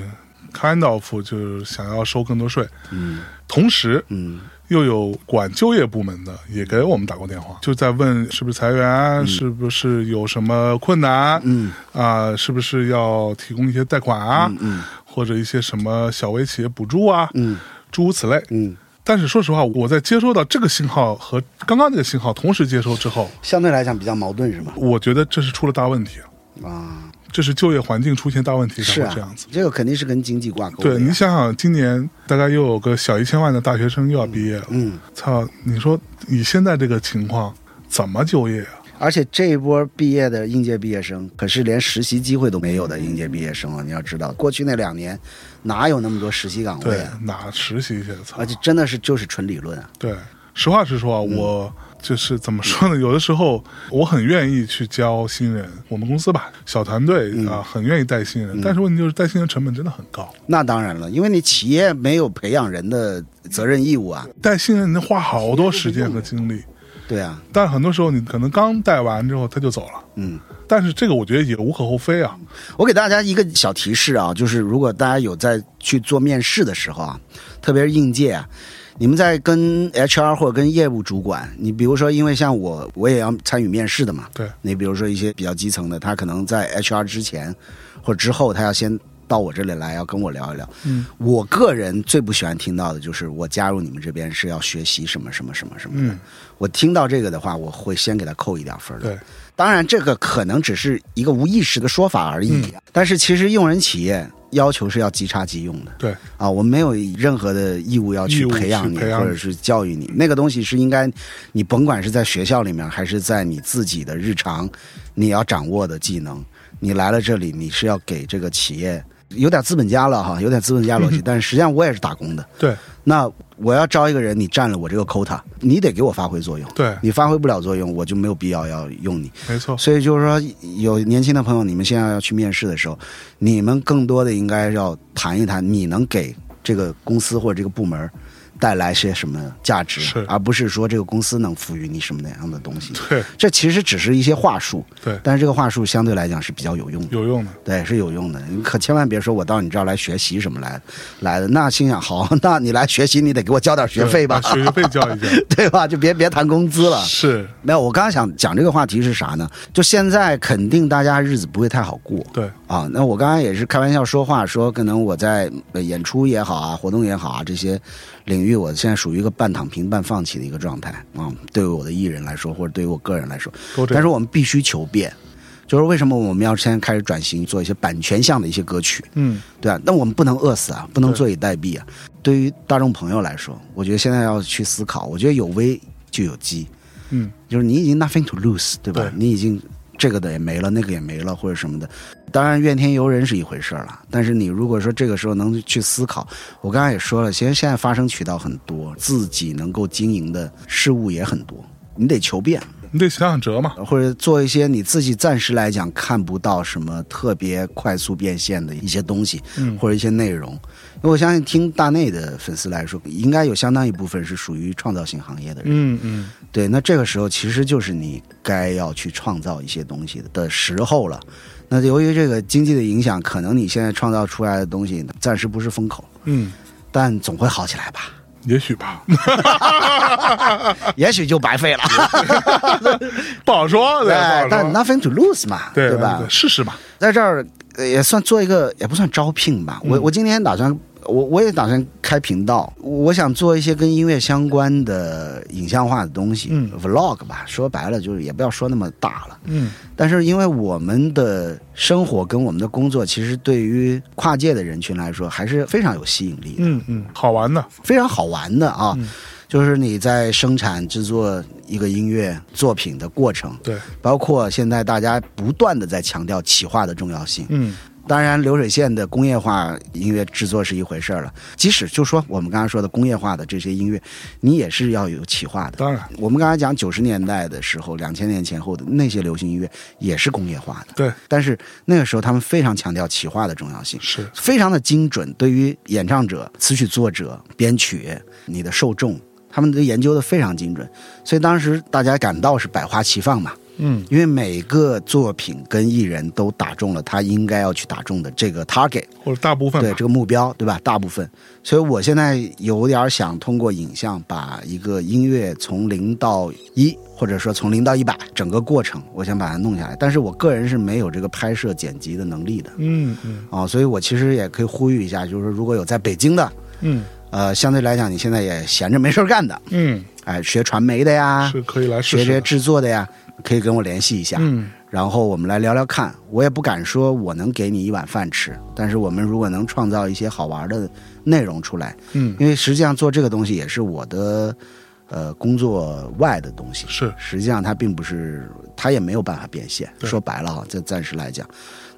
S2: kind of 就是想要收更多税，
S1: 嗯
S2: 同时
S1: 嗯
S2: 又有管就业部门的也给我们打过电话，就在问是不是裁员，是不是有什么困难，
S1: 嗯
S2: 啊、是不是要提供一些贷款啊，
S1: 嗯
S2: 或者一些什么小微企业补助啊，
S1: 嗯
S2: 诸如此类。
S1: 嗯，
S2: 但是说实话，我在接收到这个信号和刚刚那个信号同时接收之后，
S1: 相对来讲比较矛盾是吗？
S2: 我觉得这是出了大问题，
S1: 啊，
S2: 这是就业环境出现大问题
S1: 是
S2: 才
S1: 啊
S2: 会这样子。，
S1: 这个肯定是跟经济挂钩的呀。
S2: 对你想想，今年大概又有个小一千万的大学生又要毕业了，
S1: 嗯，
S2: 操、你说以现在这个情况，怎么就业啊？
S1: 而且这一波毕业的应届毕业生，可是连实习机会都没有的应届毕业生啊！你要知道，过去那两年哪有那么多实习岗位
S2: 对
S1: 啊？，
S2: 哪实习去？操
S1: 而！且真的是就是纯理论啊。
S2: 对，实话实说
S1: 嗯
S2: 啊，我就是怎么说呢？有的时候我很愿意去教新人，我们公司吧，小团队
S1: 嗯
S2: 啊、很愿意带新人，但是问题就是带新人成本真的很高。
S1: 那当然了，因为你企业没有培养人的责任义务啊。
S2: 带新人你得花好多时间和精力，
S1: 对啊，
S2: 但很多时候你可能刚带完之后他就走了。
S1: 嗯，
S2: 但是这个我觉得也无可厚非啊。
S1: 我给大家一个小提示啊，就是如果大家有在去做面试的时候啊，特别是应届啊，你们在跟 HR 或者跟业务主管，你比如说，因为像我，我也要参与面试的嘛，
S2: 对，
S1: 你比如说一些比较基层的，他可能在 HR 之前或者之后，他要先到我这里来，要跟我聊一聊。
S2: 嗯，
S1: 我个人最不喜欢听到的就是我加入你们这边是要学习什么什么什么什么的。
S2: 嗯
S1: 我听到这个的话，我会先给他扣一点分儿的。
S2: 对，
S1: 当然这个可能只是一个无意识的说法而已，
S2: 嗯
S1: 但是其实用人企业要求是要即插即用的。
S2: 对，
S1: 啊，我们没有任何的义务要去
S2: 义务
S1: 培养
S2: 去
S1: 你，
S2: 培养
S1: 或者
S2: 你
S1: 是教育你。那个东西是应该，你甭管是在学校里面，还是在你自己的日常，你要掌握的技能。你来了这里，你是要
S2: [laughs]
S1: 给这个企业有点资本家了哈，有点资本家逻辑。但是实际上我也是打工的，
S2: 对，
S1: 那我要招一个人，你占了我这个 quota，你得给我发挥作用。
S2: 对
S1: 你发挥不了作用，我就没有必要要用你。
S2: 没错，
S1: 所以就是说，有年轻的朋友，你们现在要去面试的时候，你们更多的应该要谈一谈，你能给这个公司或者这个部门带来些什么价值，
S2: 是
S1: 而不是说这个公司能赋予你什么样的东西。
S2: 对
S1: 这其实只是一些话术，
S2: 对，
S1: 但是这个话术相对来讲是比较有用的。
S2: 有用的，
S1: 对，是有用的。你可千万别说我到你这儿来学习什么来来的，那心想好， [laughs] 那你来学习，你得给我交点学费吧
S2: 把，学费交
S1: [laughs]
S2: 一交，
S1: 对吧？就别别谈工资了。
S2: 是
S1: 没有，我刚刚想讲这个话题是啥呢？就现在肯定大家日子不会太好过
S2: 对，
S1: 啊。那我刚刚也是开玩笑说话，说可能我在呃演出也好啊，活动也好啊这些领域，我现在属于一个半躺平、半放弃的一个状态啊。对于我的艺人来说，或者对于我个人来说，
S2: 都这
S1: 但
S2: 样
S1: 是我们必须求变，就是为什么我们要现在开始转型做一些版权向的一些歌曲，
S2: 嗯，
S1: 对啊，那我们不能饿死啊，不能
S2: 对
S1: 坐以待毙啊。对于大众朋友来说，我觉得现在要去思考，我觉得有危就有机，
S2: 嗯，
S1: 就是你已经 nothing to lose，对吧？
S2: 对
S1: 你已经这个的也没了，那个也没了，或者什么的。当然，怨天尤人是一回事儿了，但是你如果说这个时候能去思考，我刚才也说了，其实现在发声渠道很多，自己能够经营的事物也很多，你得求变。
S2: 你得想想辙嘛，
S1: 或者做一些你自己暂时来讲看不到什么特别快速变现的一些东西，
S2: 嗯
S1: 或者一些内容。因为我相信听大内的粉丝来说，应该有相当一部分是属于创造性行业的人。
S2: 嗯嗯，
S1: 对，那这个时候其实就是你该要去创造一些东西的时候了。那由于这个经济的影响，可能你现在创造出来的东西暂时不是风口，
S2: 嗯，
S1: 但总会好起来
S2: [laughs]
S1: 吧。
S2: 也许吧，
S1: 也许就白费了，
S2: 不好说， [laughs] 对，
S1: 哎
S2: 不好
S1: 但
S2: 说
S1: nothing to lose 嘛，
S2: 对
S1: 吧？
S2: 对试试吧，
S1: 在这儿呃也算做一个，也不算招聘吧。
S2: 嗯
S1: 我、我今天打算，我我也打算开频道，我想做一些跟音乐相关的影像化的东西、
S2: 嗯
S1: v l o g 吧。说白了就是也不要说那么大了，
S2: 嗯，
S1: 但是因为我们的生活跟我们的工作，其实对于跨界的人群来说还是非常有吸引力的，
S2: 嗯嗯，好玩的，
S1: 非常好玩的啊。
S2: 嗯
S1: 就是你在生产制作一个音乐作品的过程，
S2: 对，
S1: 包括现在大家不断的在强调企划的重要性。
S2: 嗯，
S1: 当然，流水线的工业化音乐制作是一回事儿了。即使就说我们刚才说的工业化的这些音乐，你也是要有企划的。
S2: 当然，
S1: 我们刚才讲九十年代的时候，两千年前后的那些流行音乐也是工业化的，
S2: 对，
S1: 但是那个时候他们非常强调企划的重要性，
S2: 是，
S1: 非常的精准。对于演唱者、词曲作者、编曲、你的受众，他们都研究的非常精准，所以当时大家感到是百花齐放嘛。
S2: 嗯，
S1: 因为每个作品跟艺人都打中了他应该要去打中的这个 target，
S2: 或者大部分
S1: 对
S2: 吧，
S1: 这个目标，对吧？大部分，所以我现在有点想通过影像把一个音乐从零到一，或者说从零到一百整个过程，我想把它弄下来。但是我个人是没有这个拍摄剪辑的能力的
S2: 嗯嗯
S1: 啊、所以我其实也可以呼吁一下，就是如果有在北京的，
S2: 嗯
S1: 呃，相对来讲你现在也闲着没事儿干的，
S2: 嗯，
S1: 哎，学传媒的呀，
S2: 是可以来
S1: 啊学
S2: 试
S1: 这些啊
S2: 试的，
S1: 制作的呀，可以跟我联系一下。
S2: 嗯，
S1: 然后我们来聊聊看。我也不敢说我能给你一碗饭吃，但是我们如果能创造一些好玩的内容出来，
S2: 嗯，
S1: 因为实际上做这个东西也是我的呃工作外的东西，
S2: 是，
S1: 实际上它并不是，它也没有办法变现。
S2: 对
S1: 说白了哈，这暂时来讲，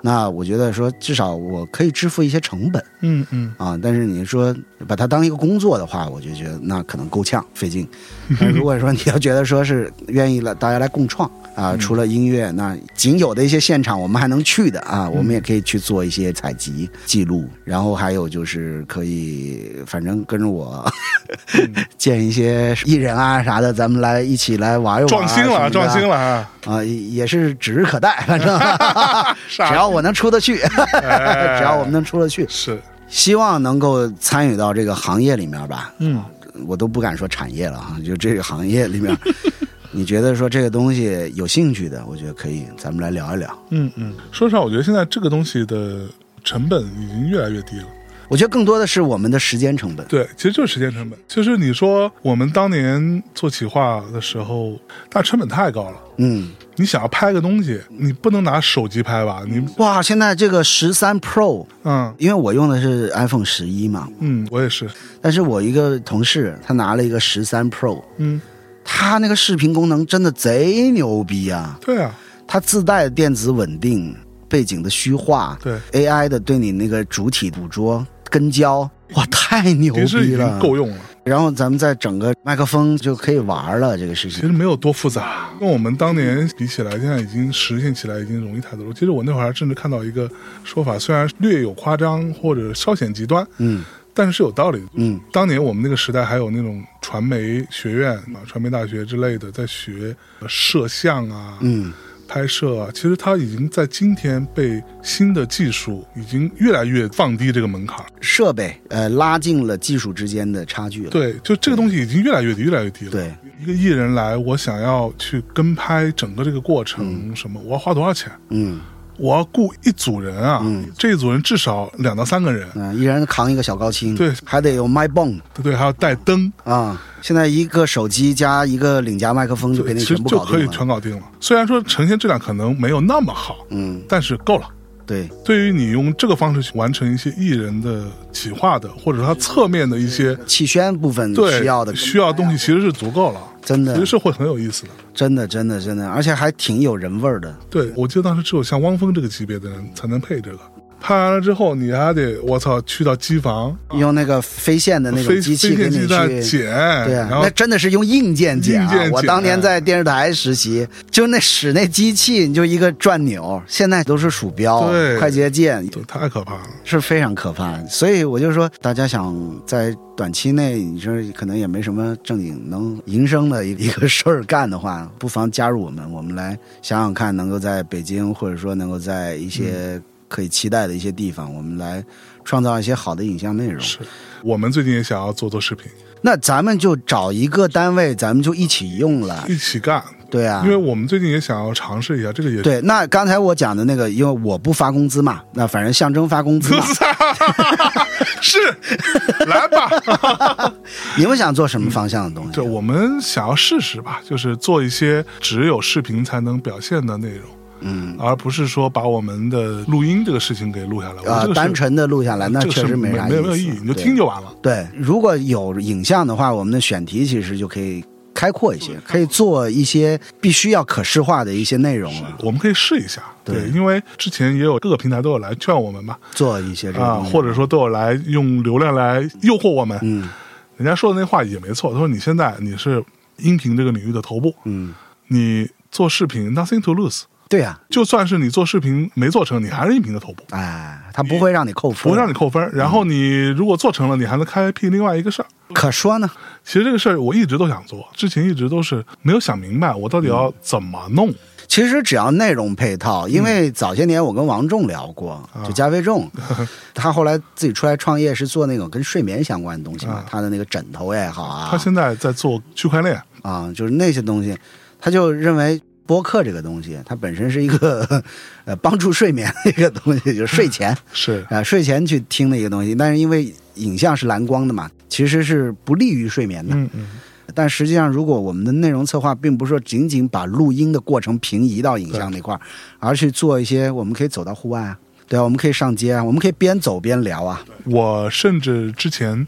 S1: 那我觉得说至少我可以支付一些成本
S2: 嗯嗯，
S1: 啊，但是你说把它当一个工作的话，我就觉得那可能够呛费劲。但是如果说你要觉得说是愿意来大家来共创啊，除了音乐，那仅有的一些现场我们还能去的啊，我们也可以去做一些采集记录，然后还有就是可以，反正跟着我
S2: 嗯
S1: [laughs] 见一些艺人啊啥的，咱们来一起来玩一玩啊，
S2: 撞心了，撞心
S1: 了
S2: 了啊，
S1: 啊，也是指日可待，反
S2: [laughs]
S1: 正
S2: 是
S1: 只
S2: 啊，
S1: 要我能出得去，
S2: 哎
S1: [laughs] 只要我们能出得去，
S2: 是，
S1: 希望能够参与到这个行业里面吧。
S2: 嗯，
S1: 我都不敢说产业了哈，就这个行业里面，你觉得说这个东西有兴趣的，我觉得可以，咱们来聊一聊。
S2: 嗯嗯，说实话，我觉得现在这个东西的成本已经越来越低了。
S1: 我觉得更多的是我们的时间成本。
S2: 对，其实就是时间成本。就是你说我们当年做企划的时候，但成本太高了。
S1: 嗯，
S2: 你想要拍个东西，你不能拿手机拍吧？你
S1: 哇，现在这个十三 Pro，
S2: 嗯
S1: 因为我用的是 iPhone 十一嘛，
S2: 嗯，我也是，
S1: 但是我一个同事他拿了一个十三 Pro，
S2: 嗯，
S1: 他那个视频功能真的贼牛逼啊！
S2: 对啊，
S1: 它自带的电子稳定、背景的虚化、
S2: 对
S1: AI 的对你那个主体捕捉、跟焦，哇，太牛
S2: 其实
S1: 逼
S2: 已
S1: 了
S2: 经！够用了。
S1: 然后咱们再整个麦克风就可以玩了，这个事
S2: 其
S1: 情
S2: 实没有多复杂，跟我们当年比起来，现在已经实现起来已经容易太多了。其实我那会儿还甚至看到一个说法，虽然略有夸张或者稍显极端，
S1: 嗯，
S2: 但是是有道理的。
S1: 嗯，
S2: 当年我们那个时代还有那种传媒学院啊、传媒大学之类的在学摄像啊、
S1: 嗯
S2: 拍摄啊，其实它已经在今天被新的技术已经越来越放低这个门槛儿。
S1: 设备呃拉近了技术之间的差距了。
S2: 对，就这个东西已经越来越低，越来越低了。
S1: 对，
S2: 一个艺人来，我想要去跟拍整个这个过程，什么，我要花多少钱？
S1: 嗯
S2: 我要雇一组人啊，这一组人至少两到三个人，
S1: 嗯、一人扛一个小高清，
S2: 对
S1: 还得有麦泵
S2: 对对，还要带灯，
S1: 啊。现在一个手机加一个领夹麦克风就给你
S2: 其
S1: 全
S2: 实
S1: 部
S2: 就
S1: 搞
S2: 可
S1: 定
S2: 以
S1: 了。
S2: 全搞定了。虽然说呈现质量可能没有那么好，
S1: 嗯，
S2: 但是够了。
S1: 对，
S2: 对于你用这个方式去完成一些艺人的企划的，或者他侧面的一些
S1: 气宣部分
S2: 对
S1: 嗯需要的，
S2: 需要的东西，其实是足够了，
S1: 真
S2: 其
S1: 的
S2: 实是会很有意思的。
S1: 真的真的真的，而且还挺有人味儿的。
S2: 对，我记得当时只有像汪峰这个级别的人才能配这个。拍完了之后，你还得我操去到机房，
S1: 用那个飞线的那种
S2: 飞
S1: 机器
S2: 飞
S1: 给
S2: 电
S1: 你
S2: 机
S1: 去
S2: 在剪，
S1: 对啊
S2: 哎然，后
S1: 那真的是用硬件剪、啊。
S2: 硬件剪哎
S1: 我当年在电视台实习，就那使那机器，你就一个转钮，现在都是鼠标、
S2: 对
S1: 快捷键，
S2: 对太可怕了。
S1: 是非常可怕。所以我就说，大家想在短期内，你说可能也没什么正经能营生的一一个事儿干的话，不妨加入我们，我们来想想看，能够在北京或者说能够在一些
S2: 嗯
S1: 可以期待的一些地方，我们来创造一些好的影像内容。
S2: 是我们最近也想要做做视频，
S1: 那咱们就找一个单位，咱们就一起用了。
S2: 一起干，
S1: 对啊
S2: 因，为我们最近也想要尝试一下这个也。
S1: 对。那刚才我讲的那个，因为我不发工资嘛，那反正象征发工
S2: [laughs]
S1: 资嘛。
S2: [laughs] 是，来吧，
S1: [laughs] 你们想做什么方向的东
S2: [laughs] 对，
S1: 西？
S2: 我们想要试试吧，就是做一些只有视频才能表现的内容，
S1: 嗯
S2: 而不是说把我们的录音这个事情给录下来。我
S1: 啊
S2: 这，个是
S1: 单纯的录下来，那
S2: 这个
S1: 确
S2: 是
S1: 实
S2: 没
S1: 啥
S2: 没有没有
S1: 意
S2: 意
S1: 思
S2: 义，你就听。就完了。
S1: 对，对如果有影像的话，我们的选题其实就可以开阔一些，可以做一些必须要可视化的一些内容了，
S2: 我们可以试一下，
S1: 对
S2: 因为之前也有各个平台都有来劝我们嘛，
S1: 做一些这个
S2: 啊，
S1: 东西
S2: 或者说都有来用流量来诱惑我们。
S1: 嗯
S2: 人家说的那话也没错，他说你现在你是音频这个领域的头部，
S1: 嗯，
S2: 你做视频 nothing to lose，
S1: 对啊呀、
S2: 就算是你做视频没做成，你还是音频的头部，
S1: 啊，哎，他不会让你扣
S2: 不
S1: 分，
S2: 会让你扣分。然后你如果做成了，你还能开辟另外一个事儿。
S1: 可说呢。
S2: 其实这个事儿我一直都想做，之前一直都是没有想明白我到底
S1: 嗯
S2: 要怎么弄。
S1: 其实只要内容配套，因为
S2: 嗯
S1: 早些年我跟王仲聊过，
S2: 啊
S1: 就加菲
S2: [laughs]
S1: 仲，他后来自己出来创业是做那种跟睡眠相关的东西嘛，
S2: 啊
S1: 他的那个枕头也好啊
S2: 他，现在在做区块链，
S1: 啊，就是那些东西，他就认为播客这个东西，它本身是一个 [laughs] 呃帮助睡眠的一个东西，就是睡前
S2: 是
S1: 啊、睡前去听的一个东西，但是因为影像是蓝光的嘛，其实是不利于睡眠的。
S2: 嗯嗯，
S1: 但实际上，如果我们的内容策划并不是说仅仅把录音的过程平移到影像那块儿，而去做一些我们可以走到户外啊，对啊，我们可以上街啊，我们可以边走边聊啊，
S2: 我甚至之前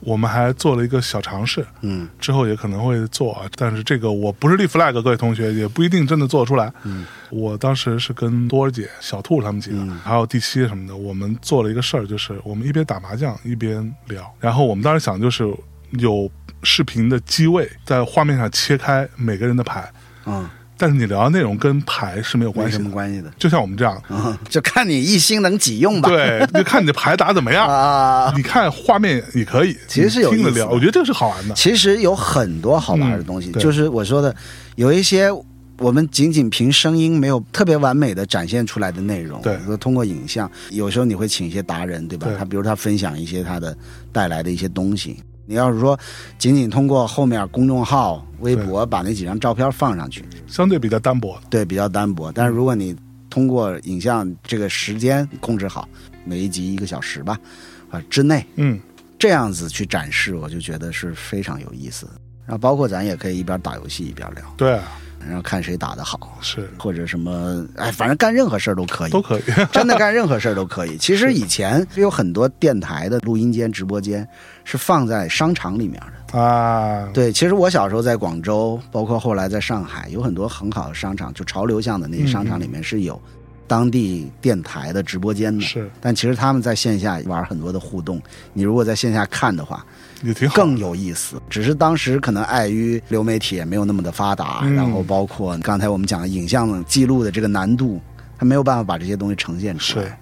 S2: 我们还做了一个小尝试，
S1: 嗯，
S2: 之后也可能会做啊，但是这个我不是立 flag，各位同学也不一定真的做得出来。嗯，我当时是跟多儿姐、小兔他们几个，还有第七什么的，我们做了一个事儿，就是我们一边打麻将一边聊，然后我们当时想就是有视频的机位在画面上切开每个人的牌，
S1: 啊、
S2: 但是你聊的内容跟牌是没有
S1: 没
S2: 关系
S1: 什
S2: 的
S1: 么，关系的
S2: 就像我们这样，
S1: 啊、就看你一心能几用吧。
S2: [laughs] 对，就看你的牌打得怎么样。
S1: 啊，
S2: 你看画面也可以，
S1: 其实是有
S2: 你听得
S1: 意思的
S2: 了，我觉得这个是好玩的。
S1: 其实有很多好玩的东西，
S2: 嗯对
S1: 就是我说的，有一些我们仅仅凭声音没有特别完美的展现出来的内容，
S2: 对
S1: 比如说通过影像，有时候你会请一些达人，对吧？
S2: 对
S1: 他比如他分享一些他的带来的一些东西。你要是说仅仅通过后面公众号、微博把那几张照片放上去，
S2: 相对比较单薄，
S1: 对，比较单薄。但是如果你通过影像这个时间控制好，每一集一个小时吧，啊之内，
S2: 嗯，
S1: 这样子去展示，我就觉得是非常有意思的。然后包括咱也可以一边打游戏一边聊，
S2: 对啊，
S1: 然后看谁打得好，
S2: 是
S1: 或者什么，哎，反正干任何事儿都可以，
S2: 都可以。
S1: [laughs] 真的干任何事儿都可以。其实以前有很多电台的录音间、直播间是放在商场里面的。
S2: 啊，
S1: 对，其实我小时候在广
S2: 嗯
S1: 州，包括后来在上海，有很多很好的商场，就潮流向的那些商场里面是有当地电台的直播间呢。
S2: 是，
S1: 但其实他们在线下玩很多的互动，你如果在线下看的话，
S2: 也挺
S1: [laughs]
S2: 好。
S1: 更有意思。只是当时可能碍于流媒体也没有那么的发达，
S2: 嗯
S1: 然后包括刚才我们讲的影像记录的这个难度，它没有办法把这些东西呈现出来
S2: 是。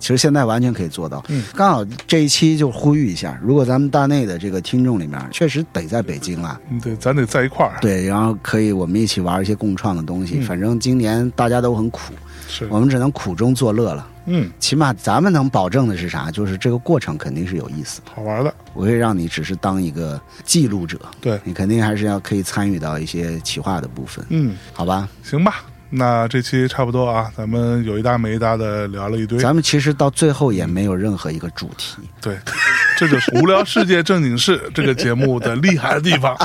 S1: 其实现在完全可以做到。
S2: 嗯
S1: 刚好这一期就呼吁一下，如果咱们大内的这个听众里面确实得在北京啊，
S2: 嗯对，咱得在一块儿。
S1: 对，然后可以我们一起玩一些共创的东西。
S2: 嗯
S1: 反正今年大家都很苦，
S2: 是，
S1: 我们只能苦中作乐了。
S2: 嗯，
S1: 起码咱们能保证的是啥？就是这个过程肯定是有意思的，
S2: 好玩的。
S1: 不会让你只是当一个记录者。
S2: 对，
S1: 你肯定还是要可以参与到一些企划的部分，
S2: 嗯，
S1: 好吧？
S2: 行吧。那这期差不多啊，咱们有一搭没一搭的聊了一堆。
S1: 咱们其实到最后也没有任何一个主题，
S2: 对，这就是《无聊世界正经事》这个节目的厉害的地
S1: [laughs]
S2: 方，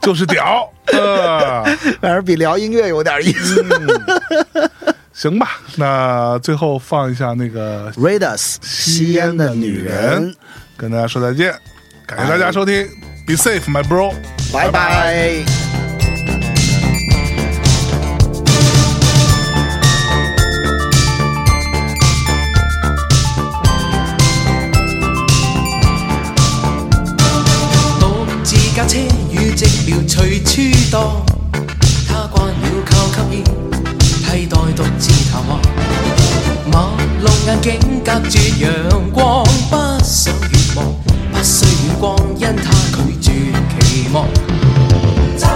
S2: 就是屌。呃，
S1: 反 [laughs] 而比聊音乐有点意思。
S2: [laughs] 行吧，那最后放一下那个
S1: Read us，吸烟的女人，，
S2: 跟大家说再见，感谢大家收听，Be safe, my bro，
S1: 拜拜。
S3: 独自架車與寂寥隨處蕩，他慣了靠吸煙替代獨自談話。馬路眼鏡隔住陽光，不想遠望，不需遠光，因他拒絕期望。
S4: 就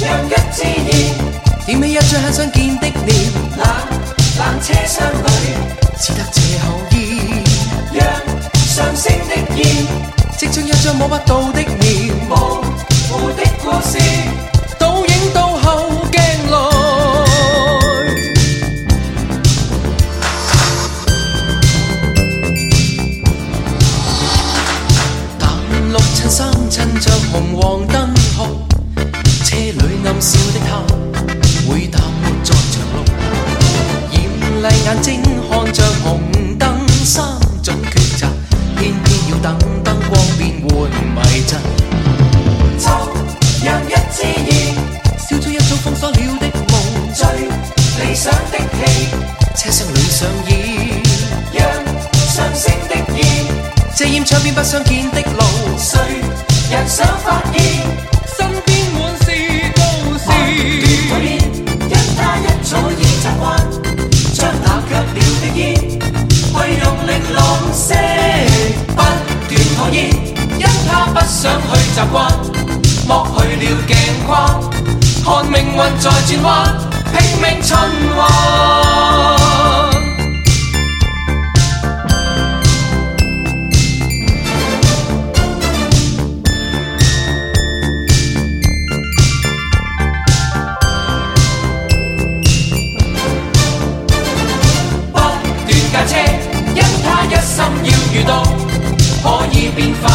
S4: 讓一支煙
S3: 點起一張很想見的臉，
S4: 冷冷車廂裏，
S3: 只得這口煙，
S4: 讓上升的煙
S3: 即將一張摸不到的面，
S4: 模糊的故事，
S3: 倒影到後鏡內。淡綠襯衫襯着紅黃燈號，車裏暗笑的他，會淡沒在長路。豔麗眼睛看着紅燈，三種抉擇，偏偏要等燈光變換迷陣，
S4: 就讓一支煙
S3: 燒出一早封鎖了的夢，
S4: 最理想的氣，
S3: 車廂裏上演，
S4: 讓上升的煙
S3: 遮掩窗邊不相見的路，
S4: 誰人想發現？
S3: 身邊滿是都
S4: 每
S3: 是。
S4: 年因他一早已習慣，將那卻了的煙去用力浪射，不斷吐煙，因他不想去習慣，剝去了鏡框，看命運在轉彎，拼命循環。不斷架車，因他一心要遇到可以變化